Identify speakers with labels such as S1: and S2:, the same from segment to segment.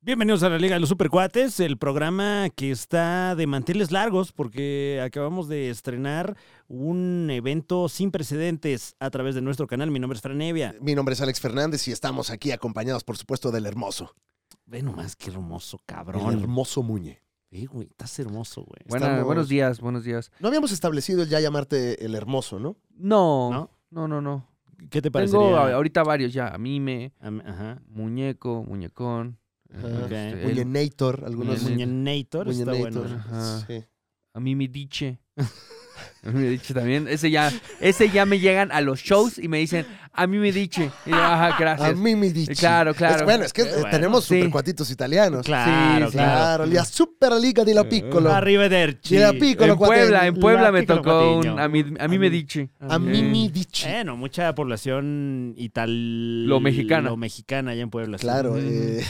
S1: Bienvenidos a la Liga de los Supercuates, el programa que está de manteles largos porque acabamos de estrenar un evento sin precedentes a través de nuestro canal. Mi nombre es Fran Evia.
S2: Mi nombre es Alex Fernández y estamos aquí acompañados, por supuesto, del hermoso.
S1: Ve nomás qué hermoso,
S2: El
S1: cabrón.
S2: hermoso Muñe.
S1: Eh, güey, estás hermoso, güey.
S3: Buena-
S2: Estamos-
S3: Buenos días, buenos días.
S2: No habíamos establecido ya llamarte el hermoso, ¿no?
S3: No,
S1: ¿No?
S3: no, no, no.
S1: ¿Qué te parecería?
S3: Tengo a- ahorita varios ya. A Mime,
S1: Am- Ajá.
S3: Muñeco, Muñecón.
S2: Ajá.
S1: Ok.
S3: este, el-
S2: Muñenator, algunos.
S3: Muñe-
S1: Muñenator está bueno.
S2: Muñenator,
S3: Ajá.
S2: sí.
S3: a Mimi Diche. A Mimi Diche también. Ese ya, ese ya me llegan a los shows y me dicen, a Mimi Diche. Y yo, Ajá,
S2: A
S3: gracias.
S2: mí me dice.
S3: Claro, claro.
S2: Es, bueno, es que
S1: Qué
S2: eh,
S1: bueno.
S2: tenemos
S3: Sí.
S2: supercuatitos italianos.
S1: Claro,
S3: Sí, sí.
S1: claro.
S2: Claro, la Superliga de la Piccola.
S1: Arrivederci.
S2: De la Piccola,
S3: Ah, en Puebla, en Puebla me
S1: Látigo
S3: tocó
S1: Patiño.
S3: un, a, mi, a
S2: A mí-
S3: Mime Diche.
S2: A mí
S3: Eh.
S2: me dice.
S1: Bueno, mucha población ital...
S3: Lo mexicana.
S1: Lo mexicana allá en Puebla. sí.
S2: Claro,
S3: Mm.
S2: eh,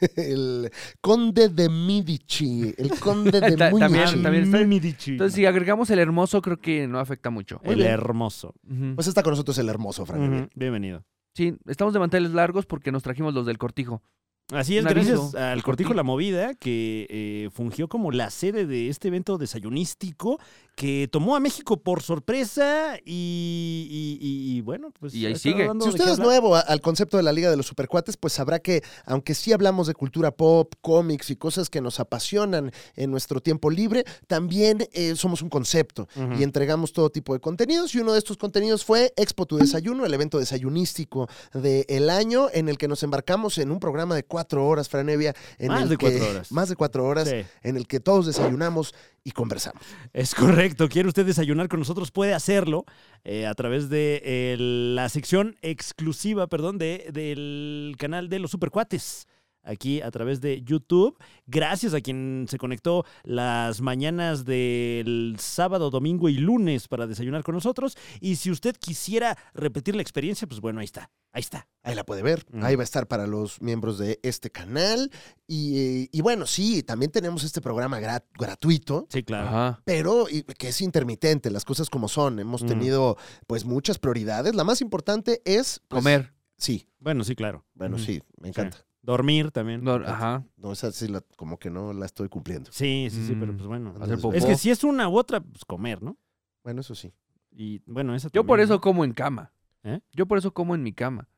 S2: el conde de Medici, el conde de
S3: Ta-
S2: Muñici.
S3: también- también- está-
S1: mi dichi.
S3: Entonces, si agregamos el hermoso, creo que no afecta mucho.
S1: El
S2: Oye.
S1: hermoso.
S3: Ujú.
S2: Pues está con nosotros el hermoso,
S3: Mm.
S2: Fran.
S1: Ujú, Bienvenido.
S3: Sí, estamos de manteles largos porque nos trajimos los del cortijo.
S1: Así es,
S3: Un aviso.
S1: gracias al Cortijo La Movida, que eh, fungió como la sede de este evento desayunístico que tomó a México por sorpresa y, y- y- y, bueno, pues...
S3: Y ahí
S1: ha estado
S3: sigue.
S1: dando
S2: Si
S1: de
S2: usted
S1: qué
S2: es
S1: hablar.
S2: nuevo a- al concepto de la Liga de los Supercuates, pues sabrá que, aunque sí hablamos de cultura pop, cómics y cosas que nos apasionan en nuestro tiempo libre, también eh, somos un concepto
S1: Ujú.
S2: y entregamos todo tipo de contenidos. Y uno de estos contenidos fue Expo Tu Desayuno, el evento desayunístico del año, en el que nos embarcamos en un programa de cuatro horas, Franevia. En
S1: Más
S2: el
S1: de
S2: que-
S1: cuatro horas.
S2: Más de cuatro horas,
S1: Sí.
S2: en el que todos desayunamos y conversamos.
S1: Es correcto. ¿Quiere usted desayunar con nosotros? Puede hacerlo eh, a través de eh, la sección exclusiva, perdón, de- del canal de los Supercuates. Aquí a través de YouTube. Gracias a quien se conectó las mañanas del sábado, domingo y lunes para desayunar con nosotros. Y si usted quisiera repetir la experiencia, pues bueno, ahí está. Ahí está.
S2: Ahí la puede ver.
S1: Ujú.
S2: Ahí va a estar para los miembros de este canal. Y, eh, y bueno, sí, también tenemos este programa grat- gratuito.
S1: Sí, claro.
S3: Ajá.
S2: Pero y- que es intermitente, las cosas como son. Hemos
S1: Ujú.
S2: tenido pues muchas prioridades. La más importante es pues,
S3: Comer.
S2: Sí,
S1: Bueno, sí, claro.
S2: bueno,
S1: Ujú.
S2: sí, me encanta.
S1: Dormir también. Ah,
S3: No, ajá.
S2: No, esa sí la- como que no la estoy cumpliendo.
S1: Sí, sí, sí,
S3: Mm.
S1: pero pues bueno.
S3: Hacer popó.
S1: Es que si es una u otra, pues comer, ¿no?
S2: Bueno, eso sí.
S1: Y bueno, esa
S3: Yo por
S1: también,
S3: eso
S1: ¿no?
S3: como en cama.
S1: ¿eh?
S3: Yo por eso como en mi cama.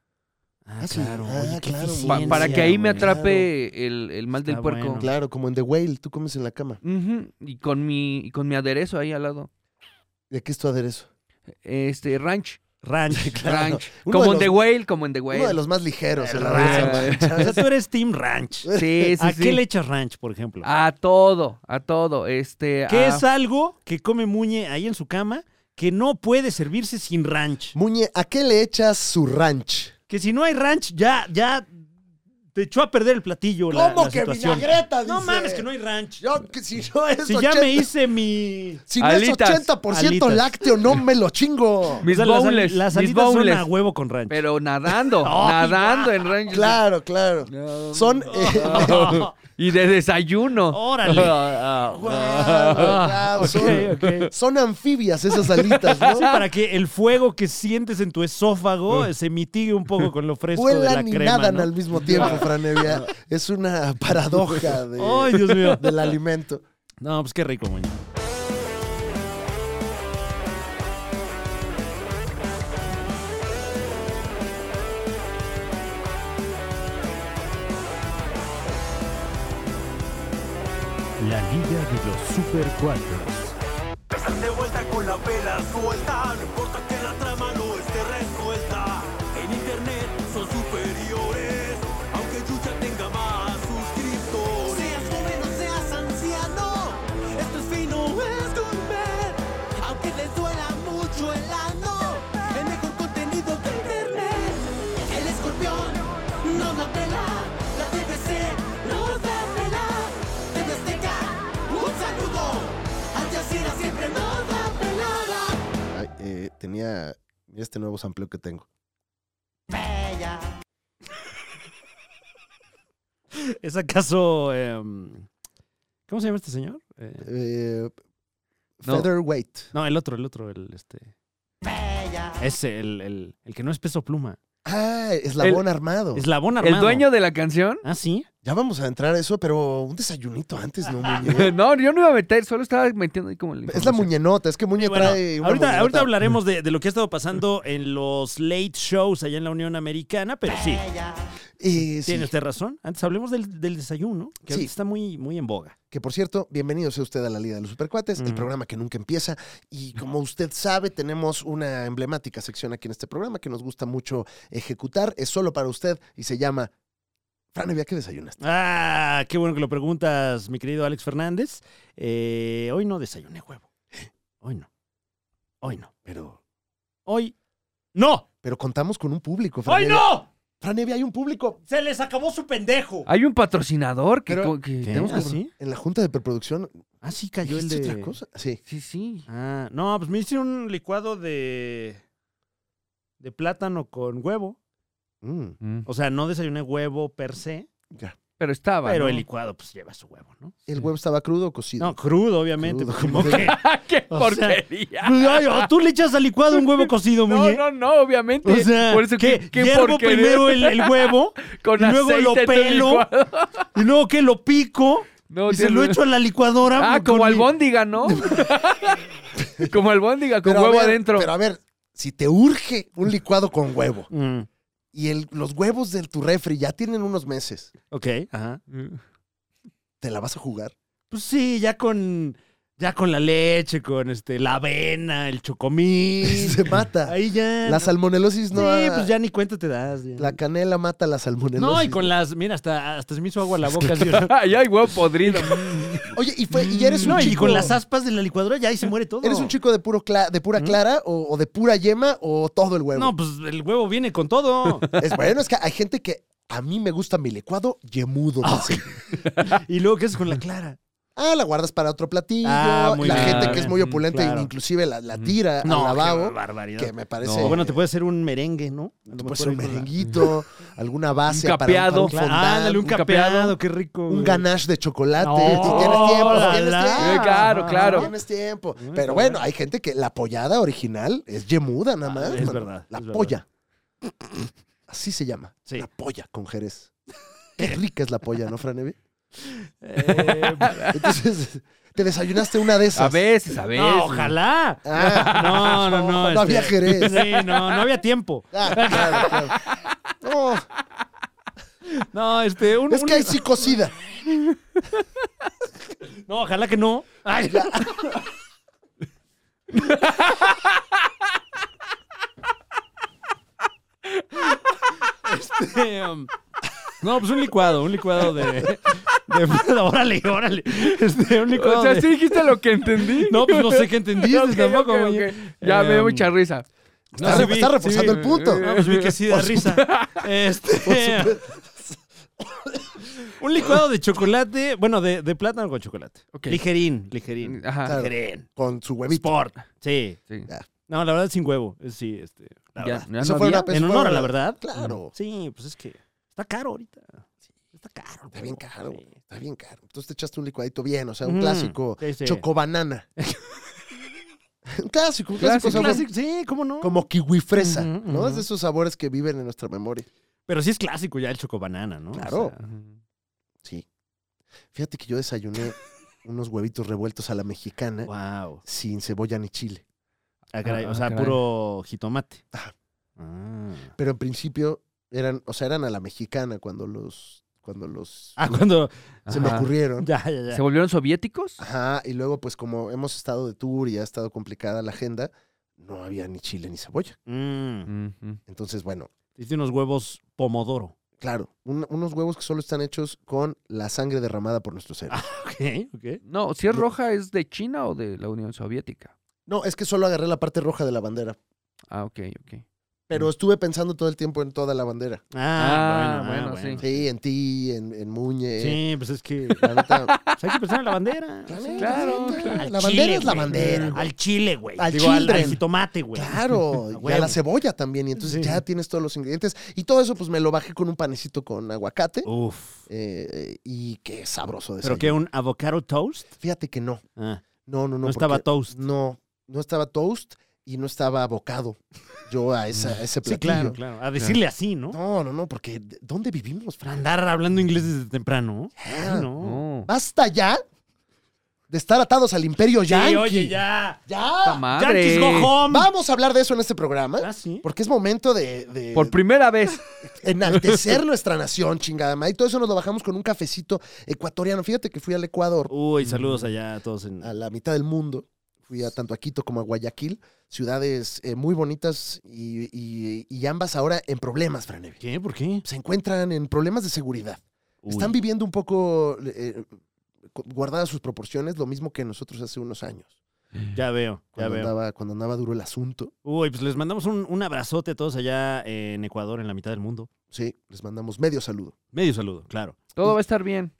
S1: Ah,
S2: Ah, sí.
S1: claro.
S2: Ah,
S1: Oye, qué
S2: claro,
S3: Pa-
S1: eficiencia,
S3: para que ahí me
S1: güey.
S3: atrape el, el mal del
S1: Está
S3: puerco.
S1: bueno.
S2: Claro, como en The Whale, tú comes en la cama.
S3: Ujú, Y con mi y con mi aderezo ahí al lado.
S2: ¿De qué es tu aderezo?
S3: Este, ranch.
S1: Ranch,
S2: Claro.
S3: Ranch.
S2: Uno
S3: como
S2: de
S3: en The
S2: los-
S3: Whale, como en The Whale.
S2: Uno de los más ligeros.
S1: El
S2: el aderezo.
S3: ranch.
S1: O sea, tú eres Team Ranch.
S3: Sí, sí,
S1: ¿A
S3: sí. Ah,
S1: qué le echas ranch, por ejemplo?
S3: A todo, a todo. Este,
S1: ¿Qué
S3: a-
S1: es algo que come Muñe ahí en su cama que no puede servirse sin ranch?
S2: Muñe, ¿a qué le echas su ranch?
S1: Que si no hay ranch, ya, ya te echó a perder el platillo la, la situación. No mames, que no hay ranch.
S2: Yo, que si no es,
S1: si ya
S2: 80
S1: me hice mi...
S2: si no es
S3: Alitas.
S2: 80%
S1: Alitas.
S2: lácteo, no me lo chingo.
S3: Mis
S1: O sea, las ali-
S3: boneless,
S1: Las,
S3: mis
S1: alitas son
S3: boneless.
S1: a huevo con ranch.
S3: Pero nadando,
S1: Ay,
S3: nadando en ranch.
S2: Claro, claro.
S3: No,
S2: Son. eh,
S3: Y de desayuno.
S1: Órale.
S3: Ah, ah,
S2: guau, guau, son,
S1: Ah, Ok, ok.
S2: son anfibias esas alitas, ¿no?
S1: Sí, para que el fuego que sientes en tu esófago se mitigue un poco con lo fresco de la
S2: Vuelan y
S1: crema.
S2: nadan
S1: ¿no?
S2: al mismo tiempo, Franevia. Es una paradoja de-
S1: Ay, Dios mío.
S2: del alimento.
S1: No, pues qué rico, Muñe. La Liga de los Super
S4: Están de vuelta con la vela suelta, no importa que la trama no esté resuelta. En internet son superiores, aunque Yuya tenga más suscriptores. Seas joven o seas anciano, esto es fino, es comer. Aunque les duela mucho el ano, el mejor contenido de internet. El escorpión no la pela, la TVC no la pela. TV Azteca, un saludo. Al Jazeera siempre nos da pelada.
S2: Ay, eh, tenía este nuevo sampleo que tengo.
S4: Bella.
S1: ¿Es acaso. em, ¿Cómo se llama este señor? Eh,
S2: Eh,
S3: No.
S2: Featherweight.
S1: no, el otro, el otro, el este.
S4: Bella.
S1: Ese, el, el- el que no es peso pluma.
S2: Ah, eslabón armado.
S1: Eslabón armado.
S3: ¿El dueño de la canción?
S1: Ah, sí.
S2: Ya vamos a entrar a eso, pero un desayunito antes, ¿no, Muñe?
S3: No, yo no iba a meter, solo estaba metiendo ahí como el.
S2: es la muñenota, es que Muñe
S1: Y bueno,
S2: trae
S1: ahorita,
S2: una muñenota.
S1: ahorita hablaremos de, de lo que ha estado pasando en los late shows allá en la Unión Americana, pero sí,
S2: Eh, sí,
S1: tiene usted razón. Antes hablemos del, del desayuno, que
S2: Sí.
S1: ahorita está muy, muy en boga.
S2: Que por cierto, bienvenido sea usted a la Liga de los Supercuates, el
S1: Ujú.
S2: programa que nunca empieza. Y como usted sabe, tenemos una emblemática sección aquí en este programa que nos gusta mucho ejecutar. Es solo para usted y se llama Fran Evia, ¿qué desayunaste?
S1: Ah, qué bueno que lo preguntas, mi querido Alex Fernández. Eh, hoy no desayuné huevo. Hoy no. Hoy no.
S2: Pero,
S1: Hoy no.
S2: pero contamos con un público, Fran
S1: Hoy
S2: Evia.
S1: no.
S2: Fran Evia, hay un público.
S1: Se les acabó su pendejo.
S3: Hay un patrocinador que.
S2: Pero-
S3: co- que
S1: ¿Qué?
S3: tenemos que-
S1: ¿Ah, sí?
S2: En la junta de preproducción,
S1: Ah, sí, cayó el
S2: ¿dijiste
S1: de...
S2: otra cosa? Sí.
S3: Sí, sí.
S1: Ah, no, pues me hice un licuado de... De plátano con huevo.
S2: Mm,
S3: Mm.
S1: O sea, no desayuné huevo per se,
S2: ya.
S3: Pero estaba.
S1: pero
S3: Ah, ¿no?
S1: el licuado pues lleva su huevo, ¿no?
S2: ¿El huevo estaba crudo o cocido?
S1: No, crudo, obviamente.
S2: Crudo,
S1: pues, ¿cómo
S2: crudo.
S1: que?
S3: Ah, ¡Qué
S1: O sea,
S3: porquería!
S1: Pues, ay, o tú le echas al licuado un huevo cocido,
S3: No,
S1: muñe.
S3: no, no, obviamente.
S1: O sea,
S3: Por eso
S1: que
S3: que qué
S1: hiervo
S3: porquería.
S1: primero el, el huevo
S3: con
S1: y luego lo
S3: aceite todo
S1: pelo.
S3: licuado.
S1: y luego que lo pico
S3: No,
S1: y se lo
S3: tiene-
S1: echo a la licuadora.
S3: Ah,
S1: con
S3: como
S1: mi-
S3: albóndiga, ¿no? como albóndiga, con
S2: Pero a
S3: huevo
S2: ver,
S3: adentro.
S2: Pero a ver, si te urge un licuado con huevo
S1: Mm,
S2: y el- los huevos de tu refri ya tienen unos meses,
S1: ok, ajá.
S2: ¿te la vas a jugar?
S1: Pues sí, ya con ya con la leche, con este la avena, el chocomil.
S2: Se mata.
S1: Ahí ya.
S2: La salmonelosis
S1: Sí,
S2: no. ha-
S1: pues ya ni cuenta te das. ya.
S2: La canela mata la salmonelosis.
S1: No, y con las. Mira, hasta, hasta se me hizo agua la boca. ¿sí o no?
S3: Ay, ay, huevo podrido.
S2: Oye, y, fue, y eres un
S1: No,
S2: chico.
S1: y con las aspas de la licuadora ya ahí se muere todo.
S2: ¿Eres un chico de, puro cla- de pura clara o, o de pura yema o todo el huevo?
S1: No, pues el huevo viene con todo.
S2: Es bueno, es que hay gente que a mí me gusta mi licuado yemudo.
S1: Ah,
S2: dice.
S1: y luego, ¿qué haces con la clara?
S2: Ah, la guardas para otro platillo.
S1: Ah, muy
S2: la
S1: bien.
S2: gente que es muy
S1: Mm,
S2: opulenta e
S1: claro.
S2: inclusive la, la tira
S1: No,
S2: al
S1: qué
S2: lavabo,
S1: barbaridad.
S2: que me parece.
S1: O bueno, te puede hacer un merengue, ¿no?
S2: te puede ser un
S1: Ahí con la-
S2: merenguito, alguna base
S3: Un
S2: para un- para un,
S3: capeado.
S1: Claro,
S2: fondant,
S1: ándale, un
S2: un,
S1: capeado,
S3: capeado.
S1: qué rico. güey.
S2: ganache de chocolate.
S1: No,
S2: tienes tiempo,
S1: la-
S2: tienes
S1: la-
S2: tiempo.
S3: Eh, claro, claro.
S2: Tienes tiempo.
S1: Mm, está
S2: Pero bueno,
S1: bueno.
S2: hay gente que la pollada original es yemuda nada
S1: Ah,
S2: más.
S1: es
S2: mano.
S1: verdad,
S2: La
S1: es verdad.
S2: polla. Así se llama.
S1: Sí.
S2: La polla con Jerez. Qué rica es la polla, ¿no, Franevi?
S1: Eh,
S2: Entonces, te desayunaste una de esas.
S3: A veces, a veces.
S1: no, ojalá.
S2: Ah,
S1: No, no, no. este,
S2: No había jerez.
S1: Sí, no, no había tiempo.
S2: ah, claro, claro. No,
S1: No, este, un,
S2: es que
S1: un-
S2: hay sí cocida.
S1: No, ojalá que no. Ay, Este, um, no, pues un licuado, un licuado de. de- órale, órale. Este, un licuado.
S3: O sea,
S1: de-
S3: sí dijiste lo que entendí.
S1: No, pues no sé qué entendiste
S3: Ok,
S1: tampoco,
S3: ok,
S1: güey.
S3: ok. Ya me
S1: Eh,
S3: dio mucha risa.
S1: no, pues
S2: está,
S1: sí
S2: re-
S1: vi,
S2: está reforzando
S1: sí
S2: el punto.
S1: No, pues vi que sí da
S2: Por
S1: risa. Este, un licuado de chocolate, bueno, de, de plátano con chocolate.
S3: Ok.
S1: Ligerín, ligerín.
S3: Ajá.
S2: Claro.
S1: Ligerín.
S2: Con su huevito.
S1: Sport. Sí.
S3: Sí.
S1: No, la verdad, sin huevo. Eh, Sí, este. la
S3: Ya,
S1: verdad.
S3: ya
S2: Eso
S3: no
S2: fue
S3: había.
S2: una pe-
S1: en
S2: fue
S1: honor a
S2: una-
S1: la verdad.
S2: Claro.
S1: Sí, pues es que está caro ahorita. Está caro.
S2: Está bien
S1: huevo,
S2: caro.
S1: sí.
S2: Está bien caro. Entonces te echaste un licuadito bien, o sea, un
S1: Mm,
S2: clásico
S1: sí, sí.
S2: chocobanana. un clásico, un
S1: Clásico,
S2: clásico. sabor
S1: clásico, sí, ¿cómo no?
S2: Como kiwi fresa,
S1: Ujú,
S2: ¿no?
S1: ujú.
S2: Es de esos sabores que viven en nuestra memoria.
S1: Pero sí es clásico ya el chocobanana, ¿no?
S2: Claro.
S1: sea,
S2: Sí. Fíjate que yo desayuné unos huevitos revueltos a la mexicana
S1: wow.
S2: sin cebolla ni chile.
S1: Ah, caray,
S3: Ah,
S1: o sea,
S3: caray.
S1: puro jitomate.
S2: Ajá.
S1: Ah.
S2: Pero en principio eran, o sea, eran a la mexicana cuando los, cuando los
S1: Ah, cuando.
S2: se me
S3: Ajá.
S2: ocurrieron.
S1: Ya, ya, Ah. ya.
S3: ¿Se volvieron soviéticos?
S2: Ajá, y luego pues como hemos estado de tour y ha estado complicada la agenda, no había ni chile ni cebolla.
S1: Mm.
S3: Ujú.
S2: Entonces, bueno,
S1: Hice unos huevos pomodoro.
S2: claro, un- unos huevos que solo están hechos con la sangre derramada por nuestro cerebro.
S1: Ah. Ok, ok.
S3: No, si es roja, ¿es de China o de la Unión Soviética?
S2: No, es que solo agarré la parte roja de la bandera.
S3: Ah, ok, ok.
S1: Mm.
S2: Pero estuve pensando todo el tiempo en toda la bandera.
S1: Ah,
S3: Ah,
S1: bueno,
S3: bueno,
S1: bueno.
S3: sí.
S2: Sí, en ti, en, en Muñe.
S1: Sí, pues es que.
S2: La neta,
S1: pues hay que pensar en la bandera. Sí.
S3: claro, claro.
S2: La
S1: Al
S2: bandera
S1: chile,
S2: es la
S1: güey.
S2: bandera. güey.
S1: Al chile, güey.
S2: Al
S1: Digo, al,
S2: children.
S1: al jitomate, güey.
S2: Claro, y a
S1: huevo.
S2: la cebolla también. Y entonces
S1: Sí.
S2: ya tienes todos los ingredientes. Y todo eso, pues me lo bajé con un panecito con aguacate.
S1: Uf.
S2: Eh, y qué sabroso de
S1: ¿Pero qué? ¿Un avocado toast?
S2: Fíjate que no.
S1: Ah,
S2: No, no, no.
S1: no estaba
S2: porque-
S1: toast.
S2: No, no estaba toast. y no estaba abocado yo a, esa, a ese
S1: Sí,
S2: platillo.
S1: claro, claro. A decirle así, ¿no?
S2: No, no, no, porque ¿de- ¿dónde vivimos, Fran?
S1: Andar hablando inglés desde temprano. Ay, no.
S3: No.
S2: ¿Basta ya de estar atados al imperio ya?
S1: Sí, oye, ya.
S3: ¡Puta
S2: ¡Ya!
S1: Yankees
S3: madre!
S1: go home.
S2: Vamos a hablar de eso en este programa,
S1: Ah, sí.
S2: porque es momento de, de
S3: Por primera vez.
S2: enaltecer nuestra nación, chingada madre. Y todo eso nos lo bajamos con un cafecito ecuatoriano. Fíjate que fui al Ecuador,
S1: Uy, saludos allá a todos en.
S2: a la mitad del mundo. Fui a tanto a Quito como a Guayaquil, ciudades eh, muy bonitas y, y- y ambas ahora en problemas, Franevi.
S1: ¿Qué? ¿Por qué?
S2: Se encuentran en problemas de seguridad.
S1: Uy.
S2: Están viviendo un poco eh, co- guardadas sus proporciones, lo mismo que nosotros hace unos años,
S1: Ya veo, ya
S2: cuando,
S1: veo.
S2: andaba, cuando andaba duro el asunto.
S1: Uy, pues les mandamos un, un abrazote a todos allá en Ecuador, en la mitad del mundo.
S2: Sí, les mandamos medio saludo.
S1: Medio saludo, claro.
S3: Todo va a estar bien.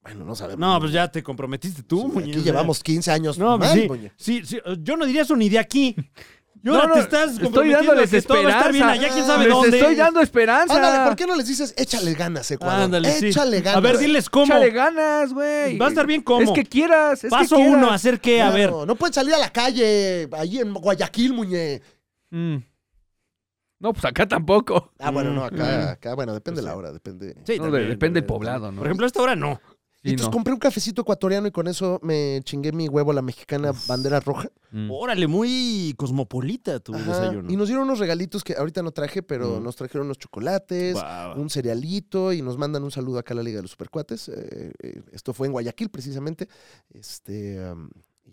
S2: Bueno, no sabemos.
S1: No, pues ya te comprometiste tú,
S2: Sí,
S1: Muñe,
S2: Aquí
S1: o sea.
S2: llevamos 15 años
S1: No, pues
S2: mal,
S1: sí.
S2: Muñe.
S1: Sí, sí, yo no diría eso ni de aquí. Yo
S3: No,
S1: ahora
S3: no,
S1: te estás
S3: estoy
S1: comprometiendo
S3: dándoles
S1: a que todo va a estar bien
S3: esperanza.
S1: allá, quién sabe
S3: Les
S1: dónde.
S3: estoy dando esperanza.
S2: Ándale, ¿por qué no les dices échale ganas, Ecuador?
S1: Ándale, sí.
S2: échale ganas.
S1: A ver, diles cómo.
S3: Échale ganas, güey.
S1: Va a estar bien cómo.
S3: Es que quieras. es que
S1: Paso
S3: quieras.
S1: uno, hacer qué, a ver.
S2: Claro, No pueden salir a la calle ahí en Guayaquil, Muñe.
S3: Mm. No, pues acá tampoco.
S2: Ah, bueno, no,
S3: Mm.
S2: acá, acá bueno, depende de la hora, depende.
S1: Pues Sí,
S3: No,
S1: también,
S3: de- depende del
S1: pero-
S3: poblado, ¿no?
S1: Por ejemplo, a esta hora no.
S2: y
S3: Sí,
S2: entonces
S3: no.
S2: compré un cafecito ecuatoriano y con eso me chingué mi huevo a la mexicana bandera roja.
S3: Mm.
S1: Órale, muy cosmopolita tu
S2: Ajá,
S1: desayuno.
S2: Y nos dieron unos regalitos que ahorita no traje, pero
S1: Mm.
S2: nos trajeron unos chocolates,
S1: Guau.
S2: un cerealito y nos mandan un saludo acá a la Liga de los Supercuates. Eh, eh, esto fue en Guayaquil, precisamente. Este, um,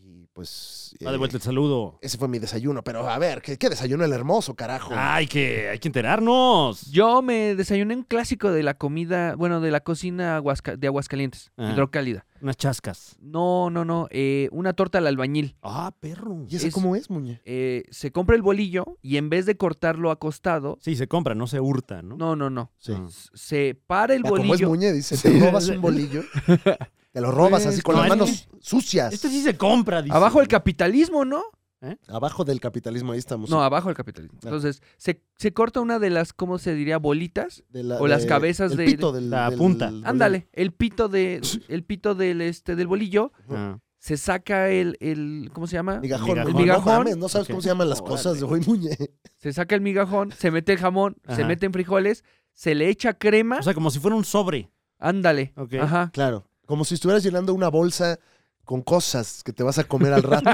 S2: y pues.
S1: Va
S2: eh,
S1: Ah, de vuelta el saludo.
S2: Ese fue mi desayuno, pero a ver, ¿qué, qué desayuno el hermoso, carajo?
S1: Ay, que hay que enterarnos.
S3: Yo me desayuné un clásico de la comida, bueno, de la cocina aguasca- de Aguascalientes,
S1: Ajá.
S3: hidrocálida.
S1: Unas chascas.
S3: No, no, no, eh, una torta al albañil.
S1: Ah, perro.
S2: ¿Y ese
S3: es-
S2: cómo es, Muñe?
S3: Eh, se compra el bolillo y en vez de cortarlo acostado,
S1: Sí, se compra, no se hurta, ¿no?
S3: no, no, no,
S2: Sí.
S1: Ah.
S3: se para el
S2: Ah, Como es
S3: bolillo.
S2: Muñe, dice, te robas un bolillo, Pues, te lo robas así con
S1: No,
S2: las
S1: es
S2: manos sucias.
S1: Este sí se compra, dice.
S3: Abajo el capitalismo, ¿no?
S2: Abajo del capitalismo, ahí estamos.
S3: No, abajo el capitalismo.
S2: Pues Claro.
S3: Entonces, se, se corta una de las, ¿cómo se diría? Bolitas.
S2: De la-
S3: o las
S2: de-
S3: cabezas
S2: del
S3: de-
S2: pito, del-
S1: La
S2: del-
S1: punta.
S2: del-
S3: Ándale, el pito de, el pito del este del bolillo,
S1: Ah.
S3: se saca el, el ¿cómo se llama?
S2: Migajón,
S1: Migajón.
S2: Muñe.
S1: El
S3: migajón.
S2: No, mames, no sabes
S1: Ok.
S2: cómo se llaman las
S1: Órale.
S2: cosas de hoy, Muñe.
S3: Se saca el migajón, se mete el jamón, se
S1: Ajá.
S3: meten frijoles, se le echa crema.
S1: O sea, como si fuera un sobre.
S3: Ándale.
S1: Ok.
S3: Ajá.
S2: Claro. Como si estuvieras llenando una bolsa con cosas que te vas a comer al rato.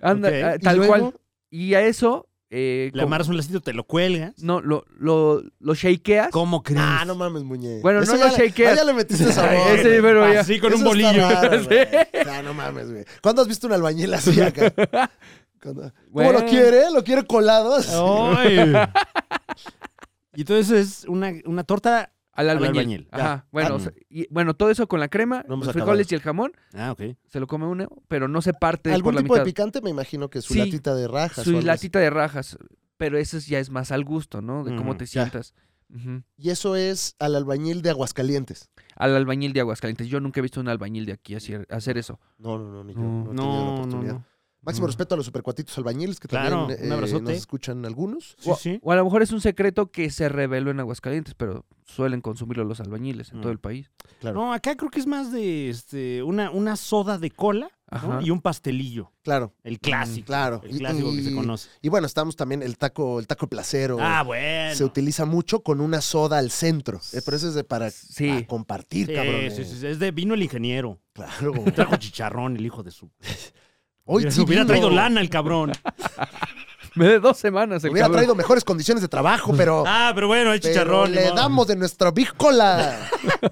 S3: Anda,
S1: Ok.
S3: ah,
S2: Y
S3: tal
S2: luego,
S3: cual. Y a eso, eh,
S1: Le
S3: como-
S1: amarras un lacito, te lo cuelgas.
S3: no, lo, lo, lo shakeas.
S1: ¿Cómo crees?
S2: Ah, no mames, Muñe.
S3: Bueno, no
S2: Eso
S3: lo
S2: ya le-
S3: shakeas.
S2: ah, ya le metiste sabor.
S3: Ese, pero ya-
S1: Así con
S2: Eso
S1: un
S2: está
S1: bolillo.
S2: raro, güey. Ah, no mames, güey. ¿Cuándo has visto un albañil así acá? Cuando- ¿Cómo
S3: Bueno.
S2: lo quiere? ¿Lo quiere colado? Así.
S1: Ay. y entonces es una, una torta.
S3: Al albañil.
S1: albañil, ya.
S3: Ajá. Bueno,
S1: Ah,
S3: o sea, y- bueno, todo eso con la crema,
S2: No hemos
S3: los
S2: acabado.
S3: frijoles y el jamón,
S1: Ah, ok.
S3: se lo come uno, pero no se parte por
S2: ¿Algún
S3: la
S2: tipo de
S3: mitad.
S2: picante? Me imagino que su
S3: Sí,
S2: latita de rajas. o
S3: Su
S2: algo así.
S3: latita de rajas, pero eso es- ya es más al gusto, ¿no? De cómo
S1: Ujú,
S3: te
S2: ya.
S3: sientas. Ujú.
S2: Y eso es al albañil de Aguascalientes.
S3: Al albañil de Aguascalientes. Yo nunca he visto un albañil de aquí hacer, hacer eso.
S2: No, no, no, ni yo.
S3: No,
S2: No, he tenido la oportunidad. Máximo
S3: no.
S2: respeto a los supercuatitos albañiles que
S1: Mm. Claro,
S2: también
S1: un
S2: eh,
S1: abrazote.
S2: nos escuchan algunos.
S1: Sí, sí.
S3: O a lo mejor es un secreto que se reveló en Aguascalientes, pero suelen consumirlo los albañiles en
S1: Mm.
S3: todo el país.
S2: Claro,
S1: No, acá creo que es más de este, una, una soda de cola ¿no?
S3: Ajá.
S1: y un pastelillo.
S2: claro, Mm,
S1: El clásico.
S2: claro.
S1: El clásico que se conoce.
S2: Y bueno, estamos también el taco, el taco placero.
S1: Ah, bueno.
S2: Se utiliza mucho con una soda al centro. Eh, pero eso es de para,
S3: Sí.
S2: para compartir,
S1: Sí,
S2: cabrón.
S1: sí, sí, sí. Es de vino el ingeniero.
S2: Claro.
S1: Trajo chicharrón, el hijo de su.
S2: Hoy
S1: Hubiera-
S2: sí
S1: hubiera
S2: vino.
S1: traído lana el cabrón.
S3: Me de dos semanas el
S2: Hubiera
S3: cabrón.
S2: traído mejores condiciones de trabajo, pero,
S1: Ah, pero bueno, el
S2: Oh. pero
S1: chicharrón.
S2: le
S1: ni modo.
S2: damos de nuestra vícola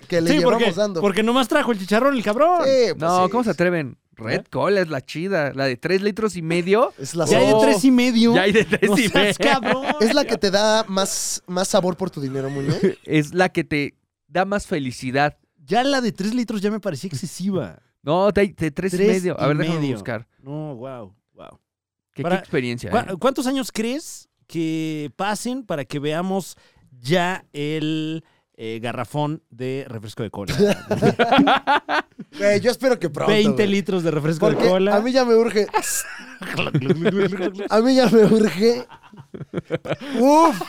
S2: que le
S1: Sí,
S2: llevamos
S1: porque,
S2: dando.
S1: porque nomás trajo el chicharrón el cabrón.
S2: Sí, pues
S3: No,
S2: sí.
S3: ¿cómo se atreven?
S1: ¿Eh?
S3: Red Cola es la chida, la de tres litros y medio.
S2: Es la
S1: Ya hay de
S2: soda.
S3: Oh.
S1: tres y medio.
S3: Ya hay de tres
S1: No
S3: y
S1: seas
S3: medio.
S1: cabrón.
S2: Es la que te da más, más sabor por tu dinero, Muñoz.
S3: Es la que te da más felicidad.
S1: Ya la de tres litros ya me parecía excesiva.
S3: No, de, de tres, y
S1: Tres
S3: medio. A
S1: y
S3: ver, déjame
S1: medio.
S3: buscar.
S1: No, wow, wow.
S3: ¿Qué, qué
S1: Para-
S3: experiencia? eh?
S1: ¿Cuántos años crees que pasen para que veamos ya el eh, garrafón de refresco de cola?
S2: Güey, yo espero que pronto.
S1: 20
S2: güey.
S1: litros de refresco
S2: Porque
S1: de cola.
S2: a mí ya me urge. A mí ya me urge. Uf.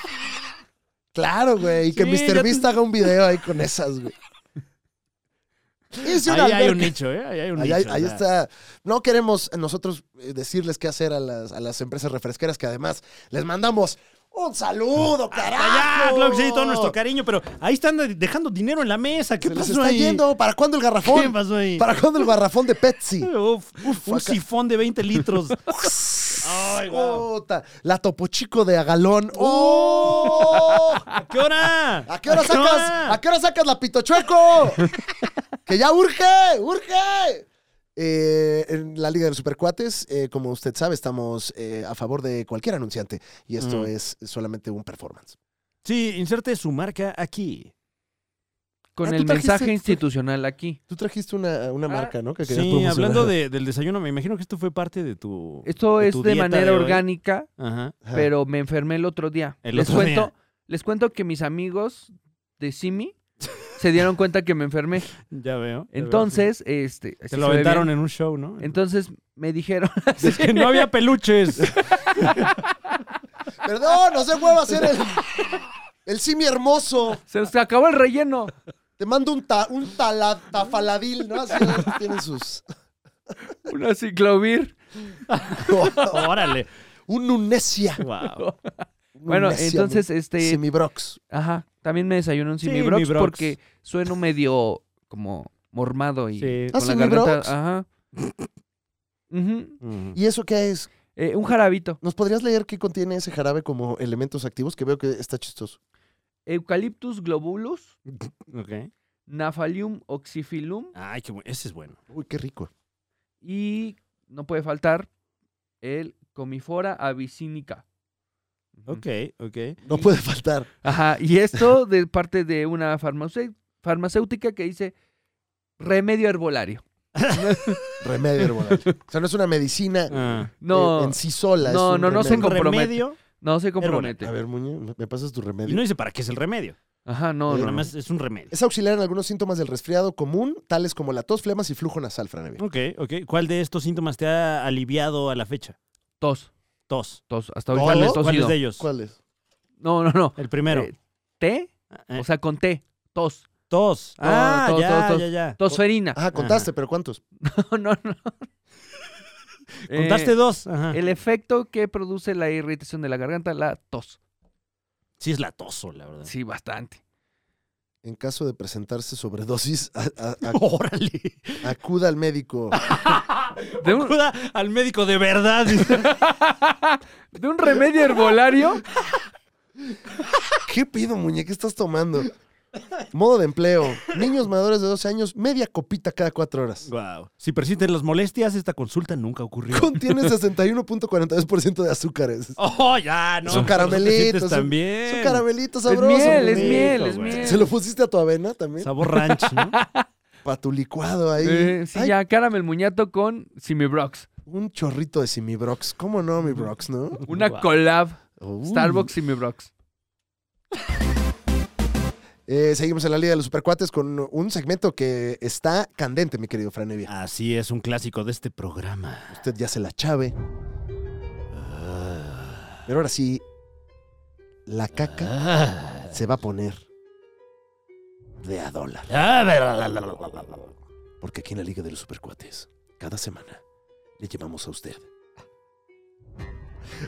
S2: Claro, güey. Y que
S1: Sí, ya
S2: Mr.
S1: te-
S2: Beast haga un video ahí con esas, güey. Hice una
S1: Ahí hay un
S2: alberca.
S1: nicho, ¿eh? Ahí hay un
S2: Ahí,
S1: nicho.
S2: ahí-
S1: o
S2: ahí
S1: sea,
S2: está. No queremos nosotros eh, decirles qué hacer a las, a las empresas refresqueras, que además les mandamos un saludo,
S1: Allá,
S2: carajo.
S1: claro que sí, todo nuestro cariño, pero ahí están dejando dinero en la mesa. ¿Qué
S2: Se les
S1: pasó
S2: está
S1: ahí?
S2: yendo. ¿Para cuándo el
S1: ¿Qué
S2: garrafón?
S1: pasó ahí?
S2: ¿Para cuándo el garrafón de Pepsi?
S1: Uf, un
S2: acá.
S1: sifón de 20 litros. Ay, guau.
S2: Puta, La Topo Chico de Agalón. ¡Oh!
S1: ¿A qué hora?
S2: ¿A qué hora sacas?
S1: hora?
S2: ¿A qué hora sacas la pitochueco? que ya urge, urge. Eh, en la Liga de los Supercuates, eh, como usted sabe, estamos eh, a favor de cualquier anunciante y esto
S1: Mm.
S2: es solamente un performance.
S1: Sí, inserte su marca aquí.
S3: Con
S2: Ah,
S3: el
S2: tú trajiste-
S3: mensaje institucional aquí.
S2: Tú trajiste una, una
S3: Ah,
S2: marca, ¿no? Que querías
S1: Sí,
S2: promocionar.
S1: hablando de- del desayuno, me imagino que esto fue parte de tu.
S3: Esto
S1: de
S3: es
S1: tu
S3: de
S1: dieta
S3: manera
S1: de hoy.
S3: orgánica,
S1: Ajá.
S2: Ajá.
S3: pero me enfermé el otro día.
S1: El
S3: les
S1: otro
S3: cuento,
S1: día.
S3: les cuento que mis amigos de Simi se dieron cuenta que me enfermé.
S1: Ya veo. ya veo.
S3: Entonces, este,
S1: Te
S3: sí
S1: lo
S3: se ve
S1: aventaron
S3: bien.
S1: en un show, ¿no?
S3: Entonces me dijeron,
S1: Es que no había peluches.
S2: Perdón, no se vuelva a hacer el, el simi hermoso.
S3: se nos acabó el relleno.
S2: Te mando un, ta, un tala- tafaladil, ¿no? Así tienen sus.
S3: Una ciclovir.
S1: Órale.
S2: un Nunecia.
S1: Wow.
S2: Un
S3: Bueno,
S2: Nunecia,
S3: entonces, este,
S2: Simibrox.
S3: ajá, también me desayuné un
S1: Sí,
S3: Simi Brox
S1: mi Brox.
S3: porque sueno medio como mormado y
S1: Sí.
S2: Ah,
S3: con la
S2: ¿Simi
S3: garganta,
S2: Brox?
S3: ajá. Ujú.
S1: Ujú.
S2: ¿Y eso qué es?
S3: Eh, un jarabito.
S2: ¿Nos podrías leer qué contiene ese jarabe como elementos activos? Que veo que está chistoso.
S3: Eucaliptus globulus,
S1: Ok.
S3: Naphalium oxyphilum
S1: Ay, qué bueno. Ese es bueno.
S2: Uy, qué rico.
S3: y no puede faltar el Comifora avicinica. Ujú.
S1: Ok, ok.
S2: No puede faltar.
S3: Ajá, y esto de parte de una farmacé- farmacéutica que dice remedio herbolario.
S2: Remedio herbolario. O sea, no es una medicina
S1: Ah.
S3: No,
S2: eh, en sí sola. es
S3: No,
S2: un
S3: no, no se
S2: remedio.
S3: compromete.
S1: Remedio.
S3: no se
S2: A
S3: compromete.
S2: ver, Muñe, ¿me- ¿me pasas tu
S1: Y
S2: remedio?
S1: no dice para qué es el remedio.
S3: Ajá,
S2: Eh,
S3: no, no,
S1: Nada
S3: no.
S1: más es un remedio.
S2: Es auxiliar en algunos síntomas del resfriado común, tales como la tos, flemas y flujo nasal, Franevia.
S1: Ok, ok. ¿Cuál de estos síntomas te ha aliviado a la fecha?
S3: Tos,
S1: Tos.
S3: tos. Hasta ahorita
S2: ¿Tos?
S3: no
S1: ¿Cuál
S3: he
S1: es
S3: tosido.
S1: de ellos?
S2: ¿Cuál es?
S3: No, no, no.
S1: El primero.
S3: Eh, té,
S1: Eh,
S3: o sea, con té. Tos,
S1: tos. Ah,
S3: tos,
S1: ya,
S3: tos,
S1: ya, ya.
S3: tosferina.
S2: Ah, contaste, pero ¿cuántos?
S3: No, no, no.
S1: Contaste
S3: Eh,
S1: dos. Ajá.
S3: El efecto que produce la irritación de la garganta, la tos.
S1: Sí, es latoso, la verdad.
S3: Sí, bastante.
S2: En caso de presentarse sobredosis, a- a-
S1: Órale.
S2: a- acuda al médico.
S1: Ah,
S3: De un,
S1: Acuda al médico de verdad.
S3: de un remedio herbolario.
S2: ¿Qué pido, muñeca? ¿Qué estás tomando? Modo de empleo. Niños mayores de 12 años, media copita cada cuatro horas.
S1: wow. Si persisten las molestias, esta consulta nunca ocurrió.
S2: Contiene 61.42% de azúcares.
S1: Oh, ya, no.
S2: Es un caramelito,
S1: Te
S2: es un-
S1: sientes también.
S2: Es un caramelito
S3: Es
S2: sabroso.
S3: miel, es
S2: muñeca.
S3: miel, es
S1: güey.
S3: miel.
S2: ¿Se lo pusiste a tu avena también?
S1: Sabor ranch, ¿no?
S2: Para tu licuado ahí.
S3: Eh, sí,
S2: Ay,
S3: ya, Caramel Muñato con Simibrox.
S2: Un chorrito de Simibrox. ¿Cómo no, mi Brox, no?
S3: Una
S1: Guau.
S3: collab.
S2: Uy.
S3: Starbucks Simibrox.
S2: Eh, seguimos en la Liga de los Supercuates con un segmento que está candente, mi querido Franevia.
S1: Así es, un clásico de este programa.
S2: Usted ya se la chave. Pero ahora sí, la caca
S1: Ah.
S2: se va a poner de a dólar.
S1: Ah, la, la, la, la, la, la.
S2: Porque aquí en la Liga de los Supercuates, cada semana le llevamos a usted.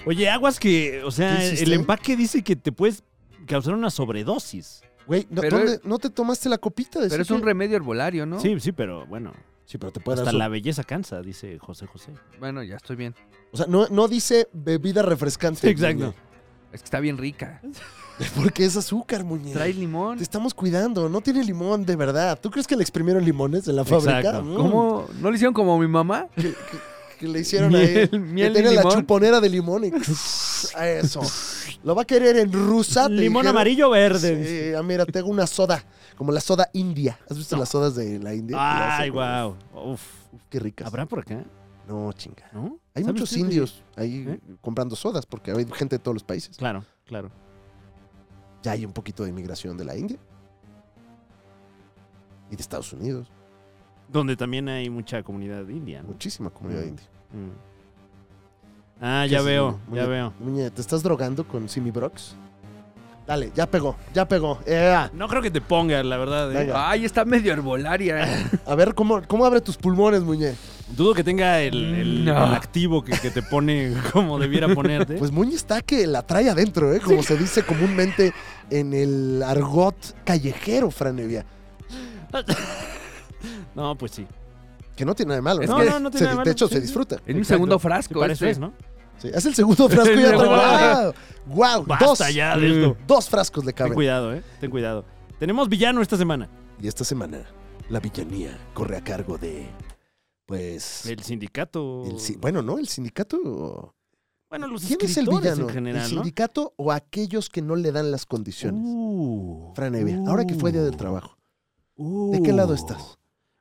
S1: Oye, aguas que, o sea,
S2: ¿Qué hiciste?
S1: el empaque dice que te puedes causar una sobredosis.
S2: Güey, no,
S3: Pero-
S2: ¿dónde- no te tomaste la copita? de
S3: Pero es un remedio herbolario, ¿no?
S1: Sí, sí, pero bueno,
S2: Sí, pero te puede dar
S1: hasta
S2: su-
S1: la belleza cansa, dice José José.
S3: Bueno, ya estoy bien.
S2: O sea, no, no dice bebida refrescante.
S1: Exacto.
S3: Es que está bien rica.
S2: muñe, Porque es azúcar, muñeca.
S3: Trae limón.
S2: Te estamos cuidando. No tiene limón, de verdad. ¿Tú crees que le exprimieron limones en la fábrica?
S1: Exacto.
S2: Mm,
S3: ¿Cómo? ¿No le hicieron como mi mamá?
S2: Que, que- que le hicieron ahí.
S3: Miel, miel
S2: que
S3: y
S2: tiene la
S3: limón.
S2: chuponera de limón y... Eso. Lo va a querer en rusa. te
S1: Limón
S2: dijeron.
S1: amarillo o verde. dice.
S2: Sí, ah, mira, tengo una soda, como la soda india. ¿Has visto las sodas de la India?
S1: Ay,
S2: Que hacen como-
S1: wow. Uf.
S2: Qué ricas.
S1: ¿Habrá por acá?
S2: No, chinga.
S1: ¿No?
S2: Hay
S1: ¿Sabes
S2: muchos
S1: tú?
S2: indios ahí
S1: ¿Eh?
S2: comprando sodas porque hay gente de todos los países.
S1: Claro, claro.
S2: Ya hay un poquito de inmigración de la India y de Estados Unidos.
S1: Donde también hay mucha comunidad india. ¿no?
S2: Muchísima comunidad india.
S1: Mm. Ah, ya
S2: es,
S1: veo,
S2: muy
S1: ya
S2: bien.
S1: veo.
S2: Muñe, ¿te estás drogando con Simi Brox? Dale, ya pegó, ya pegó. Eh, Ea.
S1: No creo que te ponga, la verdad. ¿eh?
S2: Venga.
S3: Ay, está medio herbolaria. ¿eh?
S2: A ver, ¿cómo, ¿cómo abre tus pulmones, Muñe?
S1: Dudo que tenga el, el-
S3: No.
S1: el activo que, que te pone como debiera ponerte.
S2: Pues Muñe está que la trae adentro, ¿eh? Como se dice comúnmente en el argot callejero, Franevia.
S1: no, pues sí.
S2: Que no tiene nada de malo,
S3: Es
S2: ¿no?
S3: que-
S2: Se-
S1: No, no tiene nada de
S2: De
S1: malo,
S2: hecho,
S1: sí,
S2: se
S1: sí.
S2: disfruta.
S3: Es mi
S1: Exacto.
S3: segundo
S1: Sí,
S3: frasco.
S1: para
S3: este.
S1: eso es, ¿no?
S2: Sí, es el segundo frasco y ya
S3: Wow.
S2: trae. ¡Wow! ¡Wow! Dos, Mm.
S1: Basta ya de esto.
S2: dos frascos le
S1: Ten
S2: caben.
S1: cuidado, eh. Ten cuidado. Tenemos villano esta semana.
S2: Y esta semana, la villanía corre a cargo de. Pues.
S1: El sindicato.
S2: el si- bueno, ¿no? El sindicato.
S1: bueno, los
S2: ¿Quién es el
S1: pues, escritores
S2: villano?
S1: en
S2: ¿El
S1: general, ¿no?
S2: sindicato o aquellos que no le dan las condiciones?
S1: Uh,
S2: Fran Evia, ahora que fue día del
S1: uh,
S2: trabajo,
S1: uh.
S2: ¿de qué lado estás?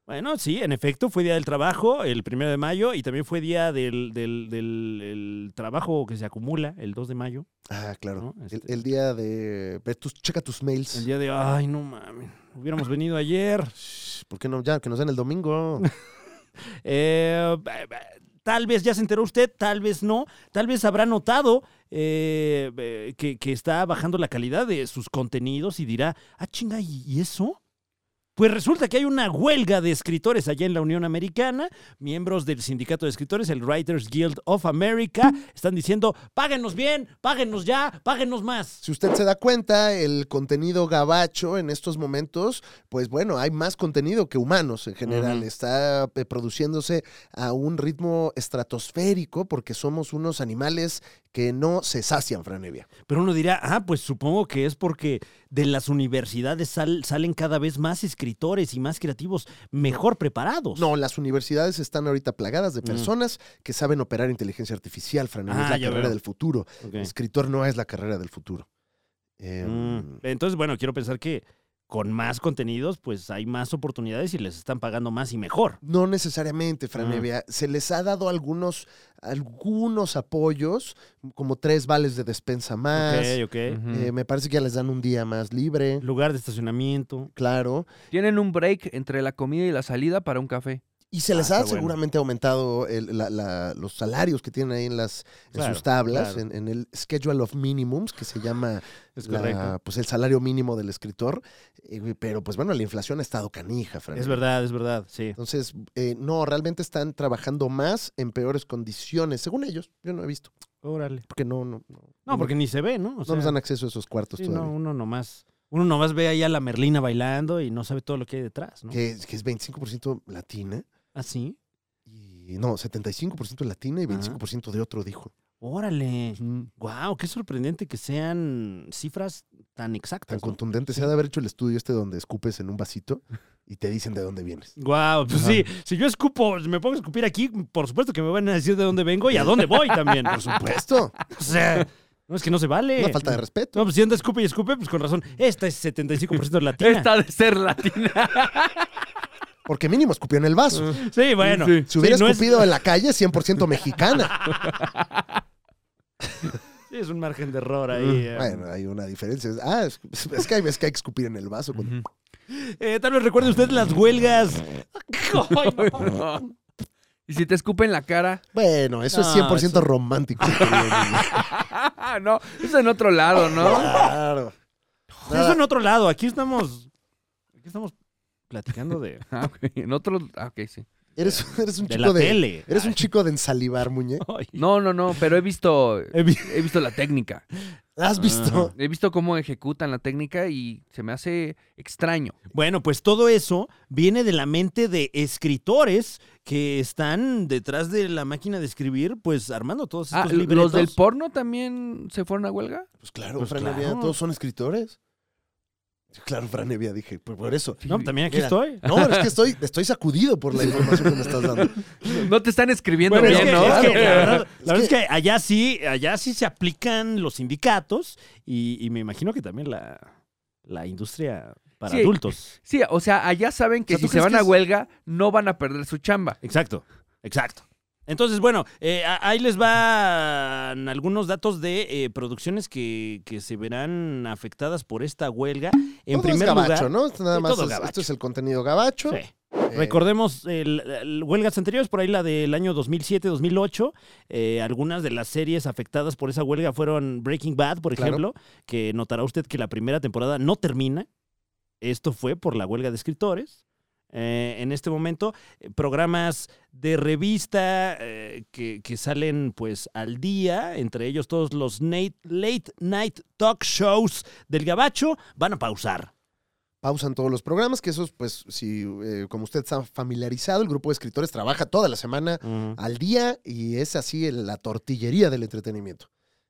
S1: Bueno, sí, en efecto, fue día del trabajo el primero de mayo y también fue día del, del- del- el trabajo que se acumula el 2 de mayo.
S2: Ah, claro.
S1: No,
S2: El- el,
S1: este-
S2: día de. ve tus- checa tus mails.
S1: El día de, ay, no mames, hubiéramos venido ayer.
S2: Shh, ¿Por qué no? Ya, que nos den el domingo.
S1: Eh, ba- ba- tal vez ya se enteró usted, tal vez no, tal vez habrá notado eh, eh, que, que está bajando la calidad de sus contenidos y dirá, ah, chinga, ¿y y eso? Pues resulta que hay una huelga de escritores allá en la Unión Americana. Miembros del sindicato de escritores, el Writers Guild of America, están diciendo, páguenos bien, páguenos ya, páguenos más.
S2: Si usted se da cuenta, el contenido gabacho en estos momentos, pues bueno, hay más contenido que humanos en general.
S1: Ujú.
S2: Está eh, produciéndose a un ritmo estratosférico porque somos unos animales que no se sacian, Franevia.
S1: Pero uno dirá, ah, pues supongo que es porque de las universidades sal- salen cada vez más escritores y más creativos mejor preparados.
S2: No, las universidades están ahorita plagadas de
S1: Mm.
S2: personas que saben operar inteligencia artificial, Franevia.
S1: Ah,
S2: es la
S1: ya
S2: carrera
S1: veo.
S2: del futuro.
S1: Ok.
S2: Escritor no es la carrera del futuro. Em,
S1: Mm. Entonces, bueno, quiero pensar que con más contenidos, pues hay más oportunidades y les están pagando más y mejor.
S2: No necesariamente, Franevia. Se les ha dado algunos, algunos apoyos, como tres vales de despensa más.
S1: ok, ok.
S3: Ujú.
S2: Eh, me parece que ya les dan un día más libre,
S1: Lugar de estacionamiento.
S2: claro.
S3: Tienen un break entre la comida y la salida para un café.
S2: Y se
S1: Ah,
S2: les
S1: está
S2: ha
S1: bueno.
S2: seguramente aumentado el- la- la- los salarios que tienen ahí en, las, en
S1: Claro,
S2: sus tablas,
S1: claro.
S2: en, en el Schedule of Minimums, que se llama
S1: Es
S2: la-
S1: correcto.
S2: pues, el salario mínimo del escritor. Eh, pero pues bueno, la inflación ha estado canija, Franevia.
S1: Es verdad, es verdad, sí.
S2: Entonces, eh, no, realmente están trabajando más en peores condiciones, según ellos. Yo no he visto.
S1: Órale.
S2: Porque no, no, no,
S1: No, porque ni se ve, ¿no? O
S2: no nos
S1: sea,
S2: dan acceso a esos cuartos
S1: sí, no,
S2: todavía.
S1: uno nomás. Uno nomás ve ahí a la Merlina bailando y no sabe todo lo que hay detrás, ¿no?
S2: que, que es 25% latina
S1: ¿Ah, sí?
S2: y no, 75% latina y
S1: Ajá.
S2: 25% de otro dijo.
S1: Órale. Wow, qué sorprendente que sean cifras tan
S2: Tan
S1: exactas. ¿no?
S2: contundente se ha de haber hecho el estudio este donde escupes en un vasito y te dicen de dónde vienes.
S1: Guau, pues
S3: Ajá.
S1: sí, si yo escupo, si me pongo a escupir aquí, por supuesto que me van a decir de dónde vengo y a dónde voy también. Por supuesto.
S2: Esto,
S1: O sea, no es que no se vale.
S2: una falta de respeto.
S1: No, pues si anda escupe y escupe, pues con razón. Esta es 75% latina.
S3: Esta de ser latina.
S2: Porque mínimo escupió en el vaso.
S1: Sí, bueno.
S3: Sí.
S2: Si hubiera
S1: sí, no es-
S2: escupido en la calle, 100% mexicana.
S1: sí, es, un margen de error ahí. eh.
S2: Mm, Bueno, hay una diferencia. Ah, es, es que hay veces que hay que escupir en el vaso. cuando-
S1: Eh, tal vez recuerde usted las huelgas. Ay, no.
S3: Y si te escupe en la cara.
S2: Bueno, eso
S1: No,
S2: es 100%
S1: eso-
S2: romántico. querido.
S3: Ah, no, eso en otro lado, ¿no?
S2: Claro.
S1: Eso
S2: Nada.
S1: en otro lado. Aquí estamos. Aquí estamos platicando de,
S3: Ah, ok, En otro. ah, ok, sí.
S2: Eres, eres un
S1: de
S2: chico
S1: la
S2: de.
S1: tele.
S2: Eres un chico de ensalivar, Muñe.
S1: Ay.
S3: No, no, no, pero he visto.
S1: Eh, vi-
S3: He visto la técnica.
S2: ¿Has visto?
S3: He visto cómo ejecutan la técnica y se me hace extraño.
S1: Bueno, pues todo eso viene de la mente de escritores que están detrás de la máquina de escribir, pues armando todos
S3: Ah,
S1: estos libretos.
S3: ¿Los del porno también se fueron a huelga?
S2: Pues claro,
S1: Pues
S2: Fran
S1: claro.
S2: Evia, todos son escritores. Claro, Fran Evia, dije, pues por eso.
S1: No, también aquí
S2: Mira,
S1: estoy.
S2: No, es que estoy, estoy sacudido por la información que me estás dando.
S3: No te están escribiendo
S1: Bueno, es
S3: bien,
S1: que-
S3: ¿no?
S1: es que la
S2: Claro.
S1: verdad,
S2: Es
S1: la verdad es que allá sí, allá sí se aplican los sindicatos y, y me imagino que también la, la industria para
S3: Sí.
S1: adultos.
S3: Sí, o sea, allá saben que
S2: O sea, ¿tú
S3: si se
S2: crees
S3: van
S2: que
S3: a
S2: es-
S3: huelga, no van a perder su chamba.
S1: Exacto, exacto. Entonces, bueno, eh, a- ahí les van algunos datos de eh, producciones que, que se verán afectadas por esta huelga. En
S2: Todo
S1: primer
S2: es gabacho,
S1: lugar,
S2: ¿no? Esto Nada
S1: Sí,
S2: más
S1: todo
S2: es-
S1: gabacho.
S2: esto es el contenido gabacho.
S1: Sí.
S2: Eh,
S1: Recordemos el- el- huelgas anteriores, por ahí la del año 2007-2008. eh, algunas de las series afectadas por esa huelga fueron Breaking Bad, por
S2: Claro.
S1: ejemplo, que notará usted que la primera temporada no termina. Esto fue por la huelga de escritores. Eh, en este momento, eh, programas de revista eh, que, que salen pues al día, entre ellos todos los nate- late night talk shows del Gabacho, van a pausar.
S2: pausan todos los programas, que esos, pues, si eh, como usted está familiarizado, el grupo de escritores trabaja toda la semana al día y es así el- la tortillería del entretenimiento.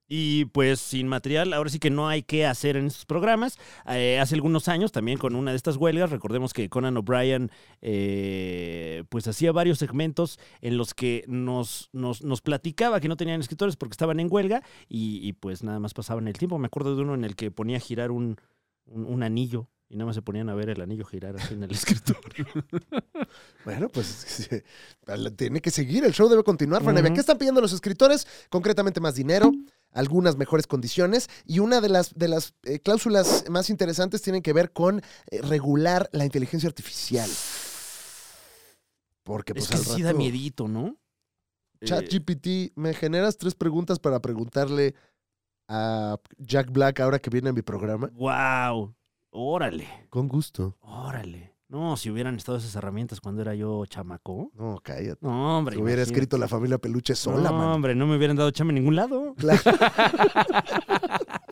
S1: Y pues sin material, ahora sí que no hay qué hacer en estos programas. Eh, hace algunos años también con una de estas huelgas, recordemos que Conan O'Brien eh, pues hacía varios segmentos en los que nos, nos, nos platicaba que no tenían escritores porque estaban en huelga y, y, pues nada más pasaban el tiempo. Me acuerdo de uno en el que ponía a girar un, un, un anillo y nada más se ponían a ver el anillo girar así en el escritorio.
S2: Bueno, pues sí, al- tiene que seguir, el show debe continuar, Franevia.
S1: Ujú.
S2: ¿Qué están pidiendo los escritores? Concretamente más dinero, algunas mejores condiciones y una de las, de las eh, cláusulas más interesantes tienen que ver con eh, regular la inteligencia artificial. Porque pues
S1: es que
S2: al
S1: sí da
S2: rato,
S1: miedito, ¿no? Eh,
S2: ChatGPT, me generas tres preguntas para preguntarle a Jack Black ahora que viene a mi programa.
S1: ¡Wow! Órale.
S2: Con gusto.
S1: Órale. No, si hubieran estado esas herramientas cuando era yo chamaco.
S2: No, cállate.
S1: No, hombre.
S2: Te hubiera
S1: imagínate.
S2: escrito la familia Peluche sola,
S1: No,
S2: mano.
S1: hombre, no me hubieran dado chama en ningún lado.
S2: Claro.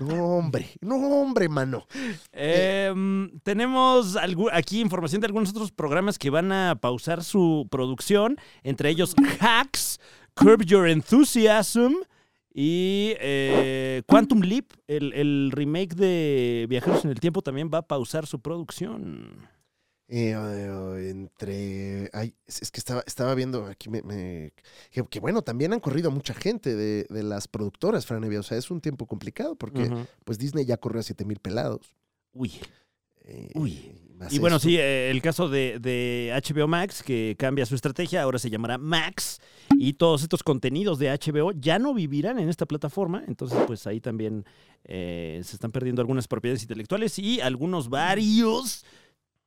S2: no, hombre. No, hombre, mano. Eh.
S1: Em, tenemos algu- aquí información de algunos otros programas que van a pausar su producción, entre ellos Hacks, Curb Your Enthusiasm y eh, Quantum Leap, el, el remake de Viajeros en el Tiempo, también va a pausar su producción.
S2: Eh, eh, entre. ay, es es que estaba, estaba viendo aquí. Me, me- que, que bueno, también han corrido a mucha gente de, de las productoras, Franevia. O sea, es un tiempo complicado porque
S1: Ujú.
S2: pues Disney ya corrió a 7000 pelados.
S1: Uy.
S2: Eh,
S1: Uy.
S2: más
S1: Y bueno,
S2: esto.
S1: sí, eh, el caso de, de HBO Max, que cambia su estrategia, ahora se llamará Max, y todos estos contenidos de HBO ya no vivirán en esta plataforma, entonces pues ahí también eh, se están perdiendo algunas propiedades intelectuales y algunos varios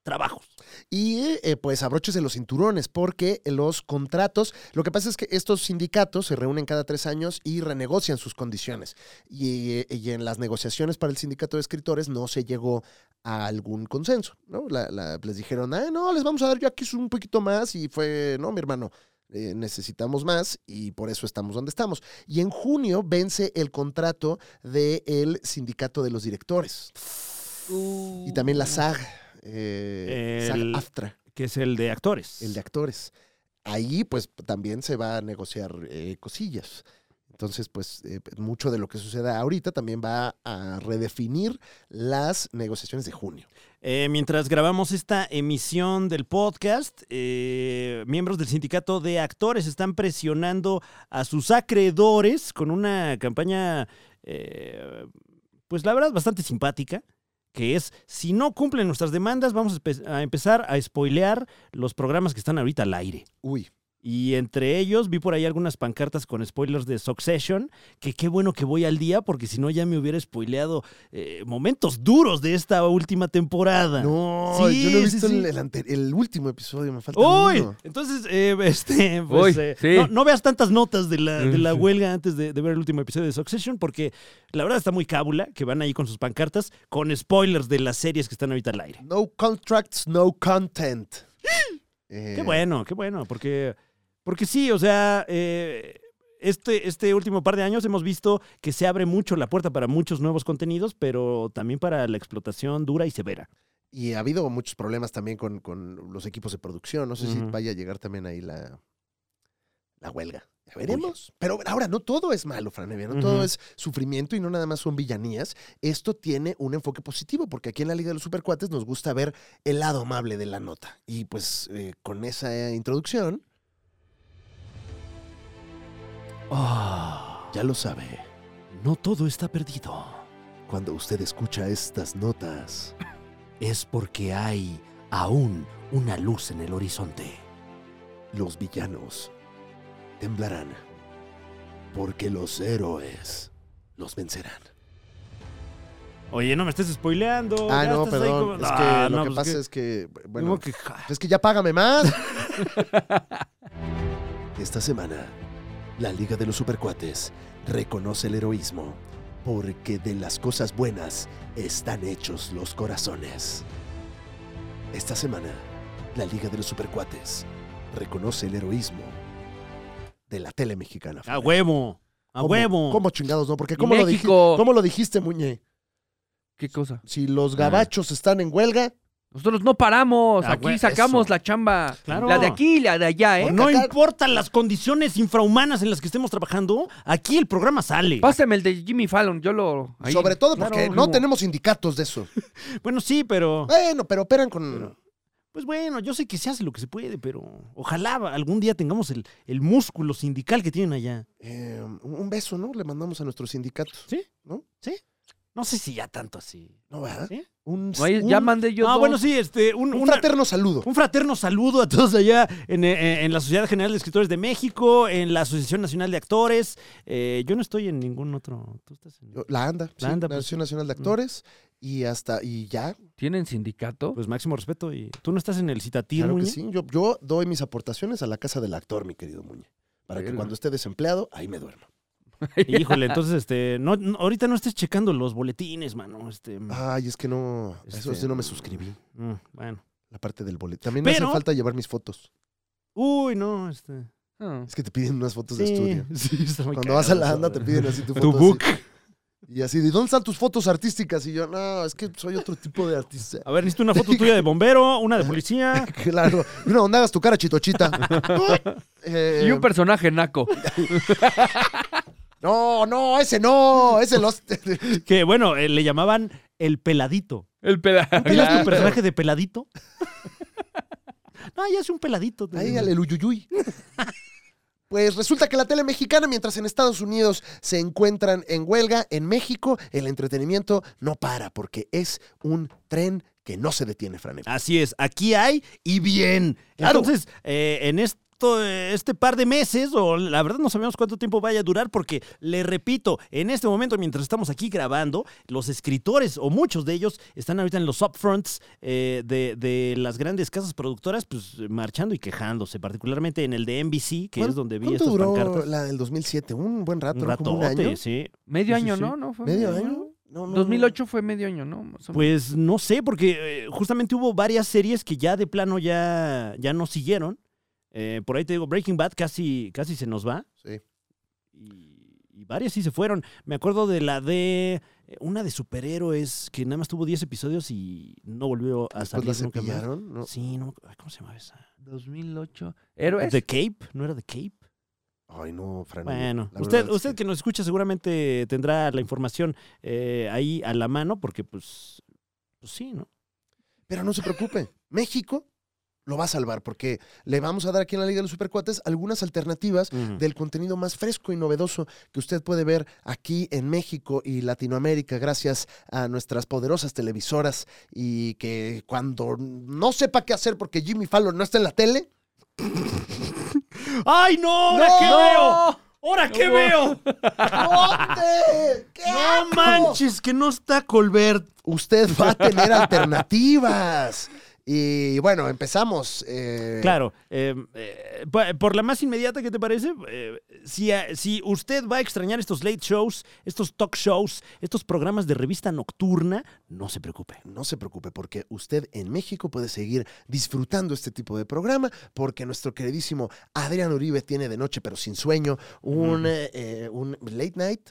S1: trabajos.
S2: Y eh, pues abróchese los cinturones porque los contratos, lo que pasa es que estos sindicatos se reúnen cada tres años y renegocian sus condiciones. Y, eh, y en las negociaciones para el sindicato de escritores no se llegó a algún consenso, ¿no? La- la- les dijeron, ah, no, les vamos a dar yo aquí un poquito más y fue, no, mi hermano. eh, necesitamos más y por eso estamos donde estamos. Y en junio vence el contrato del sindicato de los directores y también la SAG, eh,
S1: El-
S2: SAG AFTRA
S1: Que es el de actores.
S2: el de actores. Ahí, pues, también se va a negociar eh, cosillas. Entonces, pues, eh, mucho de lo que suceda ahorita también va a redefinir las negociaciones de junio.
S1: Eh, mientras grabamos esta emisión del podcast, eh, miembros del sindicato de actores están presionando a sus acreedores con una campaña, eh, pues la verdad, bastante simpática, que es, si no cumplen nuestras demandas, vamos a empe- a empezar a spoilear los programas que están ahorita al aire.
S2: Uy,
S1: Y entre ellos vi por ahí algunas pancartas con spoilers de Succession, que qué bueno que voy al día, porque si no ya me hubiera spoileado eh, momentos duros de esta última temporada.
S2: no,
S1: Ah. Sí,
S2: yo no he
S1: sí,
S2: visto el,
S1: sí.
S2: el ante- el último episodio, me falta
S1: ¡Uy!
S2: uno.
S1: Entonces, eh, este, pues,
S3: Uy,
S1: eh,
S3: sí.
S1: no, no veas tantas notas de la, de la
S3: Sí.
S1: huelga antes de, de ver el último episodio de Succession, porque la verdad está muy cábula que van ahí con sus pancartas con spoilers de las series que están ahorita al aire.
S2: No contracts, no content. Eh,
S1: Qué bueno, qué bueno, porque, porque sí, o sea, eh, este, este último par de años hemos visto que se abre mucho la puerta para muchos nuevos contenidos, pero también para la explotación dura y severa.
S2: Y ha habido muchos problemas también con, con los equipos de producción. No sé si
S1: Ujú.
S2: vaya a llegar también ahí la, la huelga. Ya veremos. Pero ahora, no todo es malo, Franevia. No todo
S1: Ujú.
S2: es sufrimiento y no nada más son villanías. Esto tiene un enfoque positivo, porque aquí en la Liga de los Supercuates nos gusta ver el lado amable de la nota. Y pues eh, con esa introducción,
S1: Ah.
S2: ya lo sabe.
S1: no todo está perdido.
S2: Cuando usted escucha estas notas,
S1: Es porque hay aún una luz en el horizonte.
S2: los villanos temblarán, porque los héroes los vencerán.
S1: Oye, no me estés spoileando.
S2: Ah,
S1: ya
S2: no,
S1: estás ahí
S2: perdón.
S1: como-
S2: Es que
S1: Ah,
S2: lo
S1: no,
S2: que
S1: pues,
S2: pasa
S1: ¿qué?
S2: es que, bueno,
S1: Como que, ja.
S2: es que ya págame más. Esta semana, la Liga de los Supercuates reconoce el heroísmo porque de las cosas buenas están hechos los corazones. Esta semana, la Liga de los Supercuates reconoce el heroísmo de la tele mexicana.
S1: A huevo. A
S2: ¿Cómo-
S1: huevo.
S2: ¿Cómo chingados, no? Porque
S3: Y
S2: ¿cómo lo, dijiste,
S3: México.
S2: ¿cómo lo dijiste, Muñe?
S3: ¿Qué cosa?
S2: Si los gabachos están en huelga,
S3: Nosotros no paramos.
S1: Ah,
S3: aquí
S1: güey,
S3: sacamos
S1: eso.
S3: la chamba.
S1: Claro. Pues
S3: La de aquí y la de allá, ¿eh?
S1: No
S2: Acá-
S1: importan las condiciones infrahumanas en las que estemos trabajando, aquí el programa sale.
S3: Pásame el de Jimmy Fallon, yo lo. ahí.
S2: sobre todo
S1: claro,
S2: porque no
S1: luego.
S2: tenemos sindicatos de eso.
S1: Bueno, sí, pero.
S2: Bueno, pero operan con...
S1: Pero- Pues bueno, yo sé que se hace lo que se puede, pero ojalá algún día tengamos el, el músculo sindical que tienen allá.
S2: Eh, un beso, ¿no? Le mandamos a nuestros sindicatos.
S1: ¿Sí?
S2: ¿No?
S1: ¿Sí? No sé si ya tanto así.
S2: ¿No, verdad?
S1: ¿Sí?
S2: Un,
S3: No, ahí
S2: Pues, un-
S3: ya mandé yo.
S1: ah,
S3: dos.
S1: bueno, sí, este, un,
S2: un
S1: una-
S2: fraterno saludo.
S1: un fraterno saludo a todos allá en, eh, en la Sociedad General de Escritores de México, en la Asociación Nacional de Actores. Eh, yo no estoy en ningún otro. Tú estás en-
S2: La ANDA, sí,
S1: ANDA, pues.
S2: Nación Nacional de Actores. Y hasta, y ya,
S3: ¿Tienen sindicato?
S1: Pues máximo respeto. y ¿Tú no estás en el ¿eh? citatín,
S2: claro que
S1: Muñe?
S2: sí. Yo, yo doy mis aportaciones a la casa del actor, mi querido Muñe. Para que
S3: Verga.
S2: cuando esté desempleado, ahí me duerma.
S1: Híjole, entonces, este, no, no, ahorita no estés checando los boletines, mano. Este,
S2: Ay, es que no, a eso
S1: Este,
S2: sí no me suscribí.
S1: mm, bueno.
S2: La parte del boleto. También me
S1: Pero-
S2: hace falta llevar mis fotos.
S1: Uy, no, este.
S3: Ah.
S2: Es que te piden unas fotos de
S1: sí,
S2: estudio.
S1: sí, está muy
S2: Cuando vas a
S1: cagado
S2: la
S1: eso,
S2: ANDA te
S1: güey.
S2: piden así tu foto.
S1: Tu
S2: así.
S1: book.
S2: Y así, ¿de dónde están tus fotos artísticas? Y yo, no, es que soy otro tipo de artista.
S1: A ver, necesito una foto tuya de bombero, una de policía.
S2: Claro. Y una donde hagas tu cara chitochita. Eh,
S3: Y un personaje naco.
S2: no, no, ese no. Ese los.
S1: Que bueno, eh, le llamaban el peladito.
S3: El pedazo.
S1: ¿Tenías tu personaje de peladito? No, ya es un peladito. te
S2: Ahí
S1: digo.
S2: al el uyuyuy. Pues resulta que la tele mexicana, mientras en Estados Unidos se encuentran en huelga, en México el entretenimiento no para porque es un tren que no se detiene, Fran.
S1: Así es, aquí hay y bien.
S2: Claro.
S1: Entonces, eh, en esto, eh, este par de meses, o la verdad no sabemos cuánto tiempo vaya a durar, porque le repito, en este momento, mientras estamos aquí grabando, los escritores, o muchos de ellos, están ahorita en los upfronts eh, de, de las grandes casas productoras, pues marchando y quejándose, particularmente en el de NBC, que es donde vi
S2: ¿Cuánto
S1: estas
S2: duró
S1: pancartas.
S2: la del 2007? Un buen rato,
S1: Un
S2: ¿no? como un
S1: ratote,
S2: año.
S1: sí. Mm.
S3: Medio
S1: Sí, sí,
S3: año,
S1: sí.
S3: ¿no? ¿No fue
S2: ¿Medio año? No, no, no.
S3: 2008 fue medio año, ¿no? Más o menos.
S1: Pues no sé, porque eh, justamente hubo varias series que ya de plano ya, ya no siguieron. Eh, por ahí te digo, Breaking Bad casi, casi se nos va.
S2: Sí. Pues
S1: Y, y varias sí se fueron. Me acuerdo de la de eh, una de superhéroes que nada más tuvo 10 episodios y no volvió a
S2: Después Pues la
S1: salir nunca más.
S2: cepillaron, ¿no?
S1: Sí, no, me acu- ay, ¿cómo se llamaba esa?
S3: 2008. ¿Héroes?
S1: The Cape, ¿no era The Cape?
S2: Ay, no, Fran.
S1: Bueno,
S2: la
S1: usted,
S2: verdad es
S1: usted que... nos escucha seguramente tendrá la información eh, ahí a la mano porque pues, pues sí, ¿no?
S2: Pero no se preocupe, México lo va a salvar porque le vamos a dar aquí en la Liga de los Supercuates algunas alternativas
S1: Mm.
S2: del contenido más fresco y novedoso que usted puede ver aquí en México y Latinoamérica gracias a nuestras poderosas televisoras y que cuando no sepa qué hacer porque Jimmy Fallon no está en la tele,
S1: ¡Ay, no! ¡Ahora
S2: ¡No!
S1: qué veo! ¡Ahora qué
S3: No.
S1: veo!
S2: ¡Dónde! ¡Qué
S1: ¡No
S2: asco!
S1: manches! Que no está Colbert.
S2: Usted va a tener alternativas. Y bueno, empezamos. eh,
S1: Claro. eh, eh, pa- por la más inmediata, ¿qué te parece? Eh, si, eh, si usted va a extrañar estos late shows, estos talk shows, estos programas de revista nocturna, no se preocupe.
S2: No se preocupe porque usted en México puede seguir disfrutando este tipo de programa porque nuestro queridísimo Adrián Uribe tiene de noche pero sin sueño un,
S1: Ujú.
S2: eh, eh, un late night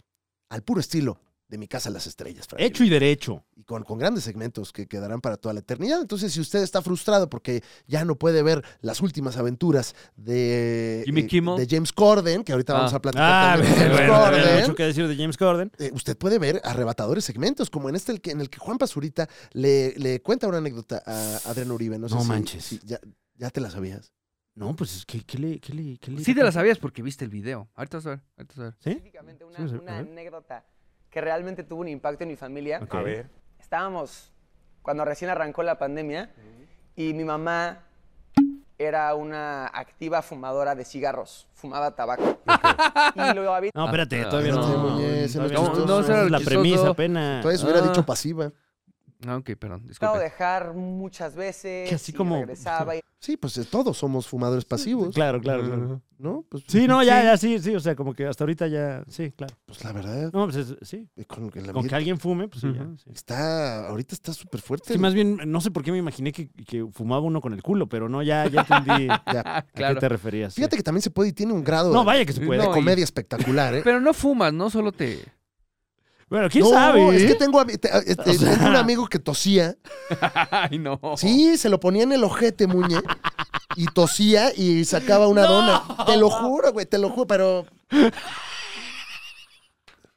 S2: al puro estilo de Mi Casa a las Estrellas. Frank.
S1: Hecho y derecho.
S2: Y con, con grandes segmentos que quedarán para toda la eternidad. Entonces si usted está frustrado porque ya no puede ver las últimas aventuras de,
S3: Jimmy
S2: eh,
S3: Kimmel.
S2: de James Corden, que ahorita
S3: Ah.
S2: vamos a platicar
S1: Ah,
S2: también de
S1: bueno,
S2: James
S1: bueno,
S2: Corden
S1: había mucho que decir de James Corden.
S2: eh, usted puede ver arrebatadores segmentos, como en este el que- en el que Juan Pazurita le, le cuenta una anécdota a Adrián Uribe. No, sé
S1: No
S2: si-
S1: manches.
S2: si ya, ya te la sabías.
S1: No, pues es que, ¿qué le, qué le, qué le-
S3: Sí te la sabías porque viste el video. Ahorita vas a ver, ahorita vas a ver.
S1: ¿Sí?
S5: específicamente una,
S1: Sí, sí,
S5: una
S1: a ver.
S5: anécdota que realmente tuvo un impacto en mi familia.
S1: Ok. A ver.
S5: Estábamos cuando recién arrancó la pandemia y mi mamá era una activa fumadora de cigarros, fumaba tabaco. Y lo había
S1: No, espérate,
S3: Ah,
S1: todavía
S3: no,
S1: no.
S2: Muñez,
S1: todavía
S2: no, no,
S1: Esa
S2: eso
S1: es
S2: era
S3: lo
S1: la
S3: chistoso.
S1: premisa apenas.
S2: Entonces hubiera
S3: Ah.
S2: dicho pasiva.
S3: Ah, ok, perdón,
S5: intentado
S3: disculpe.
S5: dejar muchas veces.
S1: Que así
S5: y
S1: como-
S5: Regresaba y
S2: Sí, pues eh, todos somos fumadores pasivos,
S1: pues, Claro, claro, claro.
S3: Ujú.
S2: ¿no? Pues,
S1: Sí, no, ya, ya, sí, sí, o sea, como que hasta ahorita ya, sí, claro.
S2: pues la verdad,
S1: No, pues es- sí,
S2: eh, con
S1: con
S2: el
S1: que
S2: ambiente
S1: alguien fume, pues sí, ya,
S3: Ujú.
S1: sí.
S2: está, ahorita está súper fuerte.
S1: Sí, más bien, no sé por qué me imaginé que, que fumaba uno con el culo, pero no, ya, ya entendí
S2: Ya.
S1: a
S3: Ah, Claro.
S1: qué te referías. sí.
S2: Fíjate que también se puede y tiene un grado
S1: No,
S2: de-
S1: vaya que se puede.
S2: de
S3: No, y-
S2: comedia espectacular, ¿eh?
S3: Pero no fumas, ¿no? Solo te...
S1: Bueno, ¿quién
S2: No,
S1: sabe?
S2: Es que tengo, ami- te- eh, te-
S1: sea.
S2: tengo un amigo que tosía.
S3: Ay, no.
S2: Sí, se lo ponía en el ojete, Muñe. Y tosía y sacaba una dona. Te lo juro, güey, te lo juro, pero.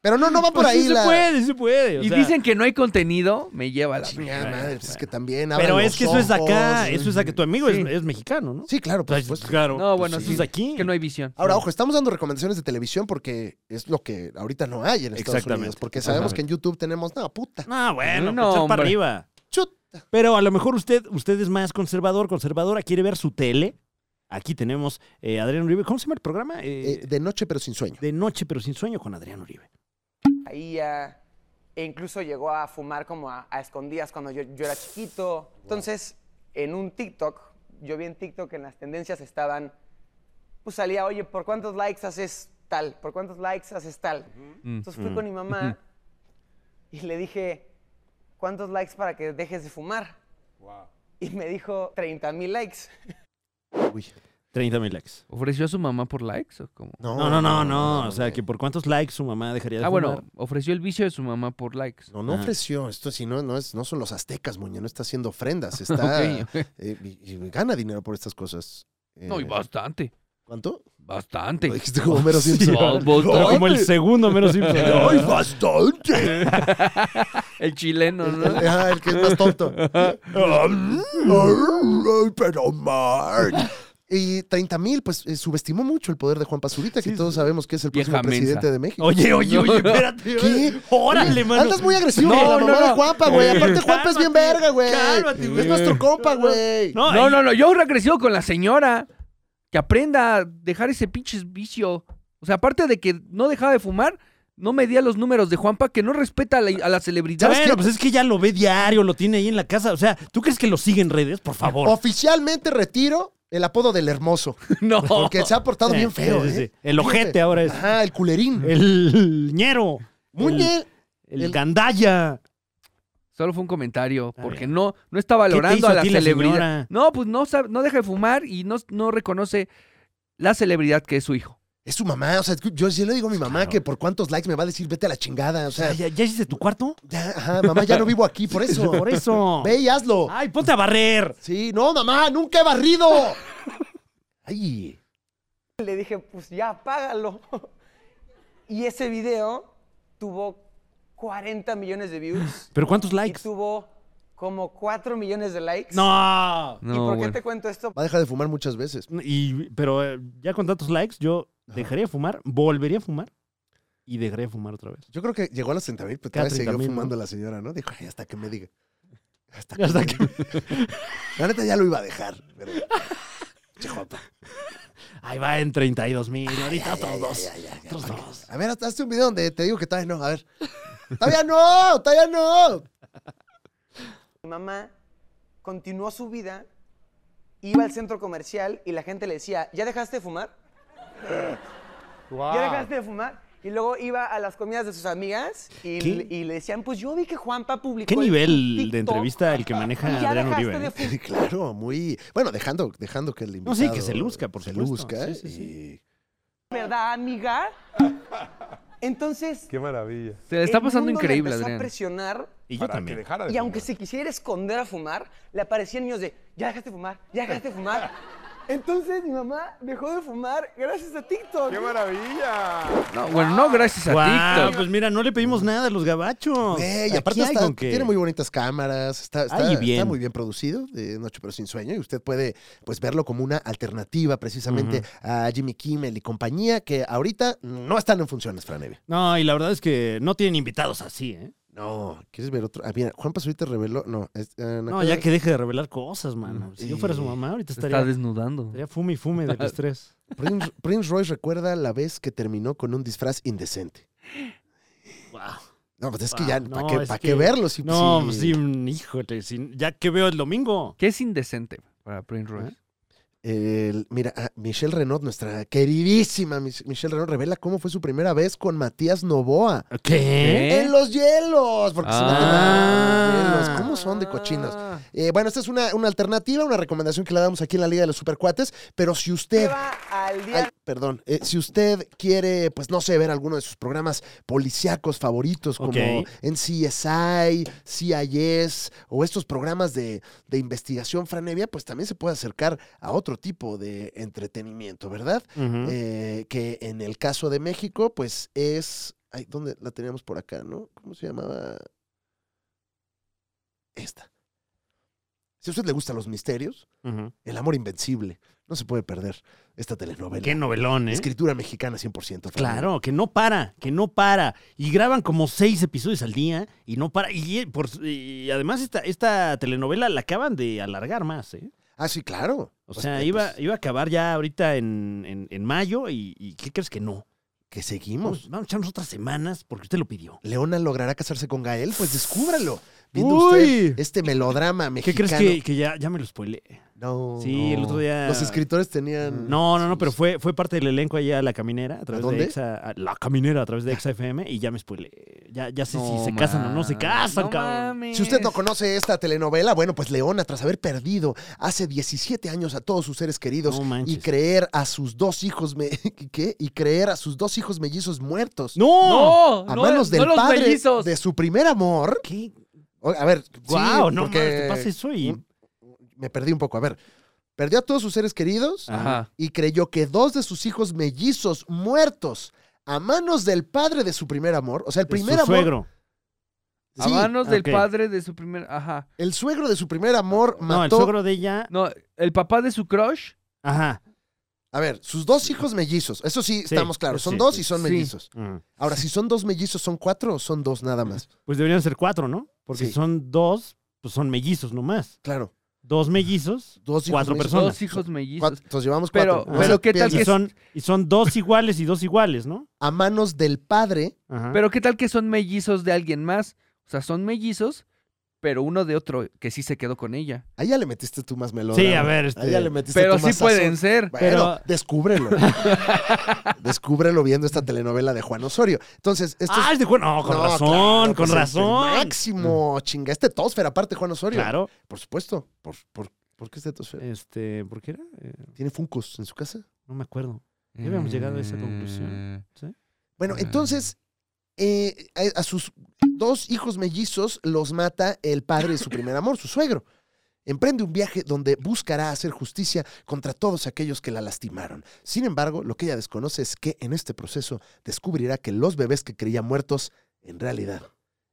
S2: Pero no, no va por
S1: Pues
S2: ahí
S1: sí
S2: la.
S1: se puede, sí se puede. o
S3: Y
S1: sea,
S3: dicen que no hay contenido, me lleva a la... mierda.
S2: Chingada madre, pues es que también.
S1: Pero
S2: abran
S1: es
S2: los
S1: que eso es de acá,
S2: ojos.
S1: eso es de que tu amigo
S3: Sí.
S1: es, es mexicano, ¿no?
S2: Sí, claro, por
S1: Pues,
S2: supuesto.
S1: claro.
S3: No, bueno,
S1: pues,
S3: sí.
S1: es aquí.
S3: Que no hay visión.
S2: Ahora, ojo, estamos dando recomendaciones de televisión porque es lo que ahorita no hay en Estados
S1: Exactamente.
S2: Unidos. Porque sabemos que en YouTube tenemos. No, puta.
S1: No, bueno,
S3: No,
S1: pues, es para
S3: hombre.
S1: arriba.
S2: Chuta.
S1: Pero a lo mejor usted, usted es más conservador, conservadora, quiere ver su tele. Aquí tenemos eh, Adrián Uribe. ¿Cómo se llama el programa? Eh,
S2: Eh, de noche, pero sin sueño.
S1: de noche, pero sin sueño con Adrián Uribe.
S5: caía. E incluso llegó a fumar como a, a escondidas cuando yo, yo era chiquito. Entonces, en un TikTok, yo vi en TikTok que en las tendencias estaban, pues salía, oye, ¿por cuántos likes haces tal? ¿Por cuántos likes haces tal? Entonces fui con mi mamá y le dije, ¿cuántos likes para que dejes de fumar? Y me dijo, 30 mil likes.
S2: Uy.
S1: 30 mil likes.
S3: ¿Ofreció a su mamá por likes o cómo?
S1: No, no, no,
S2: Oh,
S1: no. O sea, que por cuántos likes su mamá dejaría de
S3: Ah,
S1: fumar.
S3: bueno, ofreció el vicio de su mamá por likes.
S2: No, no
S1: Ah.
S2: ofreció. Esto si no, no, es, no son los aztecas, Muñe. No está haciendo ofrendas. Está,
S3: Ok, ok.
S2: eh, y, y gana dinero por estas cosas. Eh,
S3: No, y bastante.
S2: ¿Cuánto?
S3: Bastante.
S2: Lo dijiste como Homero
S1: Sí,
S2: Simpson.
S1: ahora-
S3: Bastante.
S1: pero como el segundo menos Simpson.
S2: ¡Ay, bastante!
S3: El chileno, ¿no?
S2: Eh, Ah, el que es más tonto. Ay, pero mal. Y 30 mil, pues eh, subestimó mucho el poder de Juan Pazurita, que
S1: Sí,
S2: todos sabemos que es el
S3: Vieja
S2: próximo
S3: mensa.
S2: presidente de México.
S1: Oye, oye, oye, espérate.
S2: ¿Qué?
S1: Órale, mano.
S2: Andas muy agresivo
S1: No,
S2: con la
S1: no,
S2: mamá de
S1: no.
S2: Juanpa, güey.
S1: Eh,
S2: Aparte, Juanpa es bien
S1: cálmate,
S2: verga, güey.
S1: cálmate,
S2: Es
S1: güey.
S2: nuestro compa, güey.
S1: No,
S3: No,
S1: no,
S3: no, no. Yo agresivo con la señora. Que aprenda a dejar ese pinche vicio. O sea, aparte de que no dejaba de fumar, no medía los números de Juanpa, que no respeta a la, a la celebridad.
S1: Bueno, pues es que ya lo ve diario, lo tiene ahí en la casa. O sea, ¿tú crees que lo sigue en redes? Por favor.
S2: Oh, Oficialmente retiro el apodo del hermoso,
S3: No.
S2: porque se ha portado
S1: Sí,
S2: bien feo,
S1: sí, sí,
S2: ¿eh?
S1: sí. El ojete ahora es.
S2: Ajá, el culerín.
S1: El ñero.
S2: Muñe,
S1: El,
S2: el-
S1: el gandalla.
S3: Solo fue un comentario,
S1: Ah,
S3: porque
S1: bien.
S3: no, no está valorando
S1: hizo
S3: a
S1: a
S3: la
S1: ti la
S3: celebridad.
S1: señora?
S3: no, pues no, sabe- no deja de fumar y no, no reconoce la celebridad que es su hijo.
S2: es su mamá. O sea, yo sí le digo a mi mamá que por cuántos likes me va a decir vete a la chingada. O
S1: O sea,
S2: sea,
S1: ¿Ya, ya hiciste tu cuarto?
S2: ya, ajá, mamá, ya no vivo aquí, por eso.
S1: Por eso. Ah.
S2: Ve y hazlo.
S1: Ay, ponte a barrer.
S2: Sí, no, mamá, nunca he barrido. Ay,
S5: Le dije, pues ya, apágalo. Y ese video tuvo 40 millones de views.
S1: ¿Pero cuántos likes?
S5: Y tuvo como 4 millones de likes.
S1: No.
S5: ¿Y por
S3: No,
S5: qué
S3: bueno.
S5: te cuento esto?
S2: va a dejar de fumar muchas veces.
S1: Y, pero eh, ya con tantos likes, yo dejaría de fumar, volvería a fumar y dejaría de fumar otra vez.
S2: Yo creo que llegó a los 30 mil, pero
S1: Cada
S2: todavía siguió
S1: 30,000, ¿no?
S2: fumando la señora, ¿no? Dijo, "Ay, hasta que me diga. Hasta que,
S1: Hasta
S2: me diga. La neta ya lo iba a dejar, pero... Che, Juanpa.
S1: Ahí va en 32 mil. Ahorita
S2: Ay, ay,
S1: otros dos.
S2: ay, ay, ay,
S1: Otros
S2: ay.
S1: dos.
S2: A ver, hasta hazte un video donde te digo que todavía no. A ver. ¡Todavía no! ¡Todavía no!
S5: Mi mamá continuó su vida, iba al centro comercial y la gente le decía, ¿ya dejaste de fumar? ¿Ya dejaste de fumar? Y luego iba a las comidas de sus amigas y,
S1: ¿Qué?
S5: y le decían, pues yo vi que Juanpa publicó
S1: ¿Qué
S5: en
S1: nivel de
S5: TikTok
S1: entrevista el que maneja
S5: y ya
S1: Adrián
S5: dejaste
S1: Uribe?
S5: de
S1: eh?
S5: fumar.
S2: Claro, muy... Bueno, dejando, dejando que el invitado...
S1: No, sí, que se luzca, por
S2: se
S1: supuesto.
S2: luzca
S1: Sí, sí, sí.
S2: y-
S5: ¿Verdad, amiga? Entonces,
S6: Qué maravilla.
S3: Se le está
S5: el
S3: pasando
S5: mundo le
S3: increíble,
S5: empezó a
S3: Adrián.
S5: presionar
S1: Y yo
S6: Para que
S1: también.
S6: dejara de
S5: y aunque
S6: fumar.
S5: se quisiera esconder a fumar, le aparecían niños de, ya dejaste de fumar, ya dejaste de fumar. Entonces mi mamá dejó de fumar gracias a TikTok.
S6: ¡Qué maravilla!
S3: No, bueno, no gracias a
S1: Guau,
S3: TikTok.
S1: pues mira, no le pedimos nada a los gabachos.
S2: Güey,
S1: Aquí
S2: aparte
S1: hay
S2: está-
S1: con que-
S2: tiene muy bonitas cámaras, está, está-
S1: Ay, y
S2: está
S1: bien.
S2: muy bien producido, de Noche pero sin sueño, y usted puede pues verlo como una alternativa precisamente a Jimmy Kimmel y compañía, que ahorita no están en funciones, Fran Evia.
S1: No, y la verdad es que no tienen invitados así, ¿eh?
S2: No, ¿quieres ver otro? Ah, mira, Juan Pazurita reveló. No, es, eh,
S1: No, ya que deje de revelar cosas, mano. Si yo fuera su
S2: Sí.
S1: mamá, ahorita
S3: Está
S1: estaría,
S3: desnudando.
S1: estaría fume y fume del estrés.
S2: Prince, Prince Royce recuerda la vez que terminó con un disfraz indecente.
S1: Wow.
S2: No, pues es que
S1: Wow,
S2: ya,
S1: no,
S2: ¿para qué,
S1: es
S2: pa'
S1: que-
S2: qué verlo? Si,
S1: No,
S2: si-
S1: pues sí, mm, híjole, sí, ya que veo el domingo.
S3: ¿Qué es indecente para Prince
S1: ¿Eh?
S3: Royce?
S2: El- mira, ah, Michelle Renaud, nuestra queridísima Mich- Michelle Renaud, revela cómo fue su primera vez con Matías Novoa.
S1: ¿Qué?
S3: ¿Eh?
S2: En los hielos, porque se
S1: Ah.
S2: mataron los hielos. ¿Cómo son de cochinos? Eh, bueno, esta es una, una alternativa, una recomendación que le damos aquí en la Liga de los Supercuates, pero si usted...
S5: Lleva al día
S2: Ay, perdón, eh, si usted quiere, pues no sé, ver alguno de sus programas policíacos favoritos como
S1: Ok.
S2: en CSI, CIS o estos programas de, de investigación franevia, pues también se puede acercar a otro tipo de entretenimiento, ¿verdad?
S1: Ujú.
S2: Eh, que en el caso de México, pues es. Ay, ¿Dónde la teníamos por acá, no? ¿Cómo se llamaba? Esta. Si a usted le gustan los misterios,
S1: Ujú.
S2: El amor invencible. No se puede perder esta telenovela.
S1: Qué novelón, ¿eh?
S2: Escritura mexicana 100%. Fran.
S1: Claro, que no para, que no para. Y graban como seis episodios al día y no para. Y, eh, por, y además esta, esta telenovela la acaban de alargar más, ¿eh?
S2: Ah, sí, claro.
S1: O sea,
S2: que,
S1: iba,
S2: pues,
S1: iba a acabar ya ahorita en, en- en mayo y, y ¿qué crees que no?
S2: que seguimos.
S1: Vamos, vamos a echarnos otras semanas porque usted lo pidió.
S2: ¿Leona logrará casarse con Gael? Pues descúbralo. Viendo
S1: Uy.
S2: usted este melodrama
S1: ¿Qué
S2: mexicano.
S1: crees que, que ya, ya me lo spoilé?
S2: No.
S1: Sí,
S2: no.
S1: el otro día-
S2: Los escritores tenían...
S1: No, no, no,
S2: sus-
S1: pero fue, fue parte del elenco allá a La Caminera, a través
S2: dónde?
S1: de Exa, a La Caminera, a través de Exa FM, y ya me spoilé. Ya, ya sé si se
S3: No
S1: casan o no se
S3: mames,
S1: casan,
S3: no
S1: cabrón.
S3: mames.
S2: Si usted no conoce esta telenovela, bueno, pues Leona, tras haber perdido hace 17 años a todos sus seres queridos
S1: No manches.
S2: y creer a sus dos hijos me- ¿qué? y creer a sus dos hijos mellizos muertos
S1: ¡No!
S3: ¡No!
S2: a
S3: no,
S2: manos
S3: no
S2: del
S3: los
S2: padre
S3: mellizos.
S2: de su primer amor.
S1: ¿Qué?
S2: O- A ver,
S1: ¡Guau!
S2: wow,
S1: no mames, te pasa eso y.
S2: me perdí un poco. A ver, perdió a todos sus seres queridos
S1: ah,
S3: Ajá.
S2: y creyó que dos de sus hijos mellizos muertos a manos del padre de su primer amor, o sea, el
S1: de su
S2: primer amor,
S1: suegro.
S3: a
S2: sí,
S3: manos del
S1: ok.
S3: padre de su primer. Ajá.
S2: el suegro de su primer amor
S1: No, el
S2: mató.
S1: suegro de ella.
S3: No, el papá de su crush.
S1: Ajá.
S2: A ver, sus dos hijos mellizos, eso sí,
S1: Sí,
S2: estamos claros, son
S1: sí,
S2: dos
S1: sí.
S2: y son
S3: Sí.
S2: mellizos.
S1: Mm.
S2: Ahora, si son dos mellizos, ¿son cuatro o son dos nada más?
S1: Pues deberían ser cuatro, ¿no? Porque
S2: Sí.
S1: si son dos, pues son mellizos nomás.
S2: Claro,
S1: Dos mellizos
S2: dos hijos
S1: Cuatro
S2: mellizos.
S1: personas.
S3: Dos hijos mellizos.
S1: ¿Ah?
S2: Cuatro, entonces llevamos
S3: Pero-
S2: cuatro.
S1: pero
S3: ¿qué tal
S2: piensa,
S1: y
S3: que-
S1: son, y son dos iguales y dos iguales, ¿no?
S2: A manos del padre
S1: Ajá.
S3: Pero qué tal que son mellizos de alguien más. O sea, son mellizos, pero uno de otro que sí se quedó con ella.
S2: Ahí ya le metiste tú más melón.
S1: Sí, a ver, este-
S2: Ahí ya le metiste
S3: Pero
S2: tú
S3: sí
S2: más
S3: pueden
S2: sazón.
S3: ser.
S2: Bueno,
S1: Pero-
S2: descúbrelo. descúbrelo viendo esta telenovela de Juan Osorio. Entonces, esto
S1: Ah, es de Juan. No, con
S2: No,
S1: razón,
S2: claro,
S1: con
S2: pues, el- el
S1: razón. Mm.
S2: máximo, chinga. Este tosfer, aparte, Juan Osorio.
S1: Claro.
S2: Por supuesto. ¿Por, por, por qué este tosfer?
S1: Este, ¿por qué era? Eh,
S2: ¿Tiene Funcos en su casa?
S1: no me acuerdo. Ya habíamos llegado a esa
S2: Eh.
S1: conclusión.
S2: Bueno,
S3: Ah.
S2: entonces, eh, a, a sus dos hijos mellizos los mata el padre de su primer amor, su suegro. Emprende un viaje donde buscará hacer justicia contra todos aquellos que la lastimaron. Sin embargo, lo que ella desconoce es que en este proceso descubrirá que los bebés que creía muertos en realidad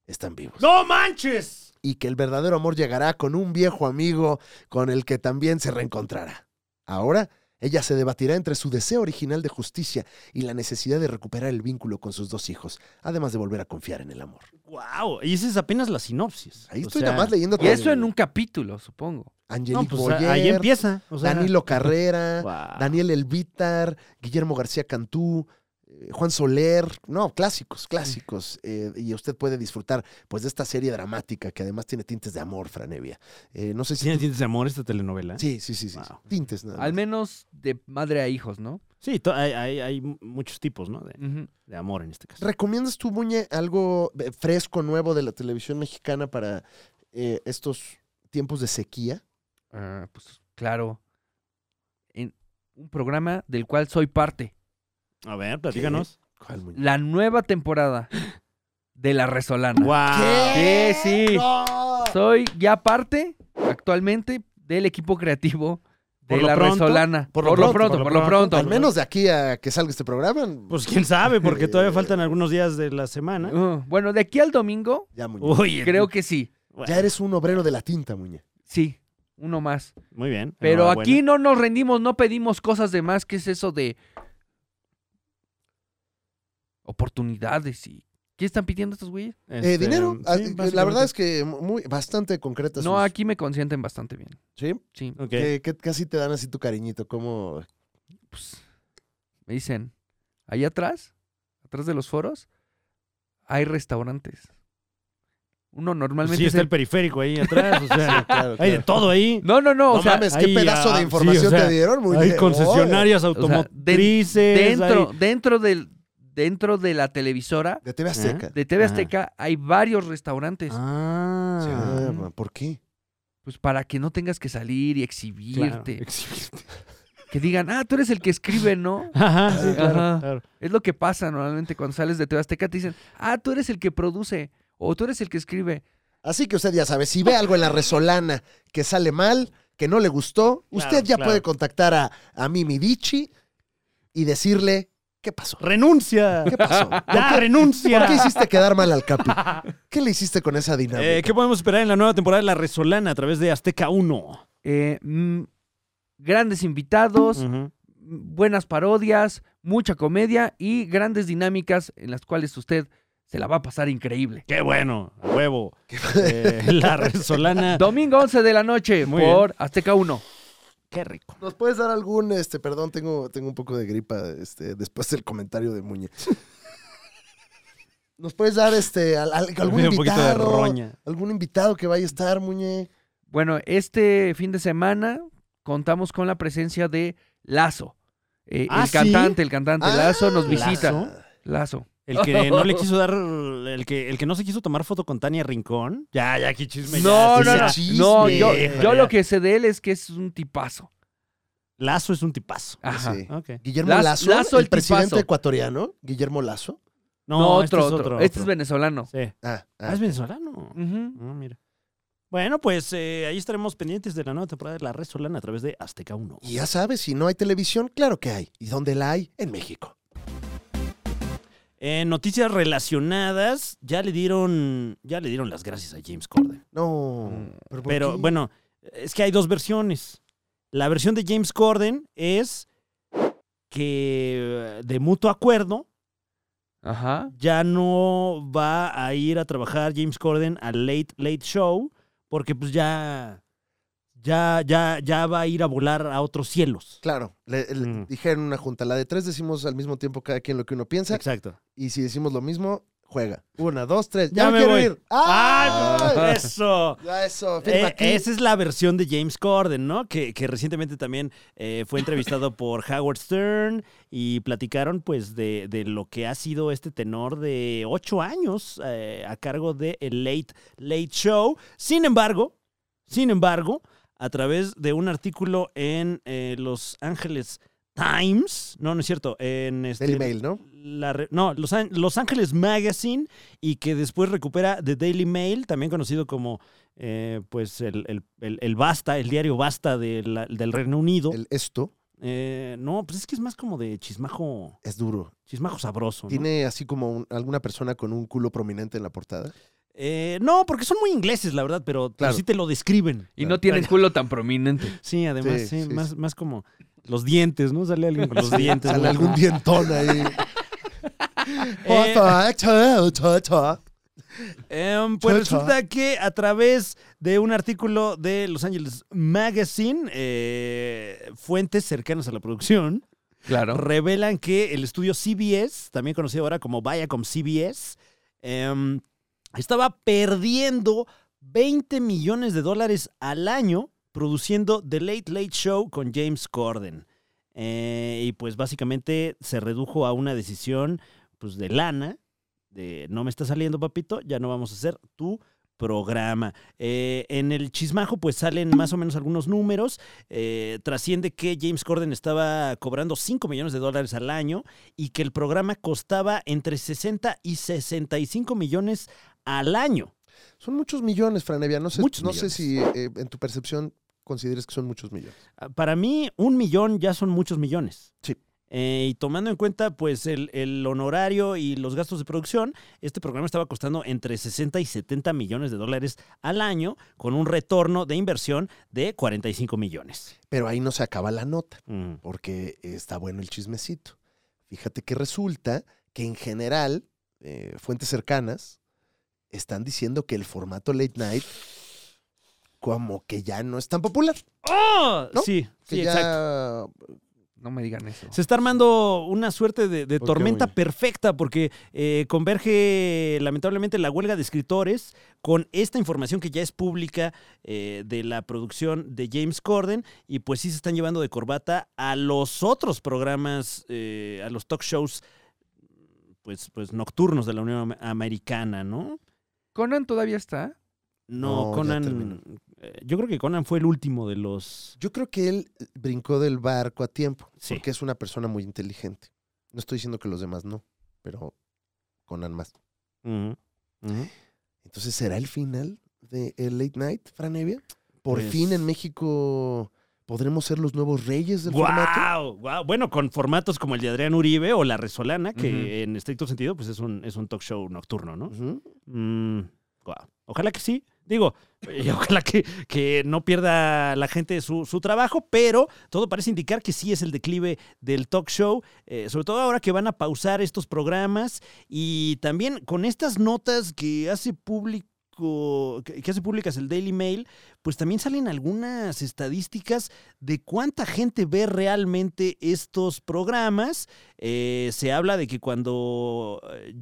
S2: están vivos.
S1: ¡No manches!
S2: Y que el verdadero amor llegará con un viejo amigo con el que también se reencontrará. Ahora, ella se debatirá entre su deseo original de justicia y la necesidad de recuperar el vínculo con sus dos hijos, además de volver a confiar en el amor.
S1: ¡Wow! Y esa es apenas la sinopsis.
S2: Ahí
S1: O
S2: estoy
S1: sea,
S2: nada más leyendo
S3: Y eso en un capítulo, supongo.
S1: No,
S2: Angelique
S1: pues
S2: Boyer,
S1: ahí empieza. O sea,
S2: Danilo Carrera,
S1: guau.
S2: Daniel Elvitar, Guillermo García Cantú, eh, Juan Soler, no, clásicos, clásicos. eh, y usted puede disfrutar pues de esta serie dramática que además tiene tintes de amor, Franevia. Eh, no sé si...
S1: ¿Tiene tintes de amor esta telenovela?
S2: Sí, sí, sí, sí.
S1: Wow.
S2: sí, Tintes, nada
S3: Al
S2: más.
S3: menos de madre a hijos, ¿no?
S1: Sí, to- hay, hay- hay muchos tipos, ¿no? De,
S3: Ujú.
S1: de amor en este caso.
S2: ¿Recomiendas tú, Muñe, algo eh, fresco, nuevo de la televisión mexicana para eh, estos tiempos de sequía?
S3: Ah, pues claro. En un programa del cual soy parte.
S1: A ver, platícanos.
S2: ¿Cuál, Muñe?
S3: La nueva temporada de La Resolana.
S1: ¡Guau!
S3: Sí, sí.
S2: ¡No!
S3: Soy ya parte actualmente del equipo creativo de
S1: Por lo
S3: La
S1: pronto,
S3: Resolana.
S2: por lo pronto,
S1: por lo
S3: por lo
S1: pronto.
S3: pronto.
S2: Al menos de aquí a que salga este programa.
S1: Pues quién sabe, porque todavía faltan algunos días de la semana.
S3: Uh, bueno, de aquí al domingo,
S2: ya, Muñe.
S1: Oye,
S3: creo que sí.
S1: bueno,
S2: Ya eres un obrero de la tinta, Muñe.
S3: Sí, uno más.
S1: Muy bien.
S3: Pero
S1: enhorabuena.
S3: aquí no nos rendimos, no pedimos cosas de más. ¿Qué es eso de oportunidades y ¿Qué están pidiendo estos güeyes?
S2: Eh,
S1: Este,
S2: dinero.
S1: sí,
S2: Ah, la
S1: básicamente.
S2: verdad es que muy, bastante concretas.
S3: No,
S2: sus-
S3: aquí me consienten bastante bien.
S2: ¿Sí?
S3: Sí,
S1: Ok. Pues
S2: Que, que casi te dan así tu cariñito, como...
S3: pues me dicen, allá atrás, atrás de los foros, hay restaurantes. Uno normalmente...
S1: Sí,
S3: es
S1: está
S3: el-
S1: el periférico ahí atrás. O sea,
S2: Claro,
S1: hay de
S2: claro.
S1: todo Ah, ahí.
S3: No, no,
S2: No
S3: no, o sea,
S2: mames, qué
S1: hay,
S2: pedazo
S1: ah,
S2: de
S1: sí,
S2: información
S1: o sea,
S2: te dieron, muy
S1: hay
S2: bien.
S1: concesionarias
S3: o sea, de-
S1: automotrices.
S3: dentro,
S1: hay-
S3: dentro, del, dentro de la televisora
S2: Oye, Oh, De TV Azteca.
S1: ¿Eh?
S3: de TV
S1: Ajá.
S3: Azteca hay varios restaurantes.
S1: Ah.
S2: Sí, ah, ma, ¿Por qué?
S3: Pues para que no tengas que salir y exhibirte.
S1: Claro, exhibirte.
S3: Que digan, ah, tú eres el que escribe, ¿no?
S1: Ajá, sí, claro,
S3: Ajá.
S1: claro.
S3: Es lo que pasa normalmente cuando sales de TV Azteca. Te dicen, ah, tú eres el que produce. O tú eres el que escribe.
S2: Así que usted ya sabe, si ve algo en la resolana que sale mal, que no le gustó, usted ya
S1: claro.
S2: puede contactar a, a Mimi Dichi y decirle, ¿qué pasó?
S1: ¡Renuncia!
S2: ¿Qué pasó? ¿Por
S1: ¡Ya,
S2: qué,
S1: renuncia!
S2: por qué hiciste quedar mal al Capi? ¿Qué le hiciste con esa dinámica?
S1: Eh, ¿Qué podemos esperar en la nueva temporada de La Resolana a través de Azteca 1?
S3: eh, mm, grandes invitados,
S1: Ujú.
S3: mm, buenas parodias, mucha comedia y grandes dinámicas en las cuales usted se la va a pasar increíble.
S1: ¡Qué bueno! ¡A huevo! Eh, la Resolana.
S3: Domingo 11 de la noche
S1: Muy
S3: por Azteca 1.
S1: ¡Qué rico!
S2: ¿Nos puedes dar algún, este, perdón, tengo, tengo un poco de gripa este, después del comentario de Muñe? ¿Nos puedes dar este, al- al- algún
S1: Me dio un poquito de
S2: invitado?
S1: roña.
S2: ¿Algún invitado que vaya a estar, Muñe?
S3: Bueno, este fin de semana contamos con la presencia de Lazo. Eh,
S1: ¿Ah,
S3: el
S1: sí?
S3: cantante, el cantante
S2: Ah,
S3: Lazo nos visita.
S1: ¿Lazo?
S3: Lazo.
S1: El que no le quiso dar. El que, el que no se quiso tomar foto con Tania Rincón. Ya, ya, qué chisme. ya, sí,
S3: No, no,
S1: ya.
S3: no.
S2: chisme.
S3: No, yo,
S1: Híjole,
S3: yo
S1: ya.
S3: lo que sé de él es que es un tipazo.
S1: Lazo es un tipazo.
S3: Ajá.
S2: Sí.
S1: Ok.
S2: Guillermo
S3: Lazo-
S2: Lazo,
S3: Lazo
S2: el,
S3: el
S2: presidente
S3: tipazo.
S2: ecuatoriano, Guillermo Lazo.
S1: No,
S3: No,
S1: este
S3: otro,
S1: es
S3: otro.
S1: otro.
S3: Este es
S1: otro.
S3: venezolano.
S1: Sí.
S2: Ah, ah.
S1: Ah, es venezolano.
S3: Ujú.
S1: Ah, mira. Bueno, pues eh, ahí estaremos pendientes de la nueva temporada de La Red Solana a través de Azteca 1.
S2: Y ya sabes, si no hay televisión, claro que hay. ¿Y dónde la hay? En México.
S1: En Eh, noticias relacionadas, ya le dieron, ya le dieron las gracias a James Corden.
S2: No.
S3: Mm,
S2: ¿por
S1: Pero
S2: qué?
S1: bueno, es que hay dos versiones. La versión de James Corden es que eh, de mutuo acuerdo
S3: Ajá.
S1: ya no va a ir a trabajar James Corden al Late Late Show porque pues ya ya ya ya va a ir a volar a otros cielos.
S2: Claro, le, le-
S1: Mm.
S2: dijeron una junta, la de tres decimos al mismo tiempo cada quien lo que uno piensa.
S1: Exacto.
S2: Y si decimos lo mismo, juega. Una, dos, tres.
S1: Ya
S2: Ya,
S1: me
S2: me quiero
S1: voy.
S2: ir.
S1: ¡Ay,
S2: ¡Ay!
S1: eso.
S2: Ya eso, firma
S1: Eh,
S2: aquí.
S1: esa es la versión de James Corden, ¿no? Que, que recientemente también eh, fue entrevistado por Howard Stern y platicaron pues de, de lo que ha sido este tenor de ocho años eh, a cargo de el Late Late Show. Sin embargo, sin embargo, a través de un artículo en eh, Los Ángeles Times, no, no es cierto, en este,
S2: Daily Mail, ¿no?
S1: la re- no, Los, An- Los Ángeles Magazine y que después recupera The Daily Mail, también conocido como eh, pues el, el- el- el Basta, el diario Basta de la- del Reino Unido.
S2: El esto
S1: Eh, no, pues es que es más como de chismajo,
S2: es duro.
S1: chismajo sabroso. ¿no?
S2: Tiene así como un- alguna persona con un culo prominente en la portada.
S1: Eh, no, porque son muy ingleses, la verdad, pero, pero
S2: Claro.
S1: sí te lo describen.
S3: Y no tiene el culo tan prominente.
S1: Sí, además,
S2: Sí,
S1: sí,
S2: sí,
S1: más, más como los dientes, ¿no? Sale alguien con los dientes.
S2: Sale
S1: ¿no?
S2: algún dientón ahí. "Ah,
S1: Eh,
S2: Cha, cha, cha, cha.
S1: Em, pues
S2: Chucha.
S1: resulta que a través de un artículo de Los Angeles Magazine, eh, fuentes cercanas a la producción
S3: Claro.
S1: revelan que el estudio CBS, también conocido ahora como Viacom CBS, em, estaba perdiendo 20 millones de dólares al año produciendo The Late Late Show con James Corden. Eh, y pues básicamente se redujo a una decisión pues de lana, de no me está saliendo papito, ya no vamos a hacer tu programa. Eh, en el chismajo pues salen más o menos algunos números, eh, trasciende que James Corden estaba cobrando 5 millones de dólares al año y que el programa costaba entre 60 y 65 millones al año.
S2: Son muchos millones, Franevia. No sé,
S1: Muchos
S2: no sé
S1: millones.
S2: si eh, en tu percepción consideres que son muchos millones.
S1: Ah, Para mí, un millón ya son muchos millones.
S2: Sí.
S1: Eh, y tomando en cuenta pues el, el honorario y los gastos de producción, este programa estaba costando entre 60 y 70 millones de dólares al año con un retorno de inversión de 45 millones.
S2: Pero ahí no se acaba la nota.
S1: Mm.
S2: porque está bueno el chismecito. Fíjate que resulta que en general eh, fuentes cercanas están diciendo que el formato late night como que ya no es tan popular.
S1: ¡Oh!
S2: ¿No?
S1: Sí,
S2: Que
S1: sí,
S2: ya
S1: exacto.
S3: No me digan eso.
S1: Se está armando una suerte de, de
S2: ¿Por qué,
S1: tormenta
S2: güey?
S1: perfecta porque eh, converge lamentablemente la huelga de escritores con esta información que ya es pública eh, de la producción de James Corden y pues sí se están llevando de corbata a los otros programas, eh, a los talk shows pues, pues nocturnos de la Unión Am- Americana, ¿no?
S3: Conan todavía está.
S1: No,
S2: No, ya terminó.
S1: Conan. eh, Yo creo que Conan fue el último de los.
S2: Yo creo que él brincó del barco a tiempo,
S1: Sí.
S2: porque es una persona muy inteligente. No estoy diciendo que los demás no, pero Conan más.
S1: Ujú, ujú.
S2: Entonces, ¿será el final de el Late Night, Fran Evia? Por
S1: Pues-
S2: fin en México podremos ser los nuevos reyes del formato.
S1: ¡Guau! ¡Guau! Bueno, con formatos como el de Adrián Uribe o La Resolana, que
S3: Ujú.
S1: en estricto sentido pues es un, es un talk show nocturno, ¿no?
S2: Ujú.
S1: Mm, guau. Ojalá que sí. Digo, eh, ojalá que, que no pierda la gente su, su trabajo, pero todo parece indicar que sí es el declive del talk show, eh, sobre todo ahora que van a pausar estos programas y también con estas notas que hace público que que hace públicas el Daily Mail, pues también salen algunas estadísticas de cuánta gente ve realmente estos programas eh, se habla de que cuando eh,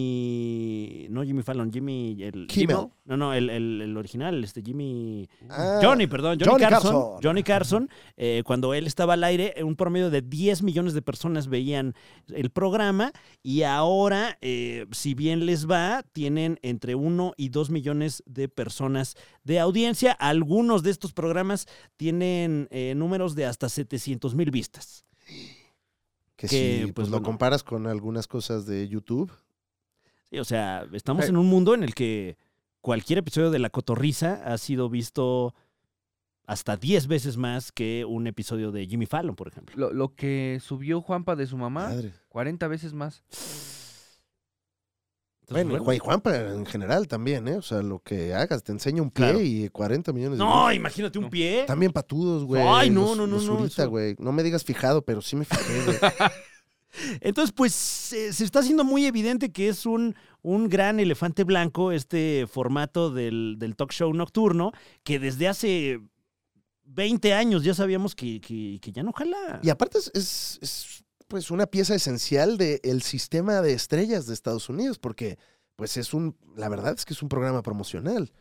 S1: Jimmy. No, Jimmy Fallon, Jimmy. El,
S2: Kimmel.
S1: Jimmy- no, no, el, el- el original, este Jimmy.
S2: Ah,
S1: Johnny, perdón, Johnny,
S2: Johnny
S1: Carson,
S2: Carson.
S1: Johnny Carson, eh, cuando él estaba al aire, eh, un promedio de 10 millones de personas veían el programa y ahora, eh, si bien les va, tienen entre 1 y 2 millones de personas de audiencia. Algunos de estos programas tienen eh, números de hasta 700 mil vistas.
S2: Que,
S1: que,
S2: si
S1: pues,
S2: pues, lo
S1: bueno.
S2: comparas con algunas cosas de YouTube.
S1: Sí, o sea, estamos
S3: Sí.
S1: en un mundo en el que cualquier episodio de La Cotorriza ha sido visto hasta 10 veces más que un episodio de Jimmy Fallon, por ejemplo.
S3: Lo, lo que subió Juanpa de su mamá,
S1: Ah,
S2: Madre.
S3: 40 veces más.
S1: Entonces,
S2: bueno, Juan Juanpa en general también, ¿eh? O sea, lo que hagas, te enseña un pie
S1: Claro.
S2: y 40 millones de
S1: No,
S2: views.
S1: imagínate un
S3: No.
S1: pie.
S2: También patudos, güey.
S1: Ay, no,
S2: Los-
S1: no, no,
S2: los
S1: no,
S2: Zurita,
S1: eso-
S2: güey. No me digas fijado, pero sí me fijé, güey.
S1: Entonces, pues se, se está haciendo muy evidente que es un, un gran elefante blanco este formato del, del talk show nocturno, que desde hace 20 años ya sabíamos que, que- que ya no jala.
S2: Y aparte es, es- es, pues una pieza esencial del sistema de estrellas de Estados Unidos, porque pues es un, la verdad es que es un programa promocional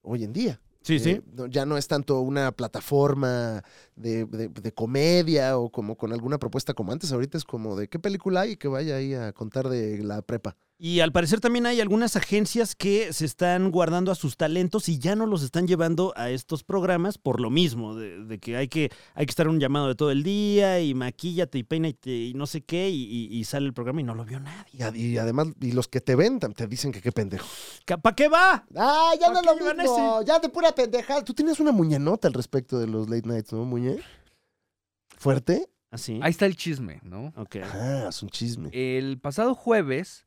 S2: hoy en día.
S1: Sí,
S2: Eh, no- ya no es tanto una plataforma de, de- de comedia o como con alguna propuesta como antes, ahorita es como de qué película hay que vaya ahí a contar de la prepa.
S1: Y al parecer también hay algunas agencias que se están guardando a sus talentos y ya no los están llevando a estos programas por lo mismo, de, de que hay que hay que estar en un llamado de todo el día y maquíllate y peínate y no sé qué y, y- y sale el programa y no lo vio
S2: Y,
S1: nadie.
S2: ad- y además, y los que te vendan te dicen que qué pendejo.
S1: ¿Para qué va?
S2: Ah, ya no
S1: ¿Por
S2: lo
S1: qué me van a
S2: mismo, ya de pura pendejada. Tú tenías una muñenota al respecto de los late nights, ¿no, muñe? ¿Fuerte?
S1: Así.
S3: Ahí está el chisme, ¿no?
S1: ¿Ah, Ok.
S2: Ah, es un chisme.
S3: El pasado jueves,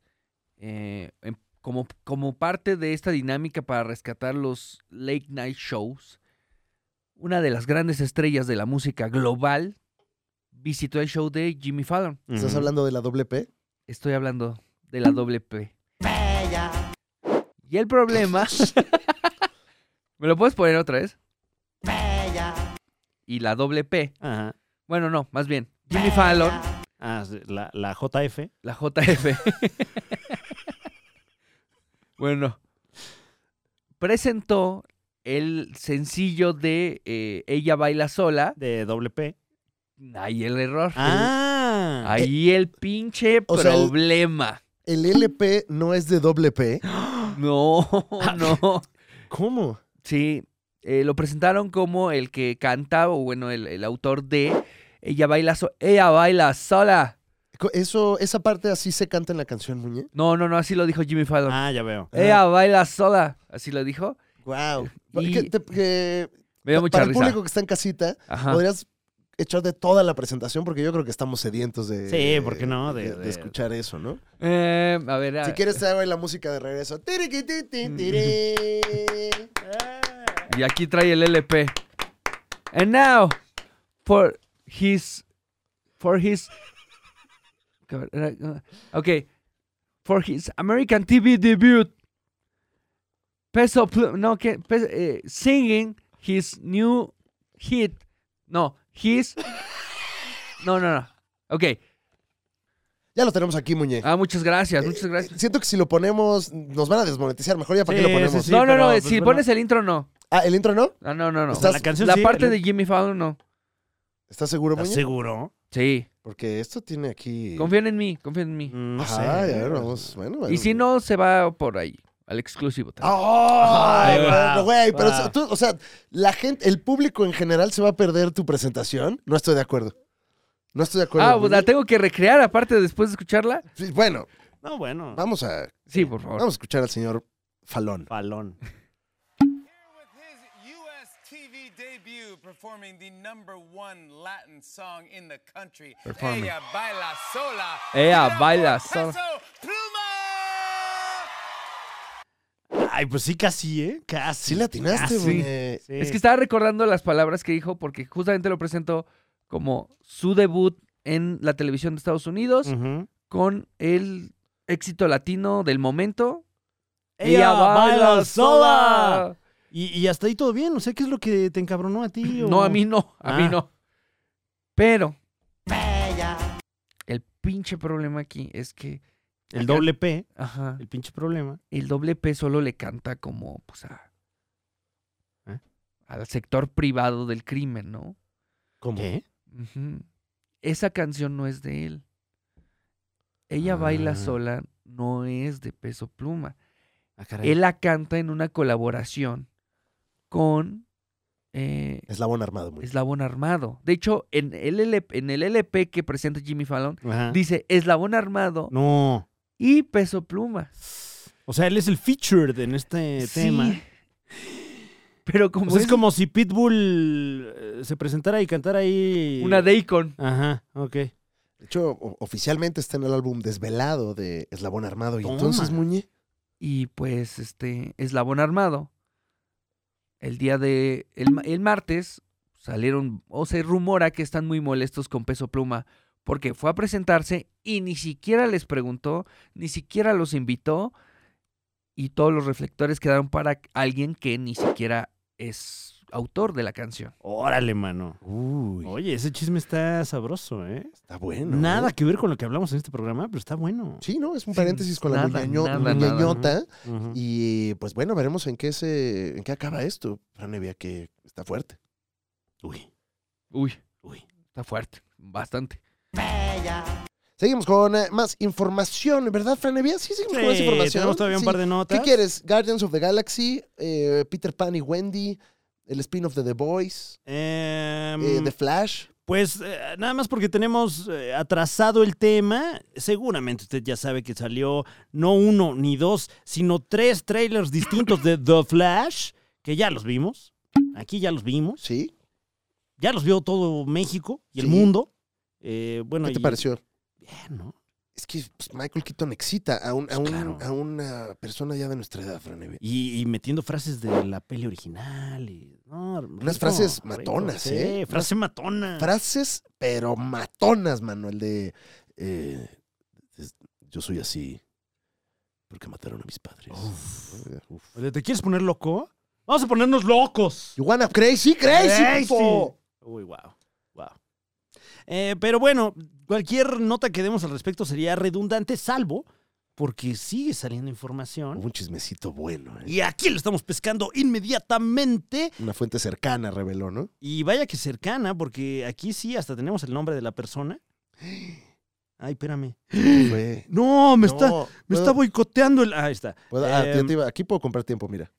S3: eh, en- como, como parte de esta dinámica para rescatar los late night shows, una de las grandes estrellas de la música global visitó el show de Jimmy Fallon.
S2: ¿Estás
S1: Ujú.
S2: hablando de la doble P?
S3: Estoy hablando de la doble P. Y el problema. ¿Me lo puedes poner otra vez? Y la doble P.
S1: Ajá.
S3: Bueno, no, más bien. Jimmy Fallon,
S1: Ah, sí, la, la JF.
S3: la JF. bueno. Presentó el sencillo de eh, Ella baila sola.
S1: De WP.
S3: Ahí el error.
S1: Ah.
S3: Ahí el pinche
S2: Eh, O sea, el-
S3: problema.
S2: El LP no es de doble P.
S3: No,
S2: Ah.
S3: no.
S2: ¿Cómo?
S3: Sí, eh, lo presentaron como el que canta, o bueno, el, el autor de Ella baila, so- Ella baila sola.
S2: Co- Eso, esa parte así se canta en la canción, Muñe.
S3: No, no, no, así lo dijo Jimmy Fallon.
S1: Ah, ya veo.
S3: Ella baila sola, así lo dijo.
S2: Wow.
S3: Y- Me dio
S2: para
S3: mucha
S2: el
S3: risa.
S2: público que está en casita,
S3: Ajá.
S2: podrías echar de toda la presentación porque yo creo que estamos sedientos de,
S1: Sí, ¿por qué no?
S2: de,
S1: De-
S2: de
S1: de-
S2: escuchar eso, ¿no?
S3: Eh, a ver, a-
S2: Si quieres, te hago la música de regreso. Tiriquitititiri.
S3: y aquí trae el LP. And now, for his, for his, ok, for his American TV debut. Peso, Pl- no, que, Pe- eh, singing his new hit. No, his. No, no, no. Ok.
S2: Ya lo tenemos aquí, Muñe.
S3: Ah, muchas gracias, muchas gracias.
S2: Siento que si lo ponemos, nos van a desmonetizar. Mejor ya para qué
S1: Sí,
S2: lo ponemos.
S1: sí,
S3: no, no, no.
S1: pero, pues,
S3: si
S1: bueno.
S3: pones el intro, no.
S2: Ah, ¿el intro no?
S3: Ah, no, no, no.
S2: Estás-
S1: La canción
S3: La
S1: sí,
S3: parte
S1: el-
S3: de Jimmy Fallon, no.
S2: ¿Estás seguro,
S1: ¿Estás
S2: Muñe?
S1: seguro?
S3: Sí.
S2: Porque esto tiene aquí.
S3: Confíen en mí, confíen en mí.
S1: Mm, No sé.
S2: Ay, a ver, vamos. Bueno,
S1: Mm,
S2: bueno.
S3: Y si no, se va por ahí, al exclusivo.
S1: Ah,
S3: también.
S2: ¡Ay,
S1: Ay,
S2: bueno,
S1: wow,
S2: güey! Pero,
S1: wow.
S2: tú- o sea, la gente, el público en general se va a perder tu presentación. No estoy de acuerdo. No estoy de acuerdo.
S3: Ah, pues la
S2: Muñe.
S3: tengo que recrear aparte después de escucharla.
S2: Sí, Bueno,
S1: No, bueno.
S2: vamos a,
S3: Sí, por favor.
S2: vamos a escuchar al señor Falón.
S1: Palón.
S6: Here with his U.S. TV debut, performing the number one Latin song in the country.
S3: Performing.
S6: Ella baila sola.
S3: Ella
S6: Give it up
S3: Eh, baila
S6: for
S3: sola.
S6: Peso Pluma.
S1: Ay, pues sí, casi, ¿eh? Casi.
S2: Sí le atinaste,
S1: casi.
S2: Muñe.
S1: Ah, Sí.
S3: Es que estaba recordando las palabras que dijo porque justamente lo presentó como su debut en la televisión de Estados Unidos
S1: Ujú.
S3: con el éxito latino del momento.
S1: Ella baila sola. Y, y hasta ahí todo bien. O sea, ¿qué es lo que te encabronó a ti? o-
S3: No, a mí no, a mí
S1: Ah.
S3: no. Pero el pinche problema aquí es que
S1: El doble P,
S3: ajá,
S1: el pinche problema.
S3: el doble P solo le canta como pues a-
S1: ¿Eh?
S3: al sector privado del crimen, ¿no?
S1: ¿Cómo? ¿Qué?
S3: Ujú. Esa canción no es de él. Ella baila
S1: Ah.
S3: sola, no es de peso pluma.
S1: Ah, caray.
S3: Él la canta en una colaboración con eh,
S2: Eslabón armado, Muñe.
S3: Eslabón Armado. De hecho, en el, LP, en el LP que presenta Jimmy Fallon,
S1: Ajá.
S3: dice Eslabón Armado
S1: Ah. No.
S3: y peso pluma.
S1: O sea, él es el featured en este
S3: Sí.
S1: tema.
S3: Pero como
S1: O sea, Pues es
S3: es
S1: como si Pitbull eh, se presentara y cantara ahí.
S3: una Daycon.
S1: Ajá, ok.
S2: De hecho, o- oficialmente está en el álbum Desvelado de Eslabón Armado. Y
S1: Toma.
S2: entonces, Muñe,
S3: Y pues, este, Eslabón Armado. El día de. El, ma- el martes salieron. O se rumora que están muy molestos con Peso Pluma. Porque fue a presentarse y ni siquiera les preguntó, ni siquiera los invitó. Y todos los reflectores quedaron para alguien que ni siquiera es autor de la canción.
S1: Órale, mano.
S2: uy,
S1: Oye, ese chisme está sabroso, ¿eh?
S2: oh, está bueno.
S1: Nada
S2: ¿eh?
S1: que ver con lo que hablamos en este programa, pero está bueno.
S2: Sí, ¿no? Es un
S3: Sí,
S2: paréntesis con la
S3: nada,
S2: muñeño-
S3: nada, nada,
S2: muñeñota.
S1: Ujú.
S2: Y pues bueno, veremos en qué se, en qué acaba esto. Franevia, que está fuerte.
S1: Uy.
S3: Uy,
S1: uy.
S3: Está fuerte. Bastante.
S2: Seguimos con eh, más información, ¿verdad, Franevia? Sí, seguimos con más
S1: Sí,
S2: información.
S1: Eh, tenemos todavía un
S2: Sí.
S1: par de notas.
S2: ¿Qué quieres? Guardians of the Galaxy, eh, Peter Pan y Wendy, el spin-off de The Boys,
S1: Em,
S2: eh, The Flash.
S1: Pues eh, nada más porque tenemos eh, atrasado el tema. Seguramente usted ya sabe que salió no uno ni dos, sino tres trailers distintos de The Flash, que ya los vimos. Aquí ya los vimos.
S2: ¿Sí?
S1: Ya los vio todo México y el
S2: Sí.
S1: mundo. Eh, bueno,
S2: ¿Qué te
S1: y-
S2: pareció?
S1: Bien, ¿no?
S2: Es que pues, Michael Keaton excita a, un- a, un-
S1: claro. Mm.
S2: a una persona ya de nuestra edad, Franevia.
S1: Y, y metiendo frases de la peli original. y- no, rico,
S2: frases
S1: rico,
S2: matonas,
S1: sí,
S2: ¿eh?
S1: frase matona.
S2: Frases, pero matonas, Manuel, de... eh, es- yo soy así porque mataron a mis padres. Eh, uf.
S1: Oye, ¿Te quieres poner loco? Vamos a ponernos locos.
S2: You wanna crazy, crazy,
S1: Crazy.
S2: puto.
S1: Uy, wow. Wow. Eh, pero bueno, cualquier nota que demos al respecto sería redundante, salvo porque sigue saliendo información.
S2: Hubo un chismecito bueno, ¿eh?
S1: Y aquí lo estamos pescando inmediatamente.
S2: Una fuente cercana reveló, ¿no?
S1: Y vaya que cercana, porque aquí sí hasta tenemos el nombre de la persona. Ay, espérame.
S2: Fue.
S1: No, me
S2: No,
S1: está, me
S2: puedo-
S1: está boicoteando el. ah, Ahí está.
S2: puedo- ah,
S1: Em,
S2: ya te iba- aquí puedo comprar tiempo, mira.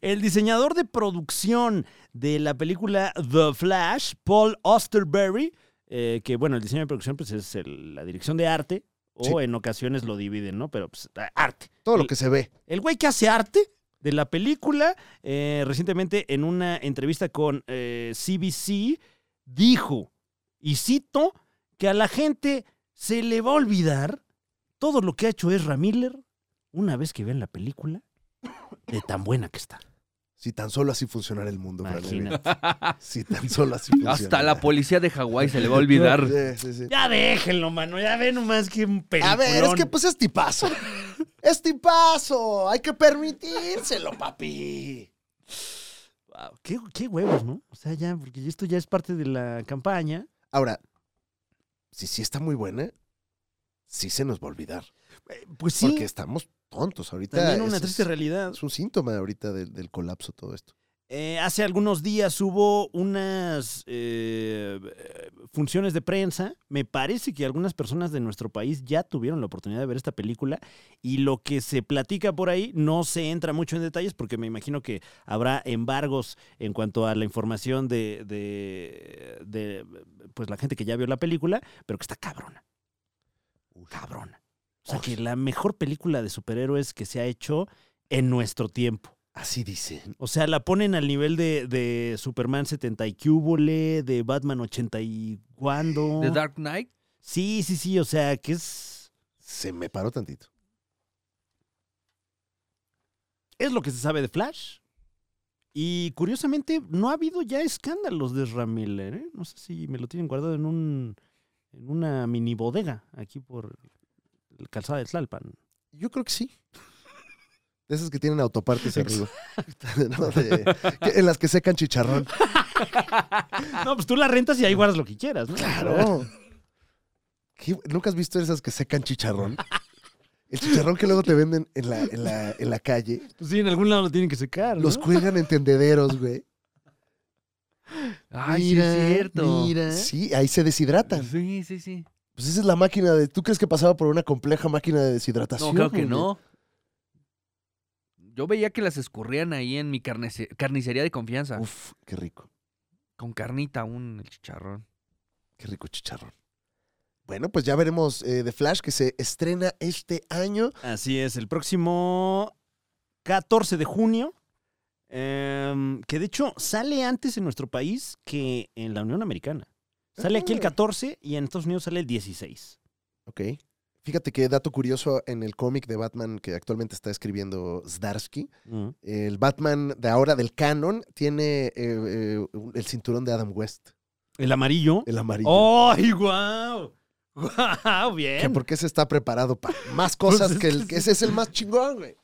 S1: El diseñador de producción de la película The Flash, Paul Osterberry, eh, que bueno, el diseño de producción pues es el- la dirección de arte, o
S2: Sí.
S1: en ocasiones lo dividen, ¿no? Pero pues a- arte.
S2: Todo lo
S1: el-
S2: que se ve.
S1: El güey que hace arte de la película, eh, recientemente en una entrevista con eh, CBC, dijo, y cito, que a la gente se le va a olvidar todo lo que ha hecho Ezra Miller una vez que ven la película de tan buena que está.
S2: Si tan solo así funcionara el mundo, Fran Evia.
S1: Imagínate.
S2: Si tan solo así funcionara.
S3: Hasta la policía de Hawái se le va a olvidar.
S2: Sí, sí, sí.
S1: Ya déjenlo, mano. Ya ve nomás que un
S2: A ver, es
S1: peliculón.
S2: que pues es tipazo. Es tipazo. Hay que permitírselo, papi.
S1: Wow, qué, qué huevos, ¿no? O sea, ya, porque esto ya es parte de la campaña.
S2: Ahora, si sí está muy buena, sí se nos va a olvidar.
S1: Pues
S2: Porque estamos tontos ahorita.
S1: También una
S2: Eso
S1: triste
S2: es,
S1: realidad.
S2: es un síntoma ahorita del, del colapso todo esto.
S1: Eh, hace algunos días hubo unas eh, eh, funciones de prensa. Me parece que algunas personas de nuestro país ya tuvieron la oportunidad de ver esta película y lo que se platica por ahí no se entra mucho en detalles porque me imagino que habrá embargos en cuanto a la información de, de- de, pues la gente que ya vio la película, pero que está cabrona, cabrona. O sea que la mejor película de superhéroes que se ha hecho en nuestro tiempo.
S2: Así dicen.
S1: O sea, la ponen al nivel de, de Superman 70 y cúbole, de Batman 80 y cuando.
S3: The Dark Knight.
S1: Sí, sí, sí, o sea, que es,
S2: Se me paró tantito.
S1: es lo que se sabe de Flash. Y curiosamente, no ha habido ya escándalos de Ramiller, ¿eh? No sé si me lo tienen guardado en un en una mini bodega aquí por el calzada de Tlalpan.
S2: Yo creo que sí. De esas que tienen autopartes arriba. No, de- que- en las que secan chicharrón.
S1: No, pues tú la rentas y ahí guardas lo que quieras, ¿no?
S2: Ah. Claro. ¿Qué- ¿Nunca has visto esas que secan chicharrón? El chicharrón que luego te venden en la, en la, en la calle.
S1: Pues sí, en algún lado lo tienen que secar, ¿no?
S2: Los cuelgan en tendederos, güey.
S3: Ay, sí, es cierto.
S2: mira. Sí, ahí se deshidratan.
S3: Sí, sí, sí.
S2: Pues esa es la máquina de. ¿Tú crees que pasaba por una compleja máquina de
S3: No,
S2: deshidratación?
S3: creo que
S2: güey?
S3: no. Yo veía que las escurrían ahí en mi carnice- carnicería de confianza.
S2: Uf, qué rico.
S3: Con carnita aún el chicharrón.
S2: Qué rico chicharrón. Bueno, pues ya veremos eh, The Flash que se estrena este año.
S1: Así es, el próximo 14 de junio, em, que de hecho sale antes en nuestro país que en la Unión Americana. Sale aquí el
S2: Ajá.
S1: 14 y en Estados Unidos sale el 16.
S2: Ok. Fíjate que dato curioso en el cómic de Batman que actualmente está escribiendo Zdarsky.
S1: Mm.
S2: El Batman de ahora del canon tiene eh, eh, un- el cinturón de Adam West,
S1: El amarillo.
S2: el amarillo.
S1: ¡Ay, guau! ¡Guau!
S2: Que
S1: Oh, Bien.
S2: porque se está preparado para más
S1: Pues
S2: cosas
S1: es
S2: que el
S1: que
S2: que ese es el más chingón, güey. Eh,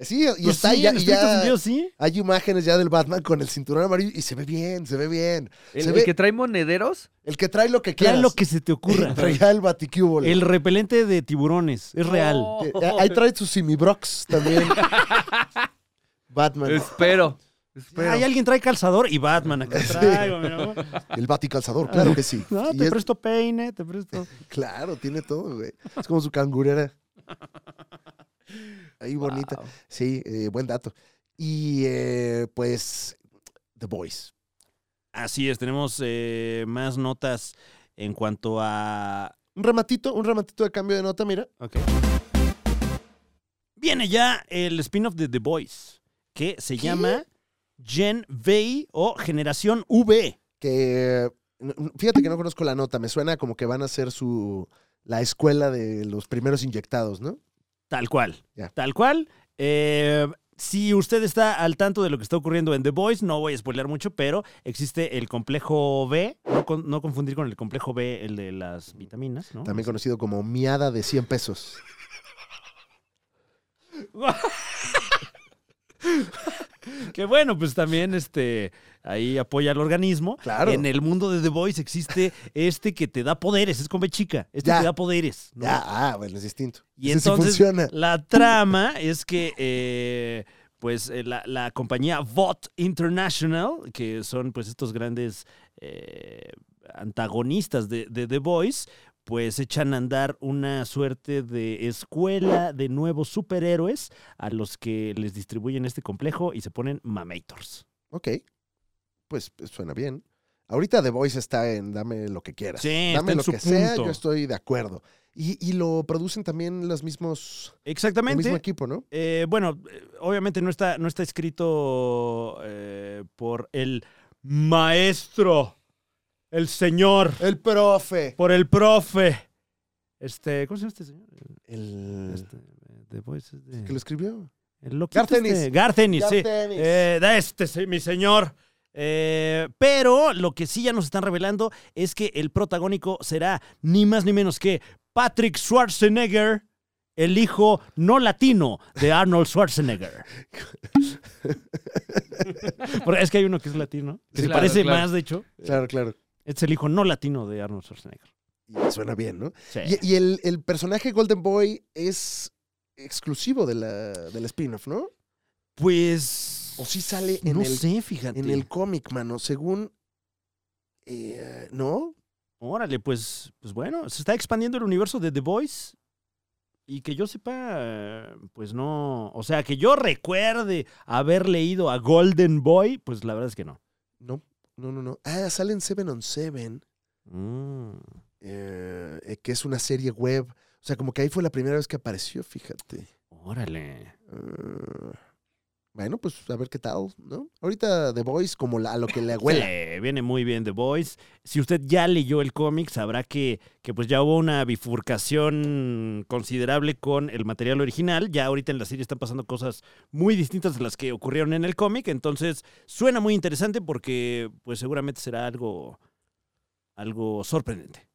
S2: Sí, y
S1: Pues
S2: está
S1: sí,
S2: ya,
S1: en
S2: y
S1: estricto
S2: ya
S1: sentido, sí.
S2: hay imágenes ya del Batman con el cinturón amarillo y se ve bien, se ve bien.
S3: El,
S2: Se
S3: el
S2: ve-
S3: que trae monederos.
S2: El que trae lo que
S1: Trae
S2: quieras.
S1: lo que se te ocurra.
S2: Traía el baticúbol.
S1: El repelente de tiburones. Es real.
S3: Oh,
S2: Eh, Ahí trae sus simibrox también. Batman.
S3: Espero. Espero.
S1: Ay, alguien trae calzador y Batman acá traigo, mi amor.
S2: El baticalzador, claro que sí.
S1: Ah, No,
S2: Y
S1: te
S2: es-
S1: presto peine, te presto.
S2: Claro, tiene todo, güey. Es como su cangurera. Ahí bonita.
S3: Wow.
S2: Sí, eh, buen dato. Y eh, pues, The Boys.
S1: Así es, tenemos eh, más notas en cuanto a...
S2: Un rematito, un rematito de cambio de nota, mira.
S1: Viene ya el spin-off de The Voice, que se llama Gen V o Generación V.
S2: Que eh, n- n- fíjate que no conozco la nota, me suena como que van a ser su la escuela de los primeros inyectados, ¿no?
S1: Tal cual.
S2: Ya.
S1: Tal cual. Eh, si usted está al tanto de lo que está ocurriendo en The Voice, no voy a spoilear mucho, pero existe el complejo B, no, con- no confundir con el complejo B, el de las vitaminas, ¿no?
S2: También conocido como miada de 100 pesos.
S1: Que bueno, pues también este ahí apoya al organismo.
S2: Claro.
S1: En el mundo de The Voice existe este que te da poderes, es con B chica, este
S2: Ya.
S1: te da poderes. ¿no?
S2: Ya, ah, bueno, es distinto.
S1: Y
S2: Ese sí
S1: entonces
S2: funciona.
S1: la trama es que eh, pues eh, la, la compañía Vought International, que son pues estos grandes eh, antagonistas de, de The Voice, pues echan a andar una suerte de escuela de nuevos superhéroes a los que les distribuyen este complejo y se ponen mamators.
S2: Ok. Pues pues, suena bien. Ahorita The Voice está en dame lo que quieras.
S1: Sí,
S2: dame
S1: está en
S2: lo
S1: su
S2: que sea,
S1: punto.
S2: yo estoy de acuerdo. Y, y lo producen también los mismos, el mismo
S1: Exactamente.
S2: equipo, ¿no?
S1: Eh, bueno, eh, obviamente no está, no está escrito eh, por el maestro, el señor,
S2: El profe.
S1: por el profe. Este, ¿Cómo se llama este señor?
S2: El
S1: Este, eh, The Voice es de-
S2: que lo escribió.
S1: El loquito
S2: Gartenis.
S1: este- Gartenis, sí.
S2: Gartenis.
S1: Eh, da este, sí, mi señor. Eh, pero lo que sí ya nos están revelando es que el protagónico será ni más ni menos que Patrick Schwarzenegger, el hijo no latino de Arnold Schwarzenegger. Porque es que hay uno que es latino, que
S3: Sí,
S1: se
S3: claro,
S1: parece
S3: claro.
S1: más, de hecho.
S2: Claro, claro.
S1: Es el hijo no latino de Arnold Schwarzenegger.
S2: Y suena bien, ¿no?
S1: Sí.
S2: Y, y el, el personaje Golden Boy es exclusivo de la, del spin-off, ¿no?
S1: Pues.
S2: O sí sale en
S1: no
S2: el-
S1: sé, fíjate.
S2: En el cómic, mano, según... eh, ¿No?
S1: Órale, pues, pues bueno, se está expandiendo el universo de The Voice. Y que yo sepa, pues no. O sea, que yo recuerde haber leído a Golden Boy, pues la verdad es que no.
S2: No, no, no, no. Ah, sale en Seven on Seven,
S1: Mm.
S2: eh, eh, que es una serie web. O sea, como que ahí fue la primera vez que apareció, fíjate.
S1: Órale.
S2: Eh, bueno, pues a ver qué tal, ¿no? Ahorita The Voice, como la- a lo que le huele.
S1: Sí, viene muy bien The Voice. Si usted ya leyó el cómic, sabrá que, que pues ya hubo una bifurcación considerable con el material original. Ya ahorita en la serie están pasando cosas muy distintas de las que ocurrieron en el cómic. Entonces, suena muy interesante porque pues seguramente será algo, algo sorprendente.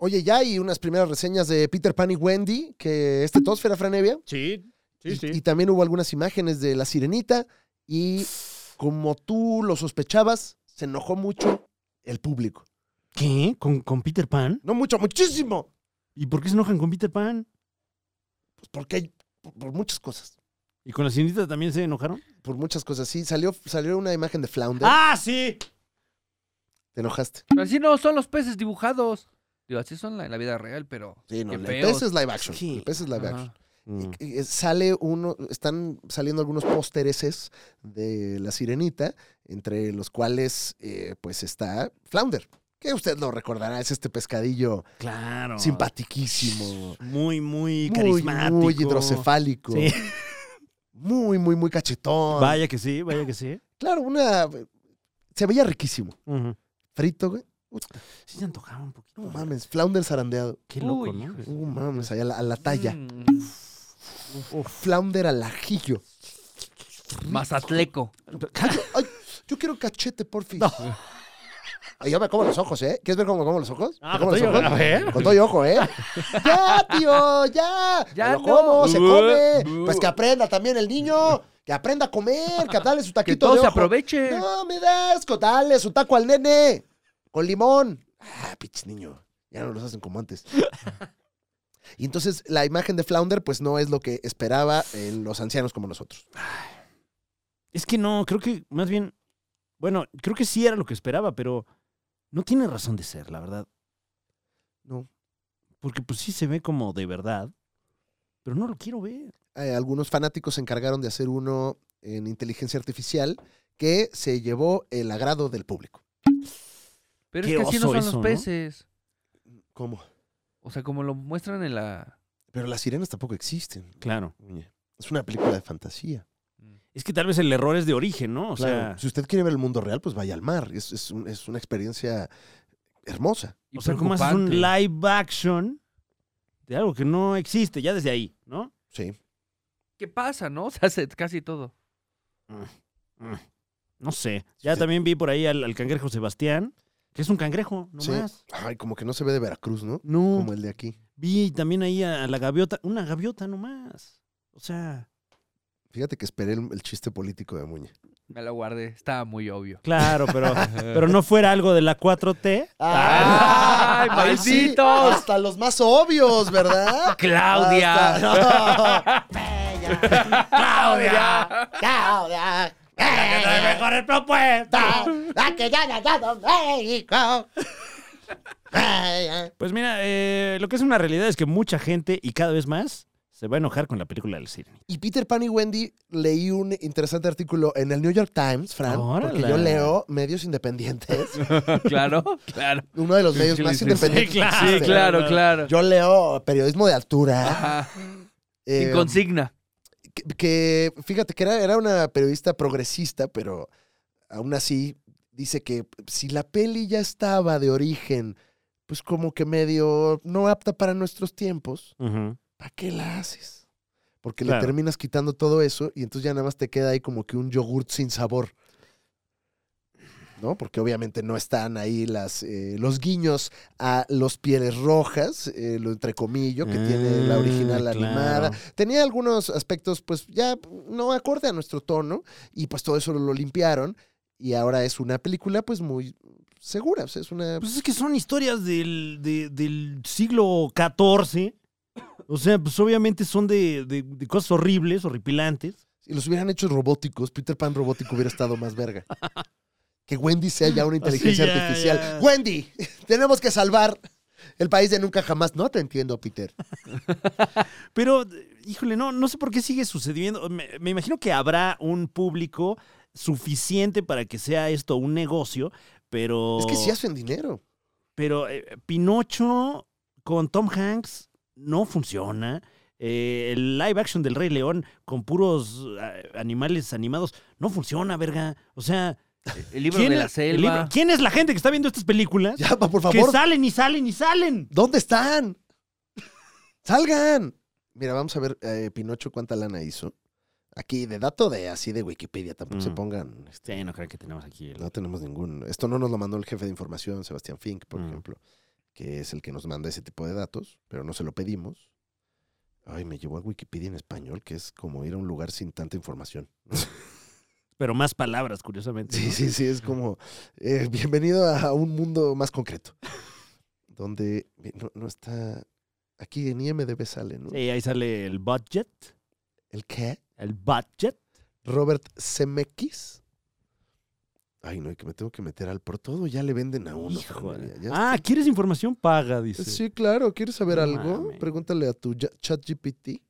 S2: Oye, ya hay unas primeras reseñas de Peter Pan y Wendy, que es Tetosfera Franevia.
S1: Sí,
S2: y, y también hubo algunas imágenes de la sirenita. Y como tú lo sospechabas, se enojó mucho el público.
S1: ¿Qué? ¿Con, ¿Con Peter Pan?
S2: No mucho, muchísimo.
S1: ¿Y por qué se enojan con Peter Pan?
S2: Pues porque hay, por, por muchas cosas.
S1: ¿Y con la sirenita también se enojaron?
S2: Por muchas cosas, sí. Salió, salió una imagen de Flounder.
S1: ¡Ah, sí!
S2: Te enojaste.
S3: Pero así no son los peces dibujados. Digo, así son la- en la vida real, pero.
S2: Sí, no,
S3: qué
S2: el
S3: feos.
S2: pez es live action.
S1: Sí.
S2: El pez es live action.
S3: Ajá.
S1: Mm.
S2: eh, sale uno, están saliendo algunos pósteres de la sirenita, entre los cuales eh, pues está Flounder, que usted lo recordará, es este pescadillo
S1: Claro.
S2: simpatiquísimo,
S1: Muy, muy
S2: muy,
S1: carismático.
S2: muy hidrocefálico,
S1: Sí.
S2: muy, muy, muy cachetón.
S1: Vaya que sí, vaya que sí.
S2: Claro, una... Se veía riquísimo.
S1: Ujú.
S2: Frito, güey.
S1: Sí se antojaba un poquito. ¿eh?
S2: No mames, Flounder zarandeado.
S1: Qué loco,
S3: Uy,
S1: ¿no?
S3: hijo de-
S2: Uh, mames, ahí a la, a la talla.
S3: Mm,
S2: Flounder al ajillo.
S3: Mazatleco.
S2: Ay, yo quiero cachete, porfis. Ay, yo me como los ojos, ¿eh? ¿Quieres ver cómo me como los ojos?
S1: Ah,
S2: ¿Me como
S1: con
S2: los
S1: todo y
S2: ojos?
S1: ojo, a ver.
S2: Con todo y ojo, ¿eh? ¡Ya, tío! ¡Ya!
S3: Ya
S2: Me lo
S3: no.
S2: como! ¡Se
S3: Bu,
S2: come!
S3: bu.
S2: Pues que aprenda también el niño. Que aprenda a comer, que dale su
S3: Que
S2: taquito
S3: todo
S2: de
S3: se
S2: ojo.
S3: aproveche.
S2: ¡No, me da asco! ¡Dale su taco al nene! ¡Con limón! ¡Ah, pinche niño! Ya no los hacen como antes. Y entonces la imagen de Flounder pues no es lo que esperaba eh, los ancianos como nosotros.
S1: Es que no, creo que más bien. Bueno, creo que sí era lo que esperaba, pero no tiene razón de ser, la verdad.
S2: No.
S1: Porque pues sí se ve como de verdad, pero no lo quiero ver.
S2: eh, algunos fanáticos se encargaron de hacer uno en inteligencia artificial que se llevó el agrado del público.
S3: Pero
S1: Qué
S3: es que así no
S1: oso
S3: son
S1: eso, ¿no?
S3: los peces.
S2: ¿Cómo?
S3: O sea, como lo muestran en la.
S2: Pero las sirenas tampoco existen.
S1: Claro.
S2: Muñe. Es una película de fantasía.
S1: Es que tal vez el error es de origen, ¿no? O
S2: Claro,
S1: sea,
S2: si usted quiere ver el mundo real, pues vaya al mar. Es, es un- es una experiencia hermosa.
S3: y
S1: o sea, como haces un
S3: preocupante.
S1: live action de algo que no existe ya desde ahí, ¿no?
S2: Sí.
S3: ¿Qué pasa, no? O sea, hace casi todo.
S1: Mm. No sé. Ya
S2: Sí.
S1: también vi por ahí al, al cangrejo Sebastián, que es un cangrejo, no
S2: Sí.
S1: más.
S2: Ay, como que no se ve de Veracruz, ¿no?
S1: No.
S2: Como el de aquí.
S1: Vi también ahí a, a la gaviota, una gaviota nomás. O sea,
S2: Fíjate que esperé el, el chiste político de Muñe.
S3: Me la guardé. Estaba muy obvio.
S1: claro, pero, pero no fuera algo de la 4T.
S3: ¡Ay,
S2: Ahí Ah, sí,
S3: malditos!
S2: hasta los más obvios, ¿verdad? Ah,
S3: ¡Claudia!
S2: Hasta-
S3: ¡Claudia!
S2: Claudia,
S1: mejor el propuesta!
S2: la que ya ha dado México. Ay,
S1: Pues mira, eh, lo que es una realidad es que mucha gente, y cada vez más, se va a enojar con la película del cine.
S2: Y Peter Pan y Wendy leí un interesante artículo en el New York Times, Fran, porque
S1: Órale.
S2: yo leo medios independientes,
S3: claro, claro.
S2: uno de los medios
S3: Sí,
S2: más
S3: sí,
S2: independientes.
S1: sí,
S2: que
S1: claro.
S2: existe.
S3: Sí, claro, claro.
S2: Yo leo periodismo de altura.
S3: Ajá.
S2: eh,
S3: Sin consigna.
S2: que, que, fíjate que era, era una periodista progresista, pero aún así dice que si la peli ya estaba de origen, pues como que medio no apta para nuestros tiempos, ¿para qué la haces? Porque
S1: Claro.
S2: le terminas quitando todo eso y entonces ya nada más te queda ahí como que un yogurt sin sabor. ¿No? Porque obviamente no están ahí las, eh, los guiños a los pieles rojas, eh, lo entrecomillo que tiene la original
S1: Ah,
S2: animada.
S1: claro.
S2: Tenía algunos aspectos, pues ya no acorde a nuestro tono, y pues todo eso lo limpiaron. Y ahora es una película, pues muy segura. o sea, es una.
S1: Pues es que son historias del, de- del siglo XIV. O sea, pues obviamente son de, de- de cosas horribles, horripilantes.
S2: Si los hubieran hecho robóticos, Peter Pan robótico hubiera estado más verga. Que Wendy sea ya una inteligencia
S1: ya,
S2: artificial.
S1: ya.
S2: Wendy, tenemos que salvar el país de nunca jamás. No te entiendo, Peter.
S1: Pero, híjole, no, no sé por qué sigue sucediendo. Me, me imagino que habrá un público suficiente para que sea esto un negocio, pero.
S2: Es que sí hacen dinero.
S1: Pero eh, Pinocho con Tom Hanks no funciona. Eh, el live action del Rey León con puros eh, animales animados no funciona, verga. O sea,
S3: El libro
S1: ¿quién
S3: de
S1: es-
S3: la
S1: el libro-
S3: selva.
S1: ¿quién es la gente que está viendo estas películas?
S2: Ya, va, por
S1: que
S2: favor.
S1: salen y salen y salen.
S2: ¿Dónde están? ¡Salgan! Mira, vamos a ver eh, Pinocho cuánta lana hizo. Aquí, de dato de así de Wikipedia, tampoco se
S1: Mm.
S2: pongan. este,
S1: Sí, no creo que tenemos aquí. el-
S2: No tenemos ningún. Esto no nos lo mandó el jefe de información, Sebastián Fink, por
S1: Mm.
S2: ejemplo, que es el que nos manda ese tipo de datos, pero no se lo pedimos. Ay, me llevó a Wikipedia en español, que es como ir a un lugar sin tanta información.
S1: Pero más palabras, curiosamente.
S2: Sí,
S1: ¿no?
S2: sí, sí, es como eh, bienvenido a un mundo más concreto, donde eh, no, no está. Aquí en IMDB sale, ¿no?
S1: Sí, ahí sale el budget.
S2: ¿El qué?
S1: El budget.
S2: Robert Zemeckis. Ay, no, y que me tengo que meter al por todo, ya le venden a uno.
S1: Híjole.
S2: familia, ya
S1: Ah, ¿quieres información paga? Dice.
S2: Sí, claro. ¿Quieres saber
S1: No
S2: algo?
S1: mames.
S2: Pregúntale a tu ya- chat GPT.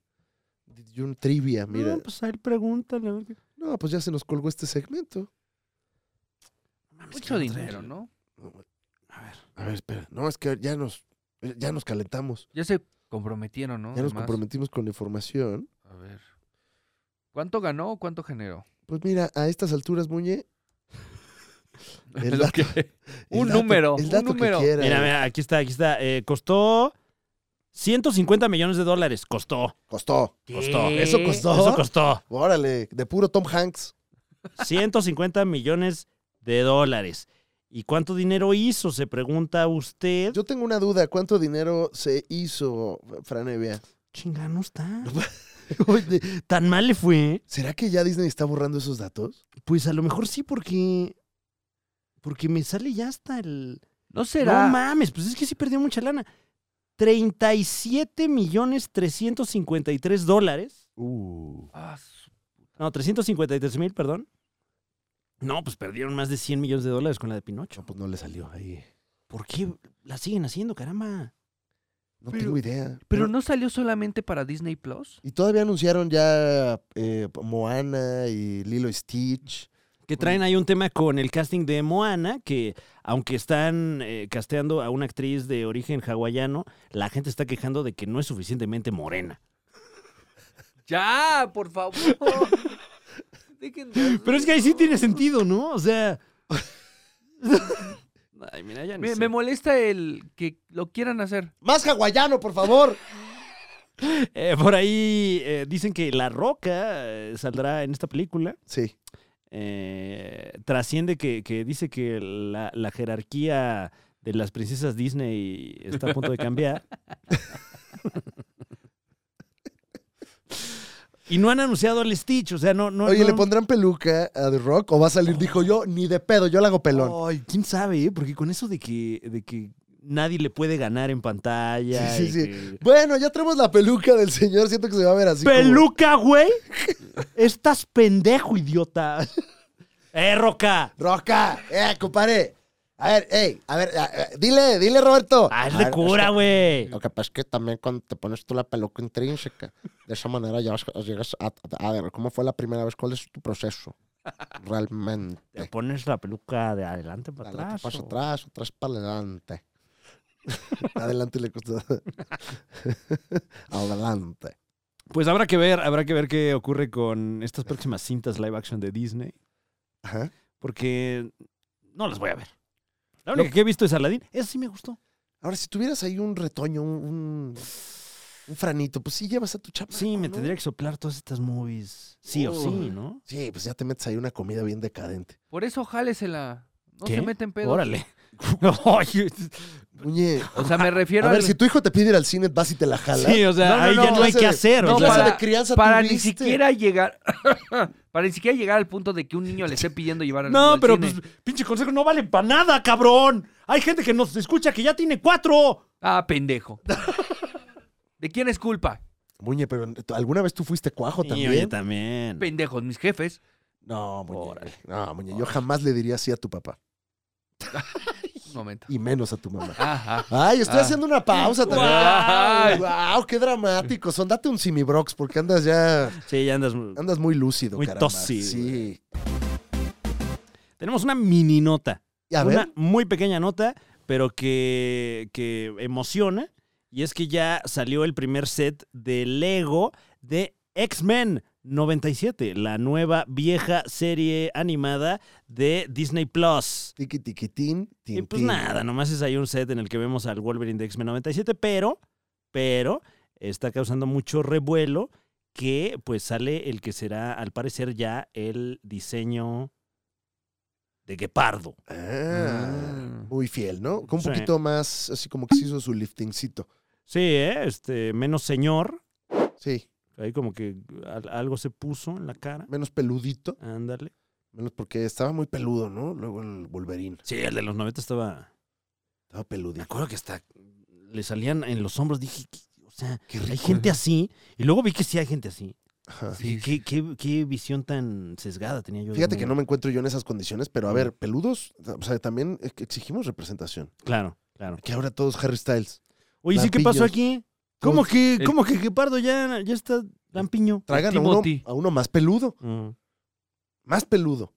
S2: Did you- trivia, mira.
S1: No, pues a él pregúntale. a ver qué-
S2: No, pues ya se nos colgó este segmento.
S1: Mames, que
S3: Mucho
S1: no trae-
S3: dinero, ¿no?
S1: A ver.
S2: A ver, espera. No, es que ya nos, ya nos calentamos.
S3: Ya se comprometieron, ¿no?
S2: ya nos
S3: Además.
S2: comprometimos con la información.
S3: A ver. ¿Cuánto ganó o cuánto generó?
S2: Pues mira, a estas alturas, Muñe, El
S3: Lo
S2: dato.
S3: que-
S2: el
S3: un
S2: dato-
S3: número.
S2: el
S3: un
S2: dato
S3: número.
S2: que quiera.
S1: Mira, mira, aquí está, aquí está. Eh, costó 150 millones de dólares. Costó.
S2: Costó.
S1: Costó.
S3: ¿Qué?
S2: Eso costó.
S1: Eso costó.
S2: Órale, de puro Tom Hanks.
S1: 150 millones de dólares. ¿Y cuánto dinero hizo? Se pregunta usted.
S2: Yo tengo una duda. ¿Cuánto dinero se hizo, Fran Evia?
S1: Chinga, no está. Oye, Tan mal le fue.
S2: ¿Será que ya Disney está borrando esos datos?
S1: Pues a lo mejor sí, porque. Porque me sale ya hasta el.
S3: ¿No será?
S1: No mames, pues es que sí perdió mucha lana. 37 millones 353 dólares.
S3: Ah, su-
S1: No, 353 mil, perdón. No, pues perdieron más de 100 millones de dólares con la de Pinocho.
S2: No, pues no le salió ahí.
S1: ¿Por qué la siguen haciendo, caramba?
S2: No
S3: Pero-
S2: tengo idea.
S3: pero no salió solamente para Disney Plus.
S2: Y todavía anunciaron ya eh, Moana y Lilo y Stitch.
S1: Que traen ahí un tema con el casting de Moana, que aunque están eh, casteando a una actriz de origen hawaiano, la gente está quejando de que no es suficientemente morena.
S3: Ya, por favor. Dejen de-
S1: Pero es que ahí sí tiene sentido, ¿no? O sea... Ay, mira, ya ni
S3: Me,
S1: sé.
S3: me molesta el que lo quieran hacer.
S2: ¡Más hawaiano, por favor!
S1: Eh, por ahí eh, dicen que La Roca eh, saldrá en esta película.
S2: Sí.
S1: eh, trasciende que, que dice que la, la jerarquía de las princesas Disney está a punto de cambiar. y no han anunciado el Stitch, o sea, no... no
S2: Oye,
S1: no-
S2: ¿le pondrán peluca a The Rock o va a salir? Dijo yo, ni de pedo, yo la hago pelón.
S1: Ay, quién sabe, eh? porque con eso de que, de que nadie le puede ganar en pantalla.
S2: Sí,
S1: y
S2: sí, sí.
S1: que-
S2: Bueno, ya tenemos la peluca del señor. Siento que se va a ver así. como-
S1: ¡Peluca, güey! Estás pendejo, idiota. ¡Eh, Roca!
S2: ¡Roca! ¡Eh, compadre! A ver, ey, a ver, a- a- dile, dile, Roberto.
S1: ¡Ah, es
S2: A
S1: de
S2: ver,
S1: cura,
S2: es
S1: güey!
S2: que- Lo que pasa es que también cuando te pones tú la peluca intrínseca, de esa manera ya vas- llegas a, a ver cómo fue la primera vez, cuál es tu proceso realmente.
S1: Te pones la peluca de adelante para
S2: Dale,
S1: atrás.
S2: te paso
S1: o-
S2: atrás, atrás para adelante. adelante le costó. adelante.
S1: Pues habrá que ver, habrá que ver qué ocurre con estas próximas cintas live action de Disney,
S2: Ajá.
S1: porque no las voy a ver. La única que he visto es Aladdin. Esa sí me gustó.
S2: Ahora, si tuvieras ahí un retoño, un, un- Un franito, pues sí llevas a tu chamaco.
S1: Sí, me
S2: ¿no?
S1: tendría que soplar todas estas movies. Sí o sí,
S2: Uy.
S1: ¿no?
S2: Sí, pues ya te metes ahí una comida bien decadente.
S3: Por eso jálesela. No
S1: ¿Qué?
S3: se meten pedo.
S1: Órale. Oye,
S2: Oye,
S3: O sea, me refiero
S2: a ver,
S3: al-
S2: si tu hijo te pide ir al cine, vas y te la jalas.
S1: sí, o sea,
S3: No, no,
S1: ahí
S3: no,
S1: ya no hay
S2: clase
S1: que
S2: de-
S1: hacer. o
S2: no,
S1: sea,
S2: clase de crianza
S3: para ni
S2: tuviste.
S3: siquiera llegar para ni siquiera llegar al punto de que un niño le esté pidiendo llevar al
S1: No,
S3: al
S1: pero
S3: cine.
S1: pues, pinche consejo no vale para nada, cabrón. Hay gente que nos escucha que ya tiene cuatro.
S3: Ah, pendejo. ¿De quién es culpa?
S2: Muñe, pero ¿alguna vez tú fuiste cuajo
S1: Y
S2: también?
S1: oye, también.
S3: Pendejos, mis jefes.
S2: No, Muñe. No, Muñe, yo jamás le diría así a tu papá.
S3: Un momento.
S2: Y menos a tu mamá.
S3: Ajá.
S2: Ay, estoy
S3: Ah.
S2: haciendo una pausa
S3: Guau.
S2: también. Wow, qué dramático. Son date un simibrox porque andas ya
S1: Sí, ya andas.
S2: andas muy lúcido,
S1: Muy
S2: caramba.
S1: tosi,
S2: Sí.
S1: Tenemos una mini nota.
S2: Y A
S1: una
S2: ver,
S1: muy pequeña nota, pero que, que emociona. Y es que ya salió el primer set de Lego de X-Men 97, la nueva vieja serie animada de Disney Plus.
S2: tiqui tiquitín, tin,
S1: Y pues
S2: tin.
S1: nada, nomás es ahí un set en el que vemos al Wolverine de X-Men 97, pero, pero está causando mucho revuelo que pues sale el que será al parecer ya el diseño de Guepardo.
S2: Ah, muy fiel, ¿no? Con un
S1: Sí.
S2: poquito más, así como que se hizo su liftingcito.
S1: Sí, ¿eh? este, menos señor.
S2: Sí,
S1: Ahí como que al- algo se puso en la cara.
S2: menos peludito,
S1: Ándale.
S2: menos porque estaba muy peludo, ¿no? Luego el Wolverine
S1: Sí, el de los 90 estaba. Me
S2: estaba peludito.
S1: acuerdo que hasta le salían en los hombros. Dije, "¿Qué- o sea,
S2: Qué
S1: hay
S2: rico.
S1: gente así. Y luego vi que sí hay gente así.
S2: Ajá.
S3: Sí,
S1: ¿Qué, qué- qué visión tan sesgada tenía yo? de
S2: Fíjate
S1: mí?
S2: que no me encuentro yo en esas condiciones,
S1: Mm.
S2: pero a ver, peludos, o sea, también ex- exigimos representación.
S1: Claro, claro.
S2: Que ahora todos Harry Styles.
S1: Oye, sí, ¿qué pasó
S2: Lampiños.
S1: aquí? ¿Cómo
S2: Todos-
S1: que,
S3: el-
S1: cómo que Gepardo ya, ya está lampiño?
S2: Traigan a uno,
S3: Timothy.
S2: a uno más peludo,
S1: Mm.
S2: más peludo.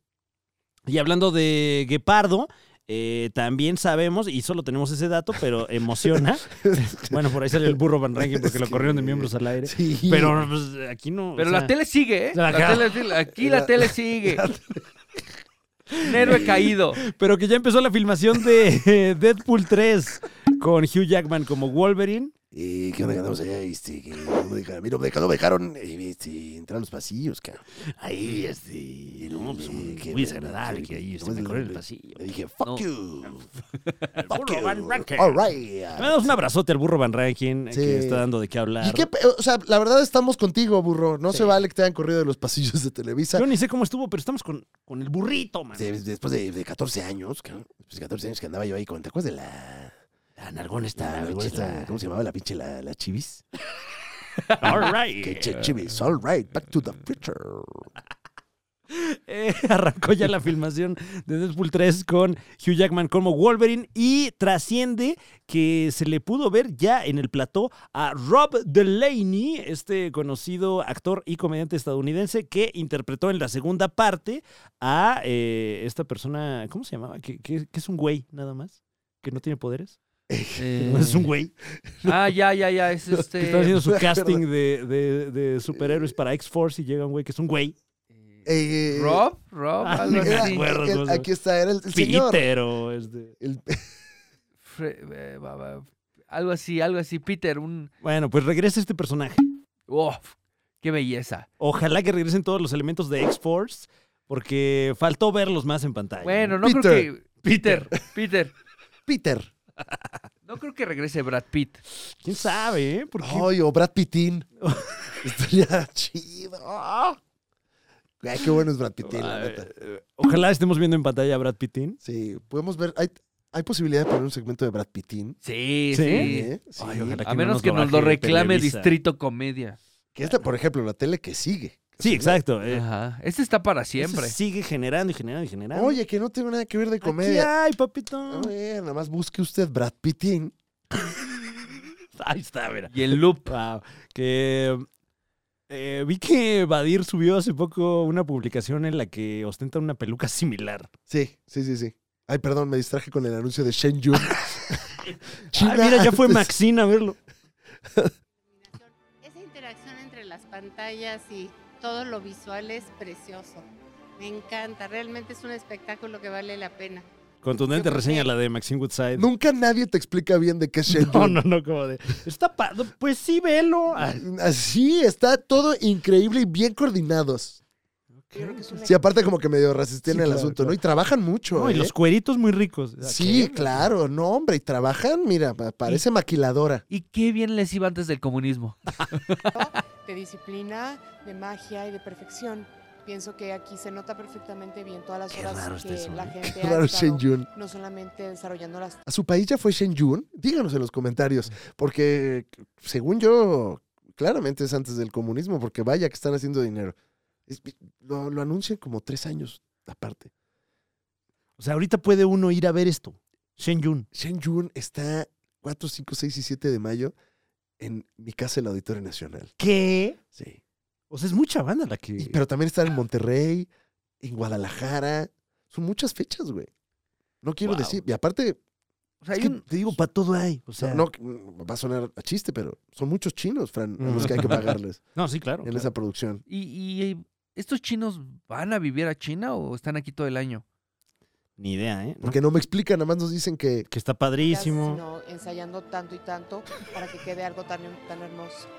S1: Y hablando de Guepardo, eh, también sabemos, y solo tenemos ese dato, pero emociona. bueno, por ahí sale el burro Van Ranking porque
S2: Es
S1: lo
S2: que-
S1: corrieron de miembros al aire.
S2: Sí.
S1: Pero pues, aquí no. o
S3: Pero
S1: sea,
S3: la tele sigue, ¿eh?
S1: la
S3: La
S1: cara-
S3: tele sigue- aquí la,
S2: la-
S3: tele sigue. Un héroe caído.
S1: Pero que ya empezó la filmación de eh, Deadpool 3 con Hugh Jackman como Wolverine.
S2: ¿Y qué onda que andamos allá? Este, que no me dejaron, mira, no me dejaron, no me dejaron eh, este, entrar en los pasillos, cabrón.
S1: Ahí, este. No, pues,
S2: Eh, que
S1: muy
S2: me-
S1: desagradable que ahí
S2: no
S1: se
S2: me-
S1: me corrió en el pasillo.
S2: Le dije, fuck
S3: No.
S2: you. fuck
S1: burro
S2: you.
S1: Van Ranking.
S2: All right.
S1: Le damos un abrazote al burro Van Rankin, eh,
S2: Sí.
S1: que está dando de qué hablar.
S2: ¿Y qué pe- o sea, la verdad estamos contigo, burro. No se vale que te hayan corrido de los pasillos de Televisa.
S1: Yo ni sé cómo estuvo, pero estamos con, con el burrito, man.
S2: De- después de, de 14 años, cabrón, después de 14 años que andaba yo ahí con, ¿te acuerdas de la...
S1: La nargón
S2: la-
S1: está.
S2: la- esta- ¿Cómo se llamaba la pinche la, la chivis?
S1: All
S2: Que
S1: right.
S2: che, chivis, all right, back to the future.
S1: Eh, arrancó ya la filmación de Deadpool 3 con Hugh Jackman como Wolverine y trasciende que se le pudo ver ya en el plató a Rob Delaney, este conocido actor y comediante estadounidense que interpretó en la segunda parte a eh, esta persona, ¿cómo se llamaba? Que, que- que es un güey nada más, que no tiene poderes. que
S3: Eh,
S1: nomás es un güey.
S3: Ah, ya, ya, ya. Es
S1: Que Está haciendo
S3: este.
S1: su casting de, de- de superhéroes para X-Force y llega un güey que es un güey.
S2: Eh,
S3: Rob, Rob,
S1: Ah,
S3: algo
S1: me
S2: era-
S3: así.
S1: acuerdo.
S2: el- aquí está, era el, el señor.
S1: Peter o este...
S2: El-
S3: Fre- eh, ba- ba- algo así, algo así. Peter, un.
S1: Bueno, pues regresa este personaje.
S3: ¡Oh! ¡Qué belleza!
S1: Ojalá que regresen todos los elementos de X-Force, porque faltó verlos más en pantalla.
S3: Bueno, no creo que. Peter, Peter.
S2: Peter.
S3: No creo que regrese Brad Pitt.
S1: ¿Quién sabe, eh? Porque
S2: Ay, o Brad Pitín. Estaría chido. Ay, qué bueno es Brad Pitín, la
S1: Ay,
S2: neta.
S1: eh, ojalá estemos viendo en pantalla a Brad Pittin.
S2: Sí, podemos ver. Hay, hay posibilidad de poner un segmento de Brad Pitín.
S3: Sí,
S1: ¿Sí?
S3: sí.
S2: ¿eh? Sí.
S1: Ay, ojalá.
S3: A
S1: Que no
S3: menos
S1: nos
S3: que
S1: lo
S3: nos lo
S1: baje
S3: reclame
S1: Televisa.
S3: Distrito Comedia.
S2: Que esta, por ejemplo, la tele que sigue.
S1: Sí, exacto. eh,
S3: Ajá. Este está para siempre.
S1: eso Sigue generando y generando y generando.
S2: Oye, que no tiene nada que ver de
S1: Aquí
S2: comedia.
S1: hay, papito.
S2: A ver, nada más busque usted Brad Pitín.
S1: Ahí está, mira.
S3: Y el loop.
S1: Wow. Que eh, vi que Badir subió hace poco una publicación en la que ostenta una peluca similar.
S2: Sí, sí, sí, sí. Ay, perdón, me distraje con el anuncio de Shen Yun. China
S1: Ah, mira, ya fue
S2: antes.
S1: Maxine a verlo.
S7: Esa interacción entre las pantallas y todo lo visual es precioso. Me encanta, realmente es un espectáculo que vale la pena.
S1: Contundente reseña la de Maxine Woodside.
S2: Nunca nadie te explica bien de qué es Shen
S1: No,
S2: Yun.
S1: no, no, como de. Está pa- Pues sí, velo. Ah,
S2: Así está todo increíble y bien coordinados. Sí, aparte como que medio resistían
S1: Sí,
S2: el
S1: claro,
S2: asunto, ¿no?
S1: claro.
S2: Y trabajan mucho.
S1: no, y
S2: ¿eh?
S1: los cueritos muy ricos.
S2: Sí,
S1: ¿Qué?
S2: claro, no, hombre, y trabajan, mira, pa- parece maquiladora.
S3: Y qué bien les iba antes del comunismo.
S8: de disciplina, de magia y de perfección. Pienso que aquí se nota perfectamente bien todas las
S1: Qué
S8: horas
S1: raro está
S8: que
S1: eso,
S8: la
S1: ¿eh?
S8: gente ha
S2: Claro, Shen
S8: estado
S2: Yun.
S8: no solamente desarrollando las
S2: ¿A su país ya fue Shen Yun? Díganos en los comentarios, porque según yo, claramente es antes del comunismo, porque vaya que están haciendo dinero. Es- lo, lo anuncian como tres años aparte.
S1: O sea, ahorita puede uno ir a ver esto. Shen Yun.
S2: Shen Yun está 4, 5, 6 y 7 de mayo en mi casa, el Auditorio Nacional.
S1: ¿Qué?
S2: Sí.
S1: O sea, es mucha banda la que.
S2: Y- pero también están en Monterrey, en Guadalajara. Son muchas fechas, güey. No quiero
S1: Wow.
S2: decir. Y aparte,
S3: O sea,
S2: es
S3: hay
S2: que
S3: un-
S2: te digo,
S1: para todo hay. O sea,
S2: no, no- mm, va a sonar a chiste, pero son muchos chinos, Fran, a los que hay que pagarles
S1: No, sí, claro.
S2: en
S1: claro.
S2: esa producción.
S3: y, y estos chinos van a vivir a China o están aquí todo el año?
S1: Ni idea, ¿eh? No,
S2: Porque no me explican, nada más nos dicen que.
S1: Que está
S8: ideas,
S1: padrísimo.
S8: sino ensayando tanto y tanto para que quede algo tan, tan hermoso.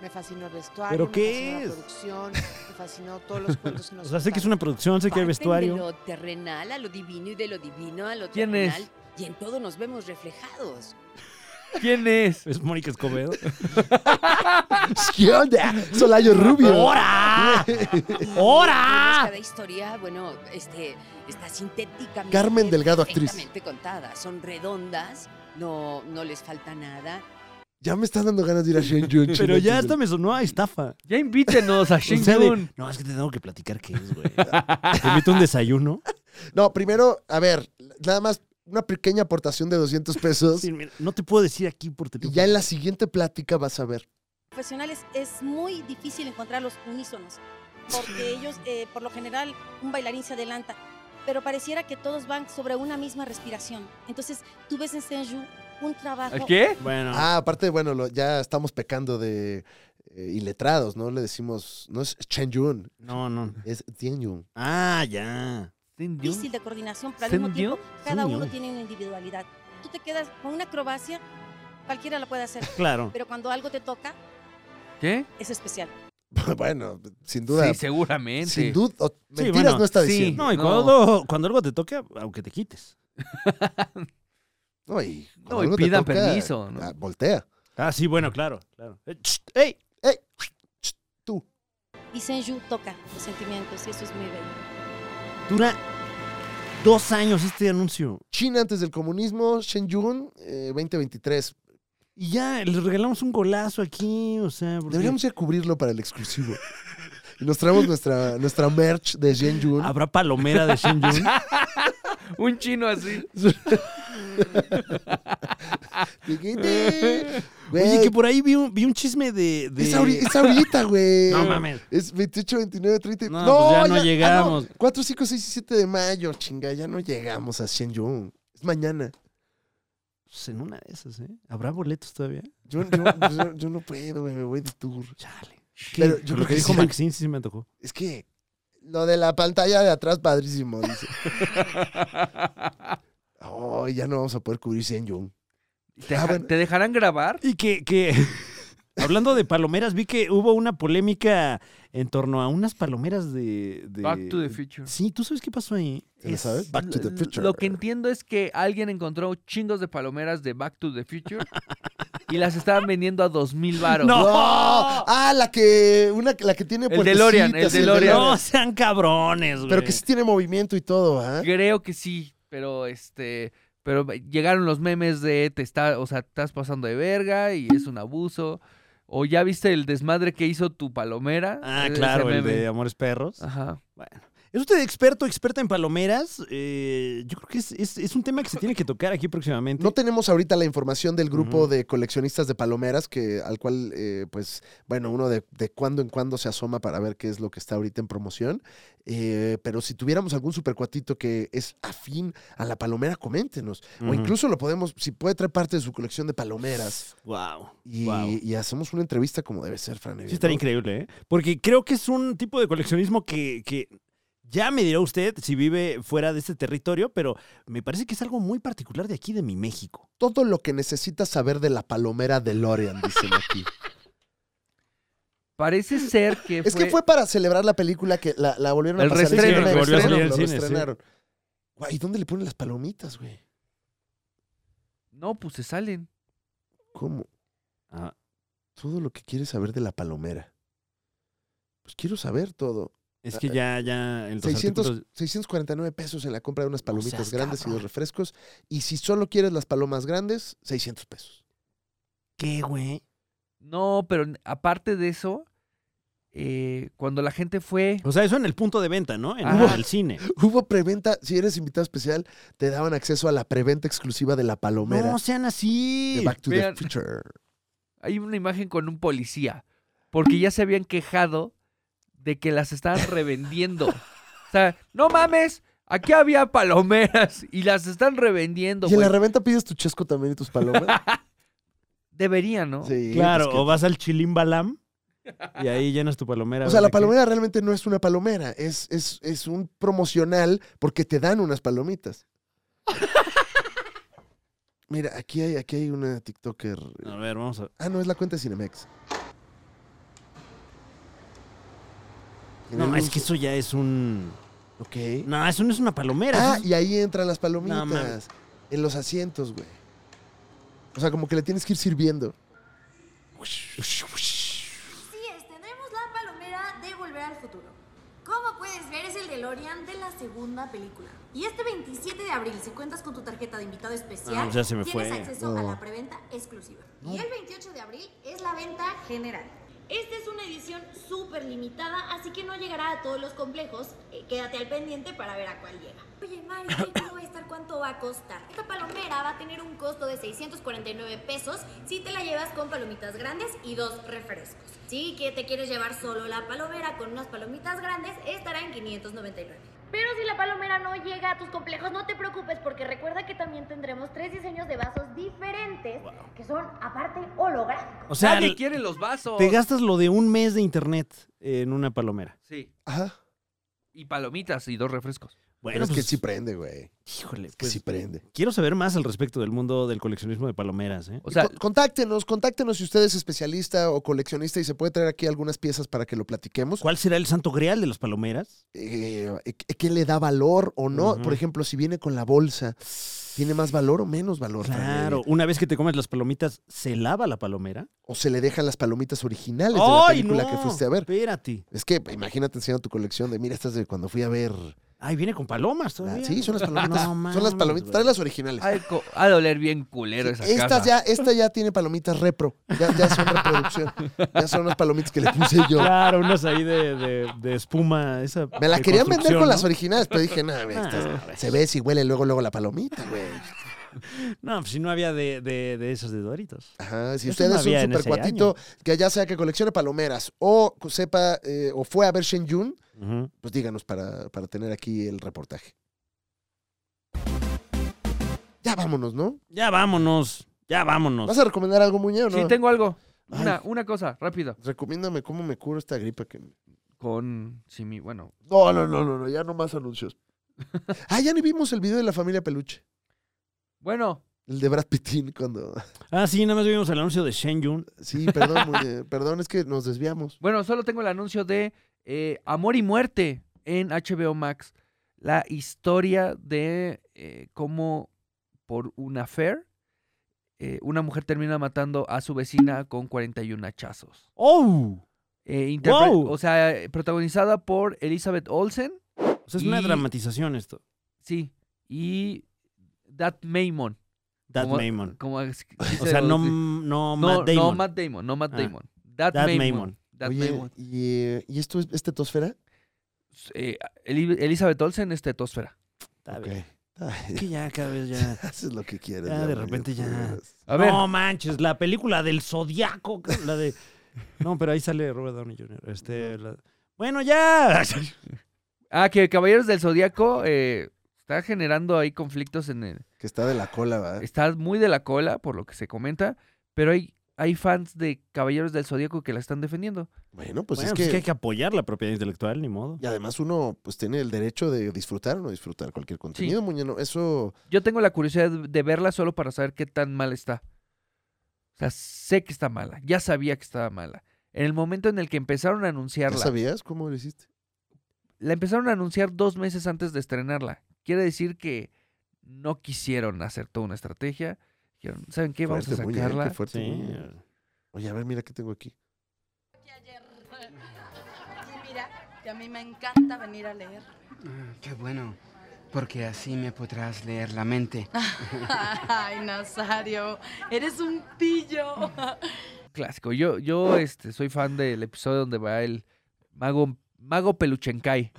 S8: Me fascinó el vestuario,
S1: ¿Pero
S8: me fascinó
S1: qué es?
S8: la producción, me fascinó todos los cuentos que
S1: O
S8: nos
S1: sea, sé que es
S8: contaron.
S1: una producción, sé que hay
S9: De
S1: vestuario.
S9: lo terrenal a lo divino y de lo divino a lo
S3: ¿Quién es?
S9: terrenal. Y en todo nos vemos reflejados.
S3: ¿Quién es?
S1: Es Mónica Escobedo.
S2: ¿Qué onda? Solayo Rubio.
S1: ¡Hora!
S9: Además,
S1: ¡Hora!
S9: Cada historia, bueno, este, está sintéticamente.
S2: Carmen Delgado, actriz.
S9: perfectamente contada. Son redondas, no, no les falta nada.
S2: Ya me estás dando ganas de ir a Shen Yun.
S1: Pero ya hasta
S2: está.
S1: me sonó a estafa.
S3: Ya invítenos a Shen
S1: O sea, de,
S3: Yun.
S1: no, es que te tengo que platicar qué es, güey. Te invito a un desayuno.
S2: No, primero, a ver, nada más una pequeña aportación de 200 pesos.
S1: Sí, mira, no te puedo decir aquí por
S2: Y
S1: teléfono.
S2: ya en la siguiente plática vas a ver.
S10: profesionales es muy difícil encontrar los unísonos, porque ellos, eh, por lo general, un bailarín se adelanta, pero pareciera que todos van sobre una misma respiración. Entonces, tú ves en Senju un trabajo
S3: ¿A ¿Qué?
S1: Bueno,
S2: Ah, aparte, bueno, lo- ya estamos pecando de eh, iletrados, ¿no? Le decimos, no es Chen Yun,
S1: no, no.
S2: es Tien Yun.
S1: Ah, ya.
S3: ¿Shen Yun?
S10: difícil de coordinación, pero al mismo
S3: ¿Senju?
S10: tiempo cada
S1: Senju.
S10: uno tiene una individualidad. Tú te quedas con una acrobacia, cualquiera la puede hacer,
S1: Claro.
S10: pero cuando algo te toca,
S3: ¿Qué?
S10: es especial.
S2: bueno, sin duda.
S3: Sí, seguramente.
S2: sin duda. o- mentiras
S1: bueno,
S2: no está
S3: sí.
S2: diciendo.
S1: No, y
S3: No.
S1: Cuando, cuando algo te toca, aunque te quites.
S2: No, y,
S3: No,
S2: cuando
S3: y
S2: algo te
S3: pidan permiso, ¿no?
S2: ah, voltea.
S1: Ah, sí, bueno, claro, claro. Eh, chst, ¡Ey!
S10: Y Senju toca los sentimientos, y eso es muy bello.
S1: Dura dos años este anuncio.
S2: China antes del comunismo, Shen Yun, eh, 2023.
S1: Y ya, les regalamos un golazo aquí, o sea... porque-
S2: Deberíamos ya cubrirlo para el exclusivo. Y nos traemos nuestra, nuestra merch de Shen Yun.
S3: Ah.
S1: ¿Habrá palomera de Shen Yun?
S2: Ah,
S3: Un chino así.
S2: Chiquitín. Güey,
S1: Oye, que por ahí vi un, vi un chisme de... de-
S2: es, ahori- es ahorita, güey.
S1: No mames.
S2: Es 28, 29, 30.
S1: No, pues
S2: ah,
S1: ya no llegamos.
S2: 4, 5, 6 y 7 de mayo, chinga. Ya no llegamos a Shenyun. Es mañana.
S1: Pues en una de esas, ¿eh? ¿Habrá boletos todavía?
S2: Yo, yo- pues, yo- yo no puedo, güey, me voy de tour.
S1: Chale.
S2: Pero
S1: ¿Qué?
S2: yo
S1: lo que
S2: creo que
S1: dijo
S2: sí.
S1: Maxine sí se me antojó.
S2: Es que lo de la pantalla de atrás, padrísimo, dice. Oh, ya no vamos a poder cubrir Shenyun.
S3: ¿Te,
S2: Ah,
S3: deja-
S2: bueno.
S3: te dejarán grabar?
S1: Y que... que... Hablando de palomeras, vi que hubo una polémica en torno a unas palomeras de... de-
S3: Back to the Future.
S1: Sí, ¿tú sabes qué pasó ahí?
S2: ¿Te la
S1: Es-
S2: sabes? Back to the
S3: L-
S2: future.
S3: Lo que entiendo es que alguien encontró chingos de palomeras de Back to the Future y las estaban vendiendo a dos mil varos.
S1: No.
S2: ¡Oh! Ah, la que, una, la que tiene
S3: El
S2: puertecitas,
S3: DeLorean, el DeLorean.
S1: No sean cabrones, güey.
S2: Pero que sí tiene movimiento y todo, ¿ah?
S3: Creo que sí, pero este, pero llegaron los memes de te está, o sea, te estás pasando de verga y es un abuso. O ya viste el desmadre que hizo tu palomera.
S1: Ah,
S3: Ese
S1: claro, el
S3: meme.
S1: de Amores Perros.
S3: Ajá.
S1: Ah. ¿Es usted experto, experta en palomeras? Eh, yo creo que es, es- es un tema que se tiene que tocar aquí próximamente.
S2: No tenemos ahorita la información del grupo
S1: Ujú.
S2: de coleccionistas de palomeras, que, al cual, eh, pues, bueno, uno de, de cuando en cuando se asoma para ver qué es lo que está ahorita en promoción. Eh, pero si tuviéramos algún supercuatito que es afín a la palomera, coméntenos. O
S1: Ujú.
S2: incluso lo podemos, si puede traer parte de su colección de palomeras.
S1: Wow.
S2: Y,
S1: Wow.
S2: y hacemos una entrevista como debe ser, Fran.
S1: Sí, estaría
S2: ¿no?
S1: increíble, ¿eh? Porque creo que es un tipo de coleccionismo que, que Ya me dirá usted si vive fuera de este territorio, pero me parece que es algo muy particular de aquí, de mi México.
S2: Todo lo que necesitas saber de la palomera de Lorian, dicen aquí.
S3: Parece ser que
S2: es que fue para celebrar la película que la, la volvieron a
S3: El
S2: pasar. en
S3: reestreno,
S2: cine.
S3: que volvió a
S1: salir en
S2: Lo
S1: cine, sí.
S2: reestrenaron. Güey, ¿y dónde le ponen las palomitas, güey?
S3: No, pues se salen.
S2: ¿Cómo?
S1: Ah,
S2: Todo lo que quieres saber de la palomera. Pues quiero saber todo.
S1: es que ya, ya. en los
S2: 600,
S1: artículos-
S2: 649 pesos en la compra de unas palomitas
S1: seas
S2: grandes y
S1: cabrón.
S2: dos refrescos. Y si solo quieres las palomas grandes, 600 pesos.
S1: ¿Qué, güey?
S3: No, pero n- aparte de eso, eh, cuando la gente fue.
S1: O sea, eso en el punto de venta, ¿no? En
S3: Ajá.
S1: el cine.
S2: Hubo preventa. Si eres invitado especial, te daban acceso a la preventa exclusiva de la palomera.
S1: No sean
S2: de
S1: así.
S2: Back to
S3: Vean.
S2: the Future.
S3: Hay una imagen con un policía. Porque ya se habían quejado de que las estaban revendiendo. O sea, no mames, aquí había palomeras y las están revendiendo.
S2: ¿Y en
S3: güey.
S2: la reventa pides tu chesco también y tus palomas?
S3: Deberían, ¿no?
S2: Sí.
S1: Claro,
S2: pues que-
S1: o vas al Chilim Balam y ahí llenas tu palomera.
S2: O sea,
S1: ¿verdad
S2: la
S1: que-
S2: palomera realmente no es una palomera, es, es, es un promocional porque te dan unas palomitas. Mira, aquí hay, aquí hay una TikToker.
S1: A ver, vamos a.
S2: Ah, no, es la cuenta de Cinemex.
S1: No, es que eso ya es un.
S2: Ok.
S1: No, eso no es una palomera.
S2: Ah,
S1: eso es-
S2: y ahí entran las
S1: No, mames.
S2: palomitas. en los asientos, güey. O sea, como que le tienes que ir sirviendo.
S11: Así es, tendremos la palomera de Volver al Futuro. Como puedes ver, es el DeLorean de la segunda película. Y este 27 de abril, si cuentas con tu tarjeta de invitado especial,
S1: Ah, ya se me
S11: tienes
S1: fue.
S11: acceso a
S2: No.
S11: la preventa exclusiva. Y el 28 de abril es la venta general. Esta es una edición súper limitada, así que no llegará a todos los complejos. Eh, quédate al pendiente para ver a cuál llega. Oye, Mari, ¿cómo va a estar? ¿Cuánto va a costar? Esta palomera va a tener un costo de 649 pesos si te la llevas con palomitas grandes y dos refrescos. Si que te quieres llevar solo la palomera con unas palomitas grandes, estará en 599. Pero si la palomera no llega a tus complejos, no te preocupes porque recuerda que también tendremos tres diseños de vasos diferentes que son aparte holográficos.
S1: O sea,
S3: Nadie quiere los vasos.
S1: te gastas lo de un mes de internet en una palomera.
S3: Sí.
S2: Ajá.
S3: Y palomitas y dos refrescos.
S2: Pero
S1: Bueno,
S2: es que
S1: pues,
S2: sí prende, güey.
S1: Híjole,
S2: Que
S1: pues,
S2: sí prende.
S1: Quiero saber más al respecto del mundo del coleccionismo de palomeras, ¿eh?
S3: O sea,
S2: Con- contáctenos, contáctenos si usted es especialista o coleccionista y se puede traer aquí algunas piezas para que lo platiquemos.
S1: ¿Cuál será el santo grial de las palomeras?
S2: Eh, eh, ¿Qué le da valor o no?
S1: Ujú.
S2: Por ejemplo, si viene con la bolsa, ¿tiene más valor o menos valor?
S1: Claro,
S2: también?
S1: una vez que te comes las palomitas, ¿se lava la palomera?
S2: O se le dejan las palomitas originales de la película que fuiste a ver.
S1: Espérate.
S2: Es que imagínate enseñando tu colección de, mira, estas de cuando fui a ver.
S1: Ay, viene con palomas
S2: la-
S1: todavía.
S2: Ah, sí, son las palomitas.
S1: No mames,
S2: son las palomitas.
S1: güey.
S2: Trae las originales.
S3: ha de, co- ha de oler bien culero esa
S2: Estas
S3: casa.
S2: ya, esta ya tiene palomitas repro. Ya, ya son reproducción. Ya son unas palomitas que le puse yo.
S1: Claro, unas ahí de, de- de espuma. Esa
S2: Me la
S1: de
S2: querían vender
S1: construcción,
S2: con las
S1: ¿no?
S2: originales, pero dije, nada, güey,
S1: Ah,
S2: estas-
S1: güey.
S2: se ve si huele luego, luego la palomita, güey.
S1: No, pues si no había de, de, de esas de Doritos.
S2: Ajá, si
S1: Eso
S2: usted
S1: no
S2: es un
S1: había en ese
S2: supercuatito que ya sea que coleccione palomeras o que sepa eh, o fue a ver Shen Yun,
S1: Ujú.
S2: pues díganos para, para tener aquí el reportaje. Ya vámonos, ¿no?
S1: Ya vámonos, ya vámonos.
S2: ¿Vas a recomendar algo, Muñe, o no?
S3: Sí, tengo algo.
S2: Ay.
S3: Una, una cosa, rápido.
S2: Recomiéndame cómo me curo esta gripa que... me-
S3: Con Simi, bueno.
S2: No, no, no, no, no, ya no más anuncios. ah, ya ni vimos el video de la familia Peluche.
S3: Bueno,
S2: El de Brad Pittin cuando...
S1: Ah, sí, nada más vimos el anuncio de Shen Yun.
S2: Sí, perdón, Muñe, perdón, es que nos desviamos.
S3: bueno, solo tengo el anuncio de eh, Amor y Muerte en HBO Max. La historia de eh, cómo por una affair eh, una mujer termina matando a su vecina con 41 hachazos.
S1: ¡Oh!
S3: Eh, interpre-
S1: ¡Wow!
S3: O sea, eh, protagonizada por Elizabeth Olsen,
S1: O sea, es una
S3: Y-
S1: dramatización esto.
S3: sí, y That Maimon.
S1: That
S3: como-
S1: Maimon.
S3: como es-
S1: O
S3: dice-
S1: sea, no, no,
S3: no, no
S1: Matt Damon.
S3: Matt Damon, no Matt
S1: Ah.
S3: Damon. That,
S1: That
S3: Maimon.
S1: Maimon.
S3: That
S2: Oye,
S3: Maimon.
S2: ¿y, eh, ¿y esto es, es tetosfera?
S3: Eh, Eli- Elizabeth Olsen es tetósfera.
S1: Está
S2: Ok.
S1: bien.
S2: Ay,
S1: Es que ya cada vez ya...
S2: Haces lo que quieras.
S1: Ya, Ah, de
S2: Mario,
S1: repente ya.
S2: pues.
S3: A ver,
S1: No manches, la película del Zodiaco, ca- la de. No, pero ahí sale Robert Downey Jr. Este, la- Bueno, ya.
S2: Pues
S3: ah, que Caballeros del Zodíaco eh, está generando ahí conflictos en el...
S2: Que está de la cola, ¿verdad?
S3: Está muy de la cola, por lo que se comenta, pero hay, hay fans de Caballeros del Zodíaco que la están defendiendo.
S2: Bueno, pues
S1: Bueno,
S2: es
S1: pues
S2: que...
S1: hay que apoyar la propiedad intelectual, ni modo.
S2: Y además uno pues tiene el derecho de disfrutar o no disfrutar cualquier contenido, Muñano. Eso...
S3: Yo tengo la curiosidad de de verla solo para saber qué tan mal está. O sea, sé que está mala. Ya sabía que estaba mala. En el momento en el que empezaron a
S2: ¿Ya
S3: anunciarla,
S2: sabías cómo lo hiciste?
S3: la empezaron a anunciar dos meses antes de estrenarla. Quiere decir que no quisieron hacer toda una estrategia. Dijeron, ¿saben qué? Vamos
S2: Fuerte,
S3: a
S2: muy bien,
S3: sacarla.
S2: qué fuerte,
S1: Sí.
S2: muy bien. Oye, a ver, mira qué tengo aquí.
S12: Y mira, que a mí me encanta venir a leer.
S13: Ah, Qué bueno, porque así me podrás leer la mente.
S12: Ay, Nazario, eres un pillo.
S3: Clásico. Yo, yo este, soy fan del episodio donde va el mago, mago Peluchenkai.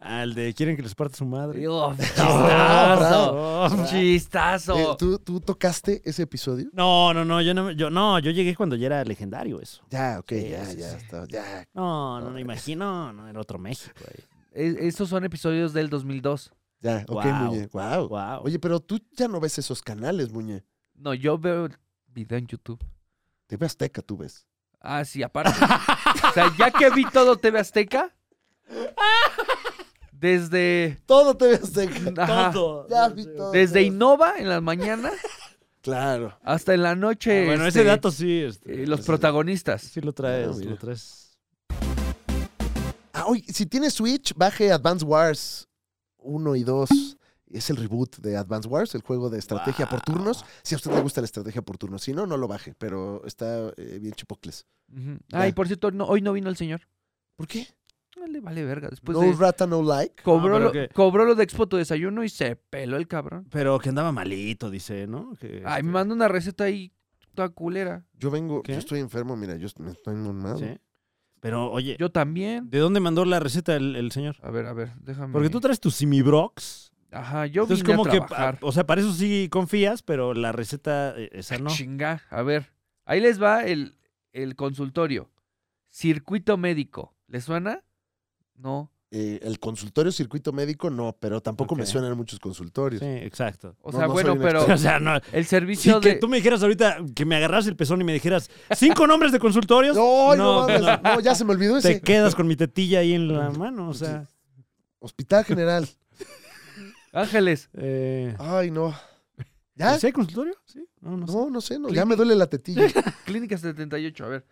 S1: Al de quieren que les parte su madre.
S3: ¡Oh,
S2: bravo.
S3: chistazo!
S2: Eh,
S3: ¡Chistazo!
S2: ¿tú, tú tocaste ese episodio?
S1: No, no, no, yo no, yo no, yo llegué cuando ya era legendario eso.
S2: Ya, ok,
S1: Sí,
S2: ya,
S1: sí,
S2: ya,
S1: sí.
S2: está, ya.
S1: No, no, no imagino, no, era otro México ahí.
S3: E- Estos son episodios del 2002.
S2: Ya, ok,
S1: Guau,
S2: Muñe. Wow.
S1: guau.
S2: Oye, pero tú ya no ves esos canales, Muñe.
S3: No, yo veo el video en YouTube.
S2: TV Azteca tú ves.
S3: Ah, sí, aparte. o sea, ya que vi todo TV Azteca. Desde.
S2: Todo TV Azteca.
S3: ajá,
S1: Todo.
S2: Ya vi todo.
S3: Desde Innova en las mañanas
S2: Claro.
S3: hasta en la noche.
S1: Ah, bueno,
S3: este,
S1: ese dato sí, este,
S3: eh, los protagonistas.
S1: sí lo traes,
S2: Ah,
S1: sí
S2: mira.
S1: lo traes.
S2: Ah, oye, si tienes Switch, baje Advance Wars 1 y 2. Es el reboot de Advance Wars, el juego de estrategia por turnos. Si a usted le gusta la estrategia por turnos, si no, no lo baje, pero está eh, bien chipocles.
S3: Ujú.
S2: Ya.
S3: Ay, por cierto, no, hoy no vino el señor.
S2: ¿Por qué?
S3: No le vale verga. Después
S2: no
S1: Pues
S3: de-
S2: rata, no like.
S3: cobró,
S1: No,
S3: lo,
S1: pero que-
S3: cobró lo de Expo tu desayuno y se peló el cabrón.
S1: Pero que andaba malito, dice, ¿no? Que,
S3: Ay,
S1: este,
S3: me manda una receta ahí toda culera.
S2: Yo vengo,
S1: ¿Qué?
S2: yo estoy enfermo, mira, yo me estoy enfermado.
S1: sí. Pero oye,
S3: Yo también.
S1: ¿de dónde mandó la receta el, el señor?
S3: A ver, a ver, déjame.
S1: Porque tú traes tu simibrox.
S3: Ajá, yo
S1: entonces
S3: vine
S1: como
S3: a
S1: que,
S3: trabajar.
S1: ah, o sea, para eso sí confías, pero la receta eh, esa no.
S3: Chinga. A ver, ahí les va el, el consultorio. Circuito médico. ¿Les suena? No.
S2: Eh, el consultorio circuito médico, no, pero tampoco me
S1: Ok.
S2: suenan muchos consultorios.
S1: Sí, exacto.
S3: O
S2: No, no
S3: sea,
S2: soy
S3: bueno,
S2: un
S3: pero
S1: O sea, no,
S3: el
S1: Sí,
S3: servicio
S1: que
S3: de...
S1: tú me dijeras ahorita, que me agarras el pezón y me dijeras, cinco nombres de consultorios.
S2: No, no, mames,
S1: no.
S2: no, pues ya se me olvidó
S1: Te
S2: ese.
S1: quedas con mi tetilla ahí en la mano, o sea.
S2: Hospital General.
S3: Ángeles,
S1: eh,
S2: Ay, no. ¿Ah, ¿Ya?
S1: ¿Sí hay consultorio? Sí. No, no sé.
S2: No, no sé, no. Ya me duele la tetilla.
S3: Clínica 78, a ver.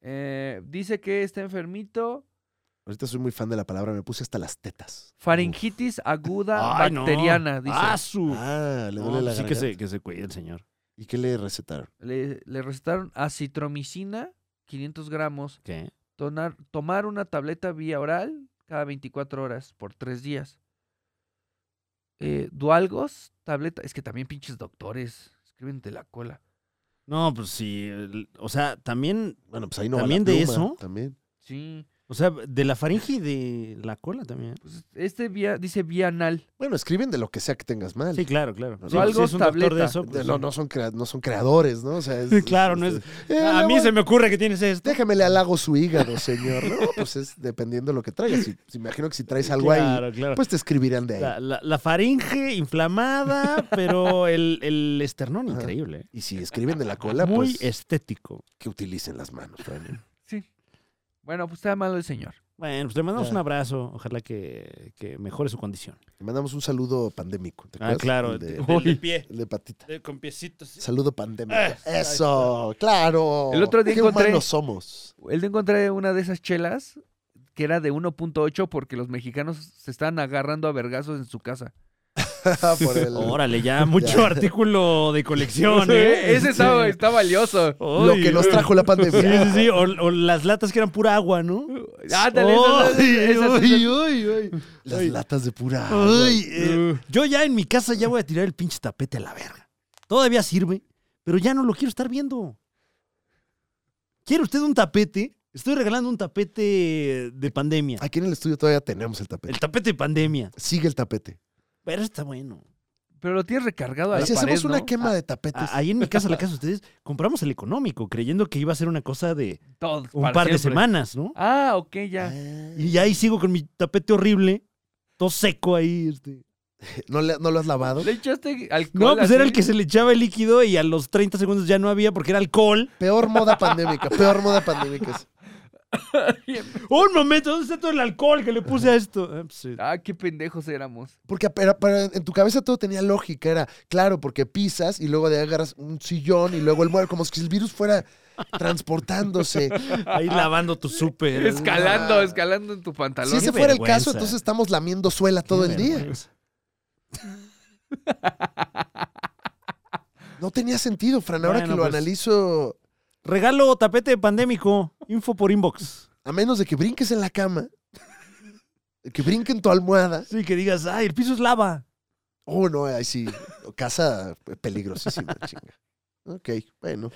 S3: Eh, dice que está enfermito.
S2: Ahorita soy muy fan de la palabra, me puse hasta las tetas.
S3: Faringitis aguda
S1: Ay, no.
S3: bacteriana, dice.
S1: Ah, su.
S2: Ah, le
S1: No, pues
S2: duele la
S1: sí que
S2: garganta.
S1: se, que se cuide el señor.
S2: ¿Y qué le recetaron?
S3: Le, le recetaron acitromicina, 500 gramos.
S1: ¿Qué?
S3: tonar- tomar una tableta vía oral cada 24 horas por tres días. Eh, Dualgos, tableta. Es que también pinches doctores. Escriben de la cola.
S1: No, pues sí. el- O sea, también,
S2: Bueno, pues ahí no va
S1: ¿También
S2: la
S1: de
S2: pluma,
S1: eso?
S2: También.
S3: Sí.
S1: o sea, de la faringe y de la cola también.
S3: Pues este vía, dice vía anal.
S2: Bueno, escriben de lo que sea que tengas mal.
S1: Sí, claro, claro.
S2: No,
S1: Sí,
S3: algo
S1: si es un doctor de
S3: tableta.
S1: eso.
S2: De-
S1: pues,
S2: no,
S1: sí.
S2: no son, crea- no son creadores, ¿no? O sea, es-
S1: Sí, claro, no es.
S2: Eh,
S1: A mí
S2: bueno,
S1: se me ocurre que tienes esto.
S2: Déjame le halago su hígado, señor. No, pues es dependiendo de lo que traigas. Si, si imagino que si traes algo ahí,
S1: Claro, claro.
S2: pues te escribirán de ahí.
S1: La, la- la faringe inflamada, pero el, el esternón
S2: Ajá.
S1: increíble. ¿eh?
S2: Y si escriben de la cola,
S1: Muy
S2: pues
S1: estético.
S2: que utilicen las manos. también.
S3: Sí. Bueno, pues está malo el señor.
S1: Bueno, pues le mandamos
S2: Ya.
S1: un abrazo. Ojalá que, que mejore su condición.
S2: Le mandamos un saludo pandémico. ¿te
S1: Ah,
S2: acuerdas?
S1: claro.
S2: El pues, de,
S1: de- del de pie.
S2: el de patita.
S1: de- con piecitos.
S2: Saludo pandémico.
S1: Eh, ahí
S2: Eso, claro.
S3: El otro día
S2: ¿Qué
S3: encontré-
S2: humanos somos?
S3: Él encontré una de esas chelas que era de 1.8 porque los mexicanos se estaban agarrando a vergazos en su casa.
S2: Por el-
S1: Órale, ya mucho artículo de colección, ¿eh?
S3: Ese está, está valioso.
S2: lo que nos trajo la
S1: Sí,
S2: pandemia.
S1: sí, sí. O, o las latas que eran pura agua, ¿no?
S3: Ándale,
S1: Oh,
S3: esas- esas- esas-
S1: uy, uy, uy.
S2: Las
S1: Ay.
S2: latas de pura. agua.
S1: Ay, eh,
S3: Uh.
S1: yo ya en mi casa ya voy a tirar el pinche tapete a la verga. Todavía sirve, pero ya no lo quiero estar viendo. ¿Quiere usted un tapete? Estoy regalando un tapete de pandemia.
S2: Aquí en el estudio todavía tenemos el tapete.
S1: El tapete de pandemia.
S2: Sigue el tapete.
S1: Pero está bueno.
S3: Pero lo tienes recargado a
S2: Ahí
S3: la
S2: sí
S3: pared,
S2: hacemos una
S3: ¿no?
S2: quema de tapetes.
S1: A- ah, Ahí en mi casa, la casa de ustedes, compramos el económico, creyendo que iba a ser una cosa de
S3: Todo,
S1: un
S3: para
S1: par de
S3: siempre.
S1: semanas, ¿no?
S3: Ah, ok, ya.
S2: Ah.
S1: Y ahí sigo con mi tapete horrible, todo seco ahí. este.
S2: ¿No, le- no lo has lavado?
S3: ¿Le echaste alcohol?
S1: No, pues era
S3: así?
S1: el que se le echaba el líquido y a los 30 segundos ya no había porque era alcohol.
S2: Peor moda pandémica, peor moda pandémica. es.
S1: Un momento, ¡Oh, ¿dónde está todo el alcohol que le puse a esto? Ah, pues sí.
S3: Ah, qué pendejos éramos.
S2: Porque pero- pero en tu cabeza todo tenía lógica, era claro, porque pisas y luego de ahí agarras un sillón y luego el mueble, como si el virus fuera transportándose.
S1: Ahí lavando tu súper.
S3: Escalando, escalando en tu pantalón.
S2: Si ese
S1: Qué
S2: fuera el caso,
S1: vergüenza.
S2: entonces estamos lamiendo suela todo el día.
S1: pues.
S2: No tenía sentido, Fran, ahora
S1: Bueno,
S2: que lo
S1: pues.
S2: analizo,
S1: Regalo tapete pandémico. Info por inbox.
S2: a menos de que brinques en la cama, que brinque en tu almohada.
S1: Sí, que digas, ay, el piso es lava.
S2: Oh, no, ahí sí, casa peligrosísima, chinga. Ok, bueno.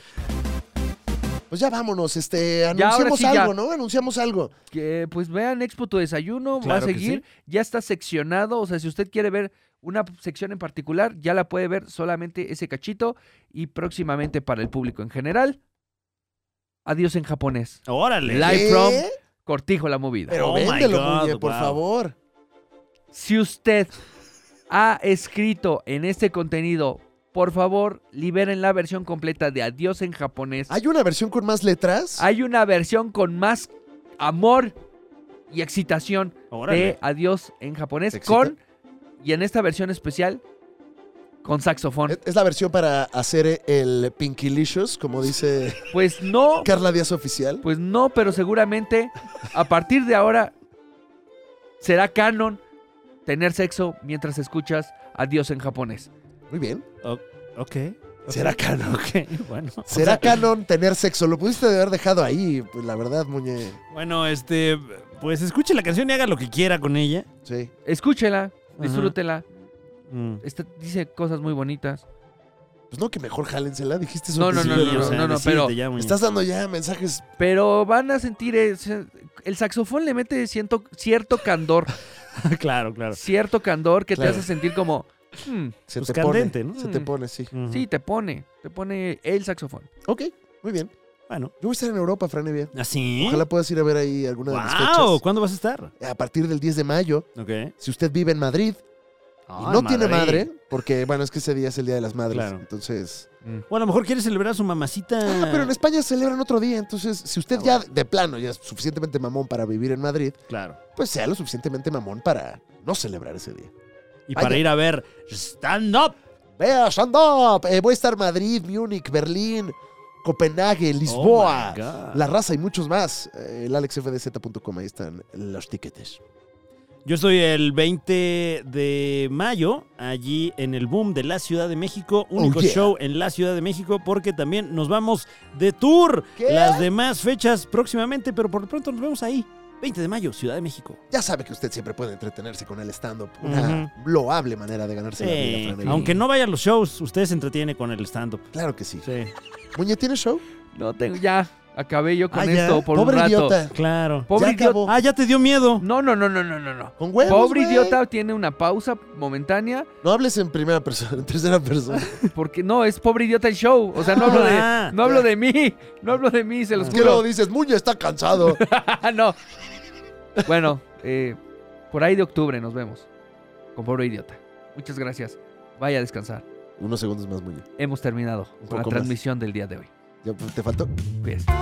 S2: Pues ya vámonos, este,
S3: Ya, ahora
S2: anunciamos
S3: sí, ya.
S2: algo, ¿no? Anunciamos algo.
S3: Que, pues vean Expo Tu Desayuno,
S1: Claro
S3: va a
S1: que
S3: seguir. Ya está seccionado. O sea, si usted quiere ver una sección en particular, ya la puede ver solamente ese cachito y próximamente para el público en general. Adiós en japonés.
S1: Órale.
S3: Live
S2: ¿Qué?
S3: from Cortijo la movida.
S2: Pero
S1: Oh my
S2: véndelo,
S1: God,
S2: Muñe, por
S1: wow.
S2: favor.
S3: Si usted ha escrito en este contenido, por favor, liberen la versión completa de Adiós en japonés.
S2: ¿Hay una versión con más letras?
S3: Hay una versión con más amor y excitación de
S1: Órale.
S3: Adiós en japonés
S2: ¿Te excita?
S3: con y en esta versión especial con saxofón.
S1: Eh,
S2: Es- Es la versión para hacer el Pinkylicious, como dice
S3: Pues no,
S2: Carla Díaz Oficial.
S3: pues no, pero seguramente a partir de ahora será canon tener sexo mientras escuchas Adiós en japonés.
S2: Muy bien.
S1: Ok.
S2: Será canon.
S1: Ok, bueno.
S3: eh,
S2: Será canon tener sexo. Lo pudiste haber dejado ahí, pues, la verdad, Muñe.
S1: Bueno, este, pues escuche la canción y haga lo que quiera con ella.
S2: Sí.
S3: Escúchela,
S1: Ajá.
S3: disfrútela.
S1: Mm.
S3: Está- este, dice cosas muy bonitas.
S2: Pues no, que mejor jálensela, dijiste eso.
S3: No,
S2: al
S3: no,
S1: Sí,
S3: no,
S2: principio,
S3: no,
S1: o
S3: no,
S1: sea,
S3: no, no,
S1: decídete
S3: pero
S1: ya, muñe.
S2: Estás dando ya mensajes.
S3: Pero van a sentir ese- el saxofón le mete ciento- cierto candor,
S1: claro, claro.
S3: cierto candor que
S2: Claro.
S3: te hace sentir como "Hmm,
S2: Se
S1: Pues
S2: te
S1: candente,
S2: pone.
S1: ¿no?
S2: Se te
S3: Mm.
S2: pone, sí.
S1: Ujú.
S3: sí, te pone, te pone el saxofón.
S2: Ok, muy bien.
S1: Bueno,
S2: Yo voy a estar en Europa, Fran Evia.
S1: así.
S2: Ojalá puedas ir a ver ahí alguna de mis
S1: Wow,
S2: fechas.
S1: ¿Ah, ¿cuándo vas a estar?
S2: A partir del 10 de mayo,
S1: Ok.
S2: si usted vive en Madrid y
S3: Ah,
S2: no tiene madre, porque bueno, es que ese día es el Día de las Madres.
S1: Claro.
S2: Entonces.
S1: O a lo mejor quiere celebrar a su mamacita.
S2: Ah, pero en España celebran otro día. Entonces, si usted
S3: Ah,
S2: ya de plano ya es suficientemente mamón para vivir en Madrid,
S1: Claro.
S2: pues sea lo suficientemente mamón para no celebrar ese día.
S1: Y
S2: Vaya.
S1: para ir a ver Stand Up.
S2: Vea, stand up. Eh, voy a estar Madrid, Múnich, Berlín, Copenhague, Lisboa,
S1: Oh my God.
S2: La Raza y muchos más. Eh, el alexfdz.com, ahí están los tiquetes.
S1: Yo estoy el 20 de mayo allí en el boom de la Ciudad de México, único
S2: Oh, yeah.
S1: show en la Ciudad de México porque también nos vamos de tour
S2: ¿Qué?
S1: las demás fechas próximamente, pero por lo pronto nos vemos ahí. 20 de mayo, Ciudad de México.
S2: Ya sabe que usted siempre puede entretenerse con el stand-up. Una loable manera de ganarse la vida, Fran
S1: Sí,
S2: Evia.
S1: Aunque no vaya a los shows, usted se entretiene con el stand-up.
S2: Claro que sí.
S1: Sí,
S2: Muñe, ¿tienes show?
S3: No tengo ya, acabé yo con
S2: Ah, ya.
S3: esto por
S2: Pobre
S3: un rato.
S2: idiota.
S1: claro.
S3: Pobre
S2: Ya
S3: idiota.
S2: acabó.
S1: Ah, ya te dio miedo.
S3: No, no, no, no, no, no, no.
S2: Con huevos,
S3: Pobre
S2: güey.
S3: idiota tiene una pausa momentánea
S2: No hables en primera persona, en tercera persona.
S3: porque no es pobre idiota el show, o sea, no hablo
S1: Ah.
S3: de no hablo de mí, no hablo de mí, se los
S2: Es que luego
S3: juro.
S2: dices, Muñe está cansado.
S3: Ah, no. Bueno, eh, por ahí de octubre nos vemos con pobre idiota. Muchas gracias. Vaya a descansar.
S2: Unos segundos más, Muñe.
S3: Hemos terminado
S2: Un
S3: con la
S2: poco más.
S3: transmisión del día de hoy.
S2: Ya, pues, ¿Te faltó?
S3: Cuídese.